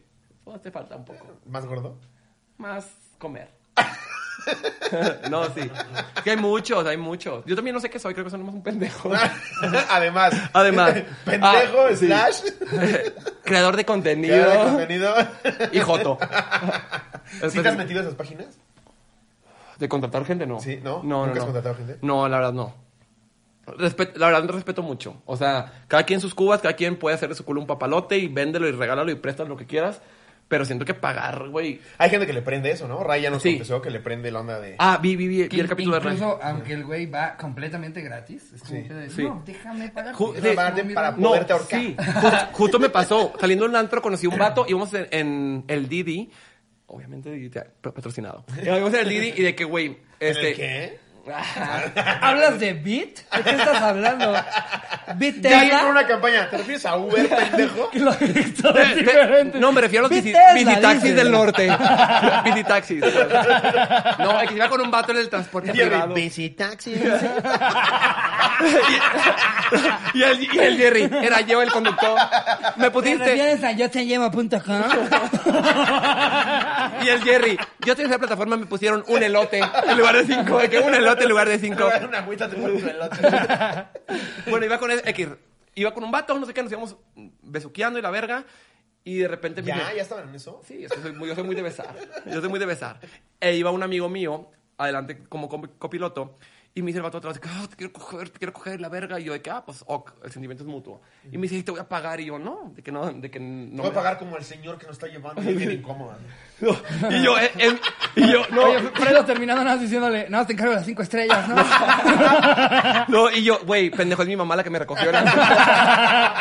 [SPEAKER 3] Pues te falta un poco.
[SPEAKER 2] ¿Más gordo?
[SPEAKER 3] Más comer. no, sí. Es Que hay muchos, hay muchos. Yo también no sé qué soy, creo que soy nomás un pendejo.
[SPEAKER 2] Además.
[SPEAKER 3] Además.
[SPEAKER 2] Pendejo,
[SPEAKER 3] Ah, sí.
[SPEAKER 2] slash.
[SPEAKER 3] Creador de contenido.
[SPEAKER 2] creador de contenido.
[SPEAKER 3] Y Joto. Después
[SPEAKER 2] ¿Sí te
[SPEAKER 3] de-
[SPEAKER 2] has metido a esas páginas?
[SPEAKER 3] ¿De contratar gente? No.
[SPEAKER 2] Sí, ¿no?
[SPEAKER 3] No, no,
[SPEAKER 2] ¿Nunca has
[SPEAKER 3] no.
[SPEAKER 2] contratado gente?
[SPEAKER 3] No, la verdad no. Respet- la verdad respeto mucho. O sea, cada quien sus cubas, cada quien puede hacer de su culo un papalote y véndelo y regálalo y prestas lo que quieras. Pero siento que pagar, güey.
[SPEAKER 2] Hay gente que le prende eso, ¿no? Raya nos
[SPEAKER 3] Sí.
[SPEAKER 2] confesó que le prende la onda de...
[SPEAKER 3] Ah, vi, vi, vi, vi el
[SPEAKER 1] In-
[SPEAKER 3] capítulo de Rey.
[SPEAKER 1] Incluso, aunque el güey va completamente gratis, es como
[SPEAKER 2] Sí.
[SPEAKER 1] un pedo de,
[SPEAKER 3] Sí.
[SPEAKER 1] no, déjame pagar.
[SPEAKER 3] Ju-
[SPEAKER 1] Déjame
[SPEAKER 3] de-
[SPEAKER 1] pagar mi
[SPEAKER 2] para-
[SPEAKER 1] ropa".
[SPEAKER 3] No,
[SPEAKER 2] poderte ahorcar.
[SPEAKER 3] sí. Ju- justo me pasó. Saliendo de un antro conocí un vato, íbamos en, en el Didi. Obviamente Didi te- patrocinado. Íbamos en el Didi y de que, güey,
[SPEAKER 2] ¿En el
[SPEAKER 3] este...
[SPEAKER 2] qué?
[SPEAKER 1] ¿Hablas de Bit? ¿De qué estás hablando? Bit
[SPEAKER 2] Ya
[SPEAKER 1] Tesla.
[SPEAKER 2] viene una campaña. ¿Te refieres a Uber, pendejo?
[SPEAKER 1] Que lo visto
[SPEAKER 3] De- de-
[SPEAKER 1] diferente.
[SPEAKER 3] Eh, no, me refiero a los
[SPEAKER 1] Bit
[SPEAKER 3] bici-
[SPEAKER 1] Tesla,
[SPEAKER 3] visitaxis
[SPEAKER 1] dice.
[SPEAKER 3] del norte. visitaxis. No, el que iba con un vato en el transporte privado. Y,
[SPEAKER 2] taxi.
[SPEAKER 3] y el, y el Jerry, era yo el conductor. Me
[SPEAKER 1] ¿Te
[SPEAKER 3] pusiste...
[SPEAKER 1] refieres a yo te llevo punto com?
[SPEAKER 3] Y el Jerry, yo tenía esa plataforma, me pusieron un elote en lugar de cinco. de que un elote en lugar de cinco.
[SPEAKER 2] una agüita te pones un elote.
[SPEAKER 3] Bueno, iba con el, X, iba con un vato, no sé qué, nos íbamos besuqueando y la verga. Y de repente me
[SPEAKER 2] ¿Ya?
[SPEAKER 3] dice,
[SPEAKER 2] ¿Ya estaban en eso?
[SPEAKER 3] Sí, es que soy muy- yo soy muy de besar. Yo soy muy de besar. E iba un amigo mío, adelante como co- copiloto, y me dice el vato atrás, de que, "Ah, te quiero coger, te quiero coger la verga. Y yo de que, ah, pues, ok, el sentimiento es mutuo. Y me dice, "Y te voy a pagar. Y yo, no, de que no, de que no.
[SPEAKER 2] Voy a
[SPEAKER 3] me-
[SPEAKER 2] pagar como el señor que nos está llevando. Es bien incómodo.
[SPEAKER 3] No. Y yo, eh, eh, y yo, no.
[SPEAKER 1] Oye, Fredo terminando nada más diciéndole, no, te encargo las cinco estrellas, ¿no?
[SPEAKER 3] No, y yo, güey, pendejo, es mi mamá la que me recogió. el antro.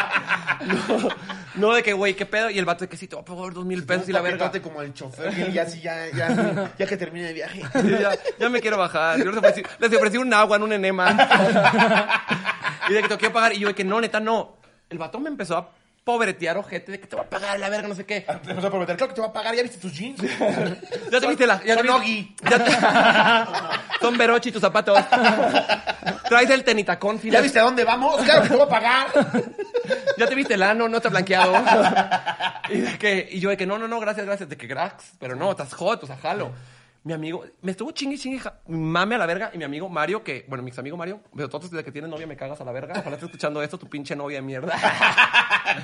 [SPEAKER 3] no, no, de que, güey, qué pedo. Y el vato de que sí, te voy a pagar dos mil pesos y la verga.
[SPEAKER 2] Paquetote como el chofer. Y así ya, ya, ya que termine el viaje.
[SPEAKER 3] Sí, ya, ya me quiero bajar. Yo les ofrecí, les ofrecí un agua en un enema. y de que te quiero pagar. Y yo de que no, neta, no. El batón me empezó a pobretear ojete de que te voy a pagar la verga, no sé qué.
[SPEAKER 2] Te vas a prometer. Claro que te va a pagar. Ya viste tus jeans.
[SPEAKER 3] Ya te viste la. Ya
[SPEAKER 2] Son
[SPEAKER 3] te
[SPEAKER 2] Oggy.
[SPEAKER 3] viste, ya te- Son Verochi tus zapatos. Traes el tenitacón
[SPEAKER 2] ¿Ya
[SPEAKER 3] fila.
[SPEAKER 2] viste a dónde vamos? Claro que te voy a pagar.
[SPEAKER 3] Ya te viste el ano, no está blanqueado. y, de que, y yo de que no, no, no, gracias, gracias. De que grax, pero no, estás hot, o sea, jalo. Mi amigo, me estuvo chingue, chingue, ja- mame a la verga. Y mi amigo Mario, que, bueno, mi ex amigo Mario, pero todos desde que tienes novia me cagas a la verga. Ojalá estés escuchando esto, tu pinche novia de mierda.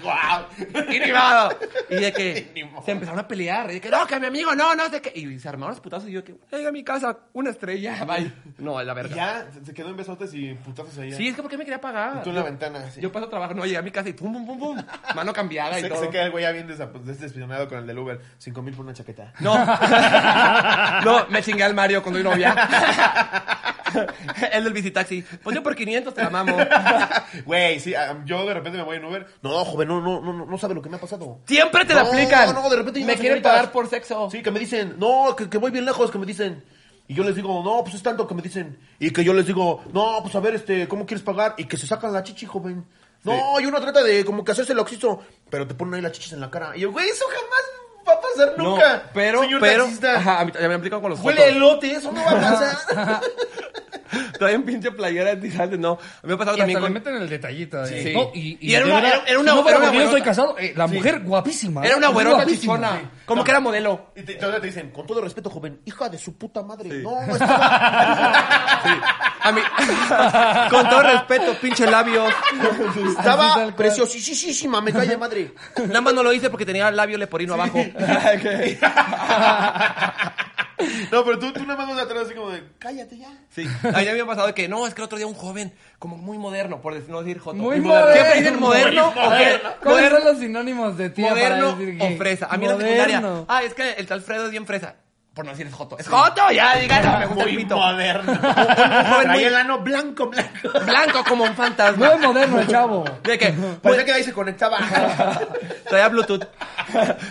[SPEAKER 2] ¡Guau!
[SPEAKER 3] y ni modo. Y de que
[SPEAKER 2] Ni modo.
[SPEAKER 3] se empezaron a pelear. Y de que, no, que mi amigo, no, no, sé qué. Y se armaron los putazos. Y yo, que, llega a mi casa, una estrella, bye. No, a la verga.
[SPEAKER 2] Ya se quedó en besotes y putazos ahí.
[SPEAKER 3] Sí, es que, ¿por qué me quería pagar?
[SPEAKER 2] Tú en la ventana. sí.
[SPEAKER 3] Yo paso a trabajar, no, llegué a mi casa y pum, pum, pum, pum. Mano cambiada y
[SPEAKER 2] Se,
[SPEAKER 3] todo.
[SPEAKER 2] se queda el güey ya bien desap- decepcionado con el del Uber. Cinco mil por una chaqueta.
[SPEAKER 3] No. no, me chingué al Mario cuando yo novia. El del visitaxi. Pues yo por 500 te la mamo.
[SPEAKER 2] Güey, sí, ah, yo de repente me voy en Uber. No, joven, no, no, no, no, no sabe lo que me ha pasado.
[SPEAKER 3] Siempre te la
[SPEAKER 2] No,
[SPEAKER 3] aplican.
[SPEAKER 2] No, de repente
[SPEAKER 3] me
[SPEAKER 2] llegan
[SPEAKER 3] quieren
[SPEAKER 2] señoritas.
[SPEAKER 3] pagar por sexo.
[SPEAKER 2] Sí, que me dicen, no, que, que voy bien lejos, que me dicen. Y yo les digo, no, pues es tanto que me dicen. Y que yo les digo, no, pues a ver, este, ¿cómo quieres pagar? Y que se sacan la chichi, joven. No, y uno trata de como que hacerse el oxiso, pero te ponen ahí las chichis en la cara. Y yo, güey, eso jamás pasar nunca.
[SPEAKER 4] No, pero,
[SPEAKER 2] Señor
[SPEAKER 4] pero,
[SPEAKER 2] taxista.
[SPEAKER 4] ajá, a mí también me aplicado con los
[SPEAKER 2] Huele a
[SPEAKER 4] jotos.
[SPEAKER 2] elote, eso no va a pasar.
[SPEAKER 4] Traen pinche playera deslizante, no. A mí me ha pasado
[SPEAKER 1] Y hasta
[SPEAKER 4] también
[SPEAKER 1] le
[SPEAKER 4] con...
[SPEAKER 1] meten el detallito. de-
[SPEAKER 4] Sí.
[SPEAKER 1] No, y,
[SPEAKER 4] Y era
[SPEAKER 1] de
[SPEAKER 4] una-
[SPEAKER 1] verdad,
[SPEAKER 4] era- era una-
[SPEAKER 1] si no fuera
[SPEAKER 4] era una
[SPEAKER 1] porque yo estoy
[SPEAKER 4] güerota.
[SPEAKER 1] casado, eh, la mujer guapísima.
[SPEAKER 4] Era una
[SPEAKER 1] ¿eh?
[SPEAKER 4] güerota
[SPEAKER 1] Guapísima.
[SPEAKER 4] chichona. Como que era modelo.
[SPEAKER 2] Y te, todavía te dicen, con todo respeto, joven, hija de su puta madre.
[SPEAKER 4] Sí.
[SPEAKER 2] No, no está.
[SPEAKER 4] A mí, con todo respeto, pinche labios.
[SPEAKER 1] Así tal
[SPEAKER 2] Estaba
[SPEAKER 1] cual.
[SPEAKER 2] preciosísima, me cae de madre.
[SPEAKER 4] Nada más no lo hice porque tenía labio leporino abajo.
[SPEAKER 2] No, pero tú, tú nada más vas atrás así como de, cállate ya.
[SPEAKER 4] Sí, a mí me ha pasado que no, es que el otro día un joven, como muy moderno, por decir- no decir joto.
[SPEAKER 1] Muy
[SPEAKER 4] ¿Siempre
[SPEAKER 1] moderno.
[SPEAKER 4] dicen
[SPEAKER 2] Muy
[SPEAKER 4] moderno? o qué?
[SPEAKER 2] moderno.
[SPEAKER 1] ¿Cuáles
[SPEAKER 4] Moderno.
[SPEAKER 1] son los sinónimos de tía
[SPEAKER 4] moderno
[SPEAKER 1] para decir
[SPEAKER 4] o
[SPEAKER 1] gay?
[SPEAKER 4] fresa. A mí en la
[SPEAKER 1] Moderno.
[SPEAKER 4] secundaria. Ah, es que el tal Fredo es bien fresa. Por no decir es joto. ¡Es joto! Ya, díganlo, me gusta el pito.
[SPEAKER 2] moderno.
[SPEAKER 4] joven muy-
[SPEAKER 2] Traía el ano blanco, blanco.
[SPEAKER 4] Blanco como un fantasma.
[SPEAKER 1] Muy moderno el chavo.
[SPEAKER 4] De que,
[SPEAKER 2] Parecía que ahí se conectaba.
[SPEAKER 4] traía Bluetooth.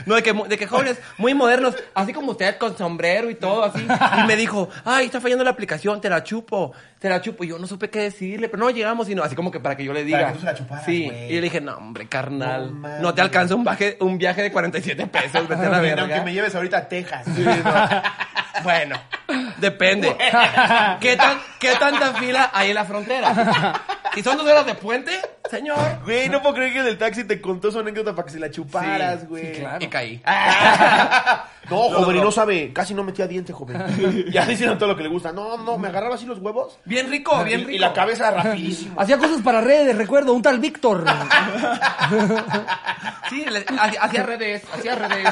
[SPEAKER 4] No, de que, mu- de que jóvenes muy modernos, así como usted, con sombrero y todo, así. Y me dijo, ay, está fallando la aplicación, te la chupo, te la chupo. Y yo no supe qué decirle, pero no llegamos, sino así como que para que yo le diga.
[SPEAKER 2] Para que tú se la chuparas,
[SPEAKER 4] sí,
[SPEAKER 2] güey.
[SPEAKER 4] y yo le dije, no, hombre, carnal,
[SPEAKER 2] No
[SPEAKER 4] no,
[SPEAKER 2] mames.
[SPEAKER 4] te alcanza un viaje, un viaje de 47 pesos, vete a la verga.
[SPEAKER 2] Aunque me lleves ahorita a Texas.
[SPEAKER 4] Bueno, depende. ¿Qué, tan, ¿Qué tanta fila hay en la frontera? Si son dos horas de puente, señor.
[SPEAKER 2] Güey, no puedo creer que el del taxi te contó su anécdota para que se la chuparas,
[SPEAKER 4] Sí,
[SPEAKER 2] güey.
[SPEAKER 1] sí, claro.
[SPEAKER 4] Y caí.
[SPEAKER 2] No, joven, y no sabe. Casi no metía diente, joven. Ya le hicieron todo lo que le gusta. No, no, me agarraba así los huevos.
[SPEAKER 4] Bien rico,
[SPEAKER 2] Ah, Y,
[SPEAKER 4] bien rico.
[SPEAKER 2] y la cabeza rapidísimo.
[SPEAKER 1] Hacía cosas para redes, recuerdo, un tal Víctor.
[SPEAKER 4] Sí, le- hacía hacía redes, hacía redes.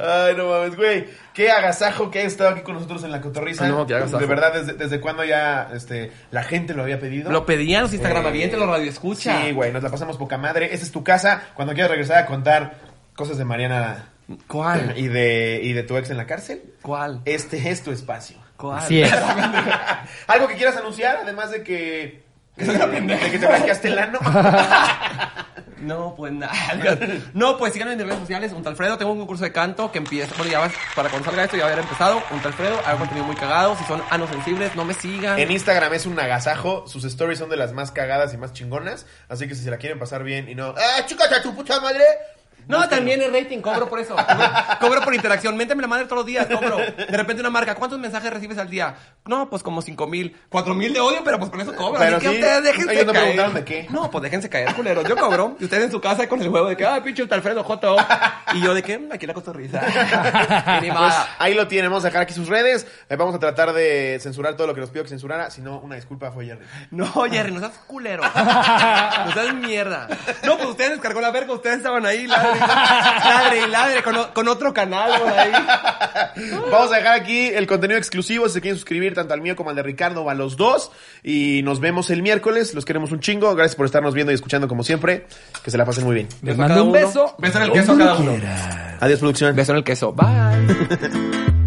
[SPEAKER 2] Ay, no mames, güey. Qué agasajo que ha estado aquí con nosotros en la cotorriza.
[SPEAKER 4] No, qué agasajo.
[SPEAKER 2] De verdad, desde, desde cuando ya este, la gente lo había pedido. Eh,
[SPEAKER 4] Lo pedían los Instagramavientes, los radioescuchas.
[SPEAKER 2] Sí, güey, nos la pasamos poca madre. Esa es tu casa. Cuando quieras regresar a contar cosas de Mariana
[SPEAKER 4] ¿Cuál?
[SPEAKER 2] y de, y de tu ex en la cárcel,
[SPEAKER 4] ¿Cuál?
[SPEAKER 2] este es tu espacio.
[SPEAKER 4] ¿Cuál?
[SPEAKER 1] Así es.
[SPEAKER 2] Algo que quieras anunciar, además de que. de que te blanqueaste el ano.
[SPEAKER 4] No, pues nada. No, pues síganme en mis redes sociales. Un Talfredo, tengo un concurso de canto que empieza. Bueno, ya vas, para cuando salga esto ya va a haber empezado. Un Talfredo, hago contenido muy cagado. Si son anosensibles, no me sigan.
[SPEAKER 2] En Instagram es un agasajo. Sus stories son de las más cagadas y más chingonas. Así que si se la quieren pasar bien y no. ¡Ah, chicas, a tu puta madre!
[SPEAKER 4] No, también es rating, cobro por eso. Cobro, cobro por interacción. Ménteme la madre todos los días, cobro. De repente una marca, ¿cuántos mensajes recibes al día? No, pues como cinco mil. Cuatro mil de odio, pero pues con eso cobro.
[SPEAKER 2] Pero
[SPEAKER 4] Así que
[SPEAKER 2] sí,
[SPEAKER 4] ustedes déjense
[SPEAKER 2] ellos no
[SPEAKER 4] caer.
[SPEAKER 2] preguntaron de qué.
[SPEAKER 4] No, pues déjense caer, culeros. Yo cobro. Y ustedes en su casa con el huevo de que, ah, pinche Alfredo Joto. Y yo de que, "Mm, aquí la cotorriza. Y ni
[SPEAKER 2] Pues,
[SPEAKER 4] más.
[SPEAKER 2] ahí lo tienen, vamos a dejar aquí sus redes. Eh, vamos a tratar de censurar todo lo que nos pidió que censurara. Si no, una disculpa fue Jerry.
[SPEAKER 4] No, Jerry, no seas culero. No seas mierda. No, pues ustedes descargó la verga, ustedes estaban ahí, ladre, ladre, ladre, con, o- con otro canal por ahí.
[SPEAKER 2] Vamos a dejar aquí el contenido exclusivo. Si se quieren suscribir tanto al mío como al de Ricardo o a los dos. Y nos vemos el miércoles. Los queremos un chingo. Gracias por estarnos viendo y escuchando como siempre. Que se la pasen muy bien.
[SPEAKER 1] Les mando un beso.
[SPEAKER 4] Beso en el queso a cada uno.
[SPEAKER 2] Adiós, producción.
[SPEAKER 4] Beso en el queso. Bye.